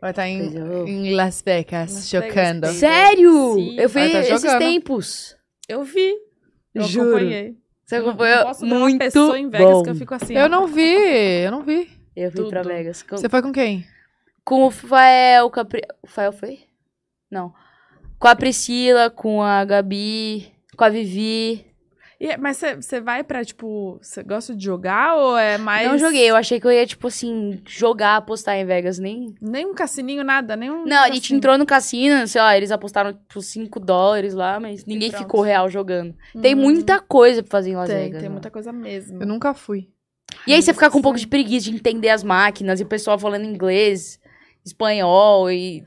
B: Vai estar em,
C: Vocês vão?
B: em Las Vegas,
A: Las Vegas,
B: chocando.
A: baby.
C: Sério?
A: Sim.
C: Eu fui
B: Ah, tá
C: esses
B: jogando.
C: tempos.
A: Eu vi. Eu
C: Juro.
A: acompanhei.
C: Você
A: Não-
C: acompanhou?
A: não posso ver uma
C: Muito
A: pessoa em Vegas
C: bom.
A: que eu fico assim.
B: Eu não vi, eu não vi.
C: Eu fui pra
A: Tudo.
C: Vegas. Com,
B: Você foi com quem?
C: com o Fael, com a Pri... O Fael foi? Não. Com a Priscila, com a Gabi, com a Vivi.
A: E- mas você vai pra, tipo, você gosta de jogar ou é mais.
C: Não joguei, eu achei que eu ia, tipo assim, jogar, apostar em Vegas, nem...
A: Nem um cassininho, nada, nem um.
C: Não, a gente
A: cassino.
C: entrou no cassino, sei lá, eles apostaram tipo 5 dólares lá, mas ninguém
A: pronto.
C: ficou real jogando. Tem
A: Hum,
C: muita coisa pra fazer em Las
A: Tem,
C: Vegas.
A: tem
C: né?
A: muita coisa mesmo.
B: Eu nunca fui.
C: E aí você fica com um pouco de preguiça de entender as máquinas e o pessoal falando inglês, espanhol e.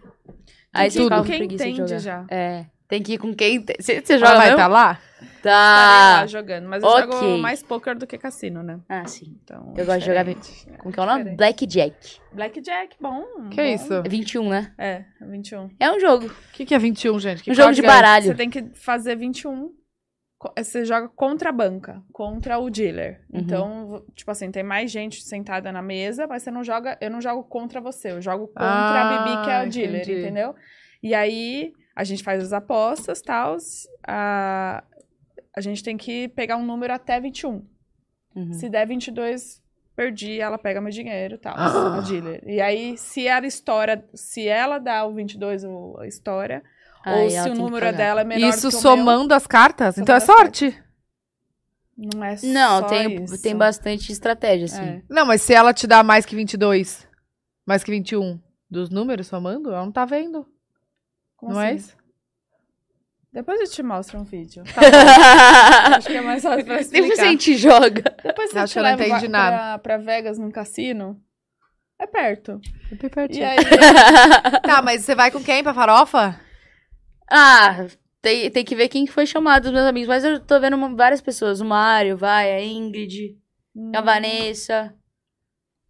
A: Tem
C: Aí
A: que ir
C: você
A: com
C: fica com
A: tipo, quem
C: preguiça de
A: entende
C: jogar.
A: já.
C: É. Tem que ir com quem. ente- Você, você
B: Ela
C: joga
B: vai
C: mesmo?
B: estar lá?
C: Tá.
A: Estarei lá jogando. Mas eu
C: Ok.
A: jogo mais poker do que cassino, né?
C: Ah, sim.
A: Então,
C: Eu gosto de jogar
A: diferente.
C: Como que é o nome?
A: Diferente.
C: Blackjack.
A: Blackjack, bom.
B: Que
A: bom.
B: isso?
C: É 21, né?
A: É, 21.
C: É um jogo.
B: O que, que é 21, gente? Que
C: um jogo de
B: código é esse?
A: Você
C: baralho.
A: tem que fazer 21. Co- eh, Você joga contra a banca, contra o dealer.
C: Uhum.
A: Então, vo- tipo assim, tem mais gente sentada na mesa, mas você não joga. Eu não jogo contra você, eu jogo contra a Bibi, que é
B: Ah,
A: o dealer,
B: entendi.
A: entendeu? E aí a gente faz as apostas, tal. A, a gente tem que pegar um número até 21.
C: Uhum.
A: Se der 22, perdi, ela pega meu dinheiro e tal.
B: Ah.
A: A dealer. E aí, se ela estoura, se ela dá o 22, o- a história.
C: Aí
A: ou
C: ela
A: se
C: tem
A: o
C: que
A: número é
C: pagar.
A: dela é menor
B: Isso
A: que o
B: somando as cartas?
A: Somando
B: então é
A: as
B: sorte.
A: meu, não é
C: Não,
A: só
C: tem,
A: isso.
C: tem bastante estratégia, assim.
A: É.
B: Não, mas se ela te dá mais que 22, mais que 21 dos números somando, ela não tá vendo.
A: Como
B: não é
A: assim?
B: isso?
A: Depois eu te mostro um vídeo. Tá bom.
C: Tá
A: Acho que é mais fácil pra explicar.
C: Depois a gente joga.
A: Depois você
B: Acho
A: te
B: que eu não
A: leva
B: entendi
A: pra-
B: nada.
A: Pra, Vegas num cassino. É perto. E
B: E aí-
A: aí,
B: Tá, mas você vai com quem pra farofa?
C: ah, tem, tem que ver quem que foi chamado dos meus amigos. Mas eu tô vendo uma- várias pessoas. O Mário, vai, a Ingrid,
A: hum,
C: a Vanessa,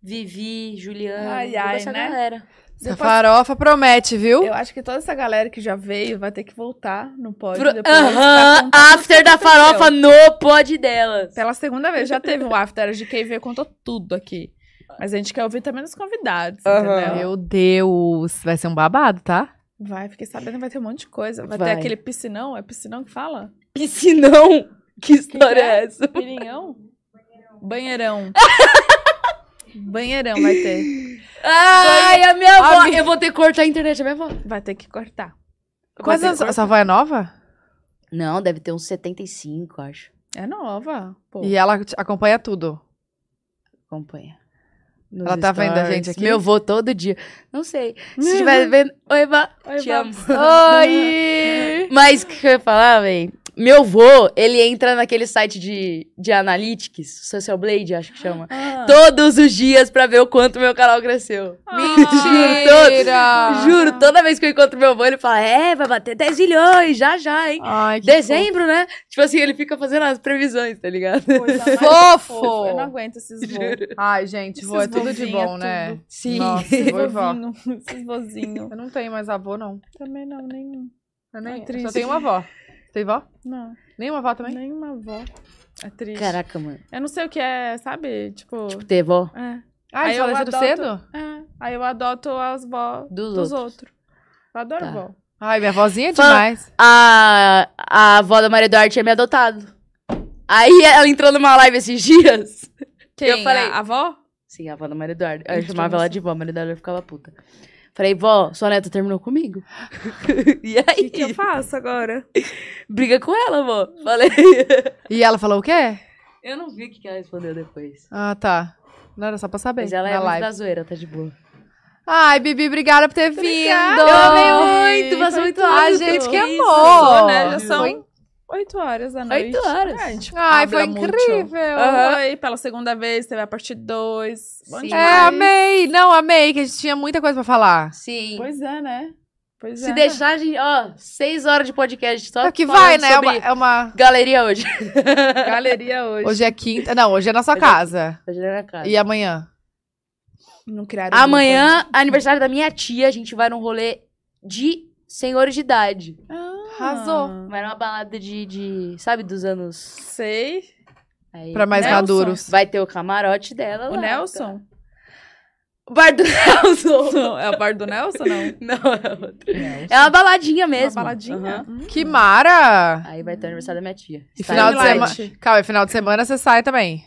C: Vivi, Juliana.
A: Ai,
C: toda
A: ai,
C: essa
A: né?
C: galera.
B: Essa
A: Depois-
B: farofa promete, viu?
A: eu acho que toda essa galera que já veio vai ter que voltar no pódio
C: Pro-
A: depois. pra
C: Aham,
A: contar tudo
C: after
A: que
C: da
A: aconteceu.
C: farofa no pod delas.
A: Pela segunda vez, já teve um after. A GKV contou tudo aqui. Mas a gente quer ouvir também dos convidados, entendeu?
B: Meu Deus, vai ser um babado, tá?
A: Vai, fiquei sabendo, vai ter um monte de coisa. Vai,
C: Vai.
A: ter aquele piscinão, é piscinão que fala?
C: Piscinão. Que história
A: que
C: é essa?
A: Pirinhão? Banheirão. Banheirão vai ter.
C: Ai, a minha avó.
B: Ami-
C: Eu vou ter que cortar a internet da minha avó.
A: Vai ter que cortar.
B: Quais anos a sua avó é nova?
C: Não, deve ter uns 75, acho.
A: É nova, pô.
B: E ela te- acompanha tudo.
C: Acompanha. Nos
B: Ela tá vendo a
C: stories.
B: gente aqui?
C: Meu avô todo dia. Não sei. Se estiver vendo. Oi, vó.
A: Oi,
C: Te
A: vó.
C: amo. Mas o que eu ia falar, velho? Meu avô, ele entra naquele site de, de analytics, Social Blade, acho que chama.
A: Ah.
C: Todos os dias pra ver o quanto meu canal cresceu.
B: Mentira!
C: Juro, toda vez que eu encontro meu avô, ele fala: É, vai bater 10 milhões, já já, hein?
B: Ai, que
C: Dezembro, né? Tipo assim, ele fica fazendo as previsões, tá ligado?
A: Coisa mais
B: Fofo!
A: fofa. Eu não aguento esses voos.
B: fofo. Ai, gente, vô, é
A: Esses
B: tudo de
A: vovinhos,
B: bom, né?
A: tudo.
C: Sim.
B: Nossa, vô e vó.
A: Esses vozinhos.
B: Eu não tenho mais avô, não.
A: Também não, nenhum.
B: Eu nem,
A: Ai,
B: eu só
A: triste.
B: tenho uma avó. Tem vó?
A: Não,
B: Nenhuma avó também?
A: nenhuma avó. É triste.
C: Caraca, mano.
A: Eu não sei o que é, sabe? Tipo.
C: Tipo, ter vó
A: É.
B: Ah, eles
A: Aí eu
B: faleceram
A: adoto-
B: cedo?
A: É. Aí eu adoto as vó
C: dos,
A: dos
C: outros.
A: outros. Eu adoro
C: Tá.
A: vó.
B: Ai, minha vozinha é
C: Fala-
B: demais.
C: A, a avó da Maria Duarte é me adotado. Aí ela entrou numa live esses dias.
A: Quem?
C: falei-
A: A avó?
C: Sim, a avó da Maria Eduardo. Eu
A: Entrou
C: chamava
A: nessa-
C: ela de vó, a Maria Eduardo ficava puta. Falei, vó, sua neta terminou comigo. e
A: O
C: aí?
A: que, que eu faço agora?
C: Briga com ela, vó. Falei.
B: E ela falou o quê?
C: Eu não vi o que que ela respondeu depois.
B: Ah, tá. Não era só pra saber.
C: Mas ela é
B: na
C: muito
B: live.
C: da zoeira, tá de boa.
B: Ai, Bibi, obrigada por ter vindo.
C: Eu amei muito, passou muito
B: Ai,
C: rápido.
B: gente, que
C: Isso.
B: amor.
A: Pô, né? Já são
B: Foi-
A: 8 horas da noite.
C: Oito horas.
A: É, tipo,
B: Ai, foi
A: habla muito.
B: incrível.
A: Oi, pela segunda vez, teve a parte 2.
C: Sim.
B: É, amei. Não, amei, que a gente tinha muita coisa pra falar.
C: Sim.
A: Pois é, né? Pois
C: Se
A: é.
C: deixar, a gente, ó, seis horas de podcast só
B: Só que
C: falando
B: vai, né? É
C: sobre
B: uma, é uma-
C: Galeria hoje.
A: Galeria hoje.
B: Hoje é quinta. Não, hoje é na sua
C: Hoje é-
B: casa.
C: Hoje é na casa. um
B: E amanhã?
A: Não criaram
C: Amanhã, aniversário da minha tia, a gente vai num rolê de senhores de idade.
A: grupo. Ah,
B: Arrasou.
C: Vai numa balada de, de sabe, dos anos...
A: Sei.
C: Aí, né?
B: Pra mais
A: Nelson.
B: maduros.
C: Vai ter o camarote dela
A: O
C: lá.
A: Nelson?
C: O bar do Nelson.
A: Não, é o bar do Nelson, não?
C: Não, é outro. É uma baladinha mesmo.
A: Uma baladinha.
C: Aham.
A: Hum.
B: Que mara!
C: Aí vai ter o aniversário da minha tia.
B: E
C: Está
B: final
C: em
B: de
C: live.
B: semana. Calma, e final de semana você sai também.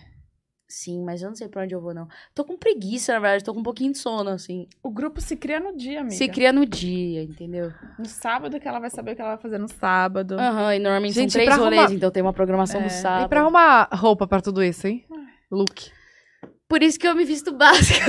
C: Sim, mas eu não sei pra onde eu vou, não. Tô com preguiça, na verdade. Tô com um pouquinho de sono, assim.
A: O grupo se cria no dia, amiga.
C: Se cria no dia, entendeu?
A: No sábado que ela vai saber o que ela vai fazer no sábado.
C: Aham, e normalmente
B: Gente, e
C: são três
B: pra
C: rolês,
B: arrumar-
C: então tem uma programação no
A: É.
C: sábado.
B: E pra arrumar roupa pra tudo isso, hein? Look.
C: Por isso que eu me visto básica.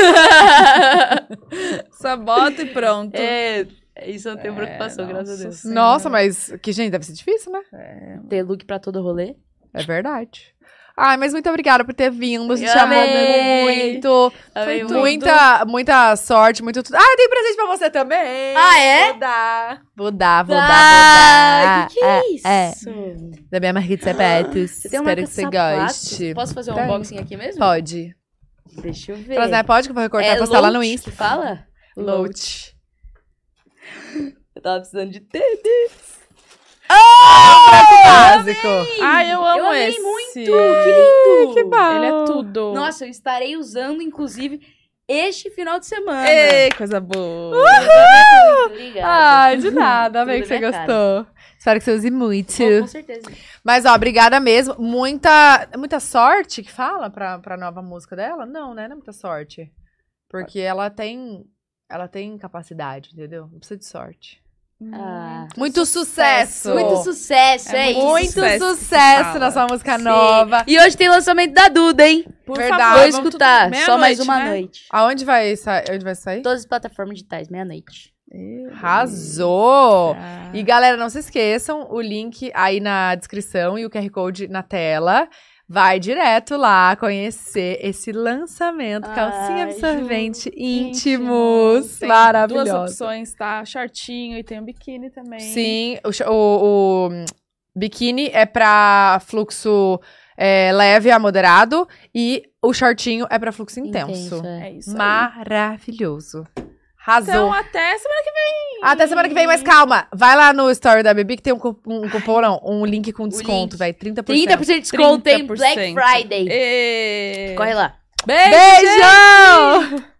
A: Só bota e pronto.
C: é, isso eu não tenho preocupação,
A: nossa
C: graças a Deus.
A: Senhora.
B: Nossa, mas que gente, deve ser difícil, né?
C: Ter look pra todo rolê.
B: É verdade. Ai, mas muito obrigada por ter vindo. A gente
C: Eu
B: amou
C: amei.
B: muito.
C: Amei
B: Foi
C: muito.
B: muita, muita sorte, muito tudo. Ah, tem presente pra você também.
C: Ah, é?
B: Vou dar. Vou dar, vou
C: Ah,
B: dar, vou dar.
C: que que
B: É,
C: é isso?
B: é. Da minha marca de sapatos.
C: Você tem
B: Espero
C: uma marca
B: que
C: de
B: você
C: sapato?
B: goste.
C: Posso fazer um
B: Tem.
C: unboxing aqui mesmo?
B: Pode.
C: Deixa eu ver.
B: Mas, né, pode que eu vou
C: É
B: recortar e postar lá no
C: Loach
B: Insta.
C: que fala?
B: Loach.
C: Eu tava precisando de tênis.
B: Básico.
A: Ai, eu amo
C: amei
A: esse.
C: muito, que lindo.
A: Que bom. Ele é tudo.
C: Nossa, eu estarei usando, inclusive, este final de semana.
A: Ei, coisa boa.
C: Obrigada.
B: Ai, de nada. Amei
C: Tudo
B: que você
C: na cara.
B: gostou. Espero que você use muito.
C: Bom, com certeza.
B: Mas, ó, obrigada mesmo. Muita, muita sorte que fala pra, pra nova música dela? Não, né? Não é muita sorte. Porque ela tem. Ela tem capacidade, entendeu? Não precisa de sorte.
C: Ah.
B: Muito sucesso!
C: Muito sucesso, é,
A: É
C: isso.
B: Muito
A: sucesso que
B: sucesso
A: fala.
B: na sua música
C: Sim.
B: nova.
C: E hoje tem lançamento da Duda, hein?
A: Por
B: Verdade.
A: favor,
C: Vou
A: vamos tudo-
C: escutar. Só mais
A: meia-noite,
C: uma
A: né?
C: noite.
B: Aonde vai, sa- onde vai sair?
C: Todas as plataformas digitais, meia-noite.
B: Arrasou! E galera, não se esqueçam, o link aí na descrição e o QR Code na tela. Vai direto lá conhecer esse lançamento
C: Ai,
B: Calcinha
C: Ju,
B: Absorvente
A: íntimos.
B: Íntimos.
A: Tem Duas
B: Maravilhosa.
A: opções, tá? Shortinho e tem um biquíni também.
B: Sim, o, sh- o- o, hum, biquíni é pra fluxo é, leve a moderado e o shortinho é pra fluxo intenso.
C: é.
A: É isso aí.
B: Maravilhoso. Arrasou.
A: Então, até semana
B: Até semana que vem, mas calma. Vai lá no story da Bibi que tem um, cup- um cupom, não, um link com desconto,
C: link.
B: vai 30%.
C: 30% de desconto, tem Black
A: 30%.
C: Friday.
A: que vem.
C: Corre lá.
A: Beijo!
B: Beijão!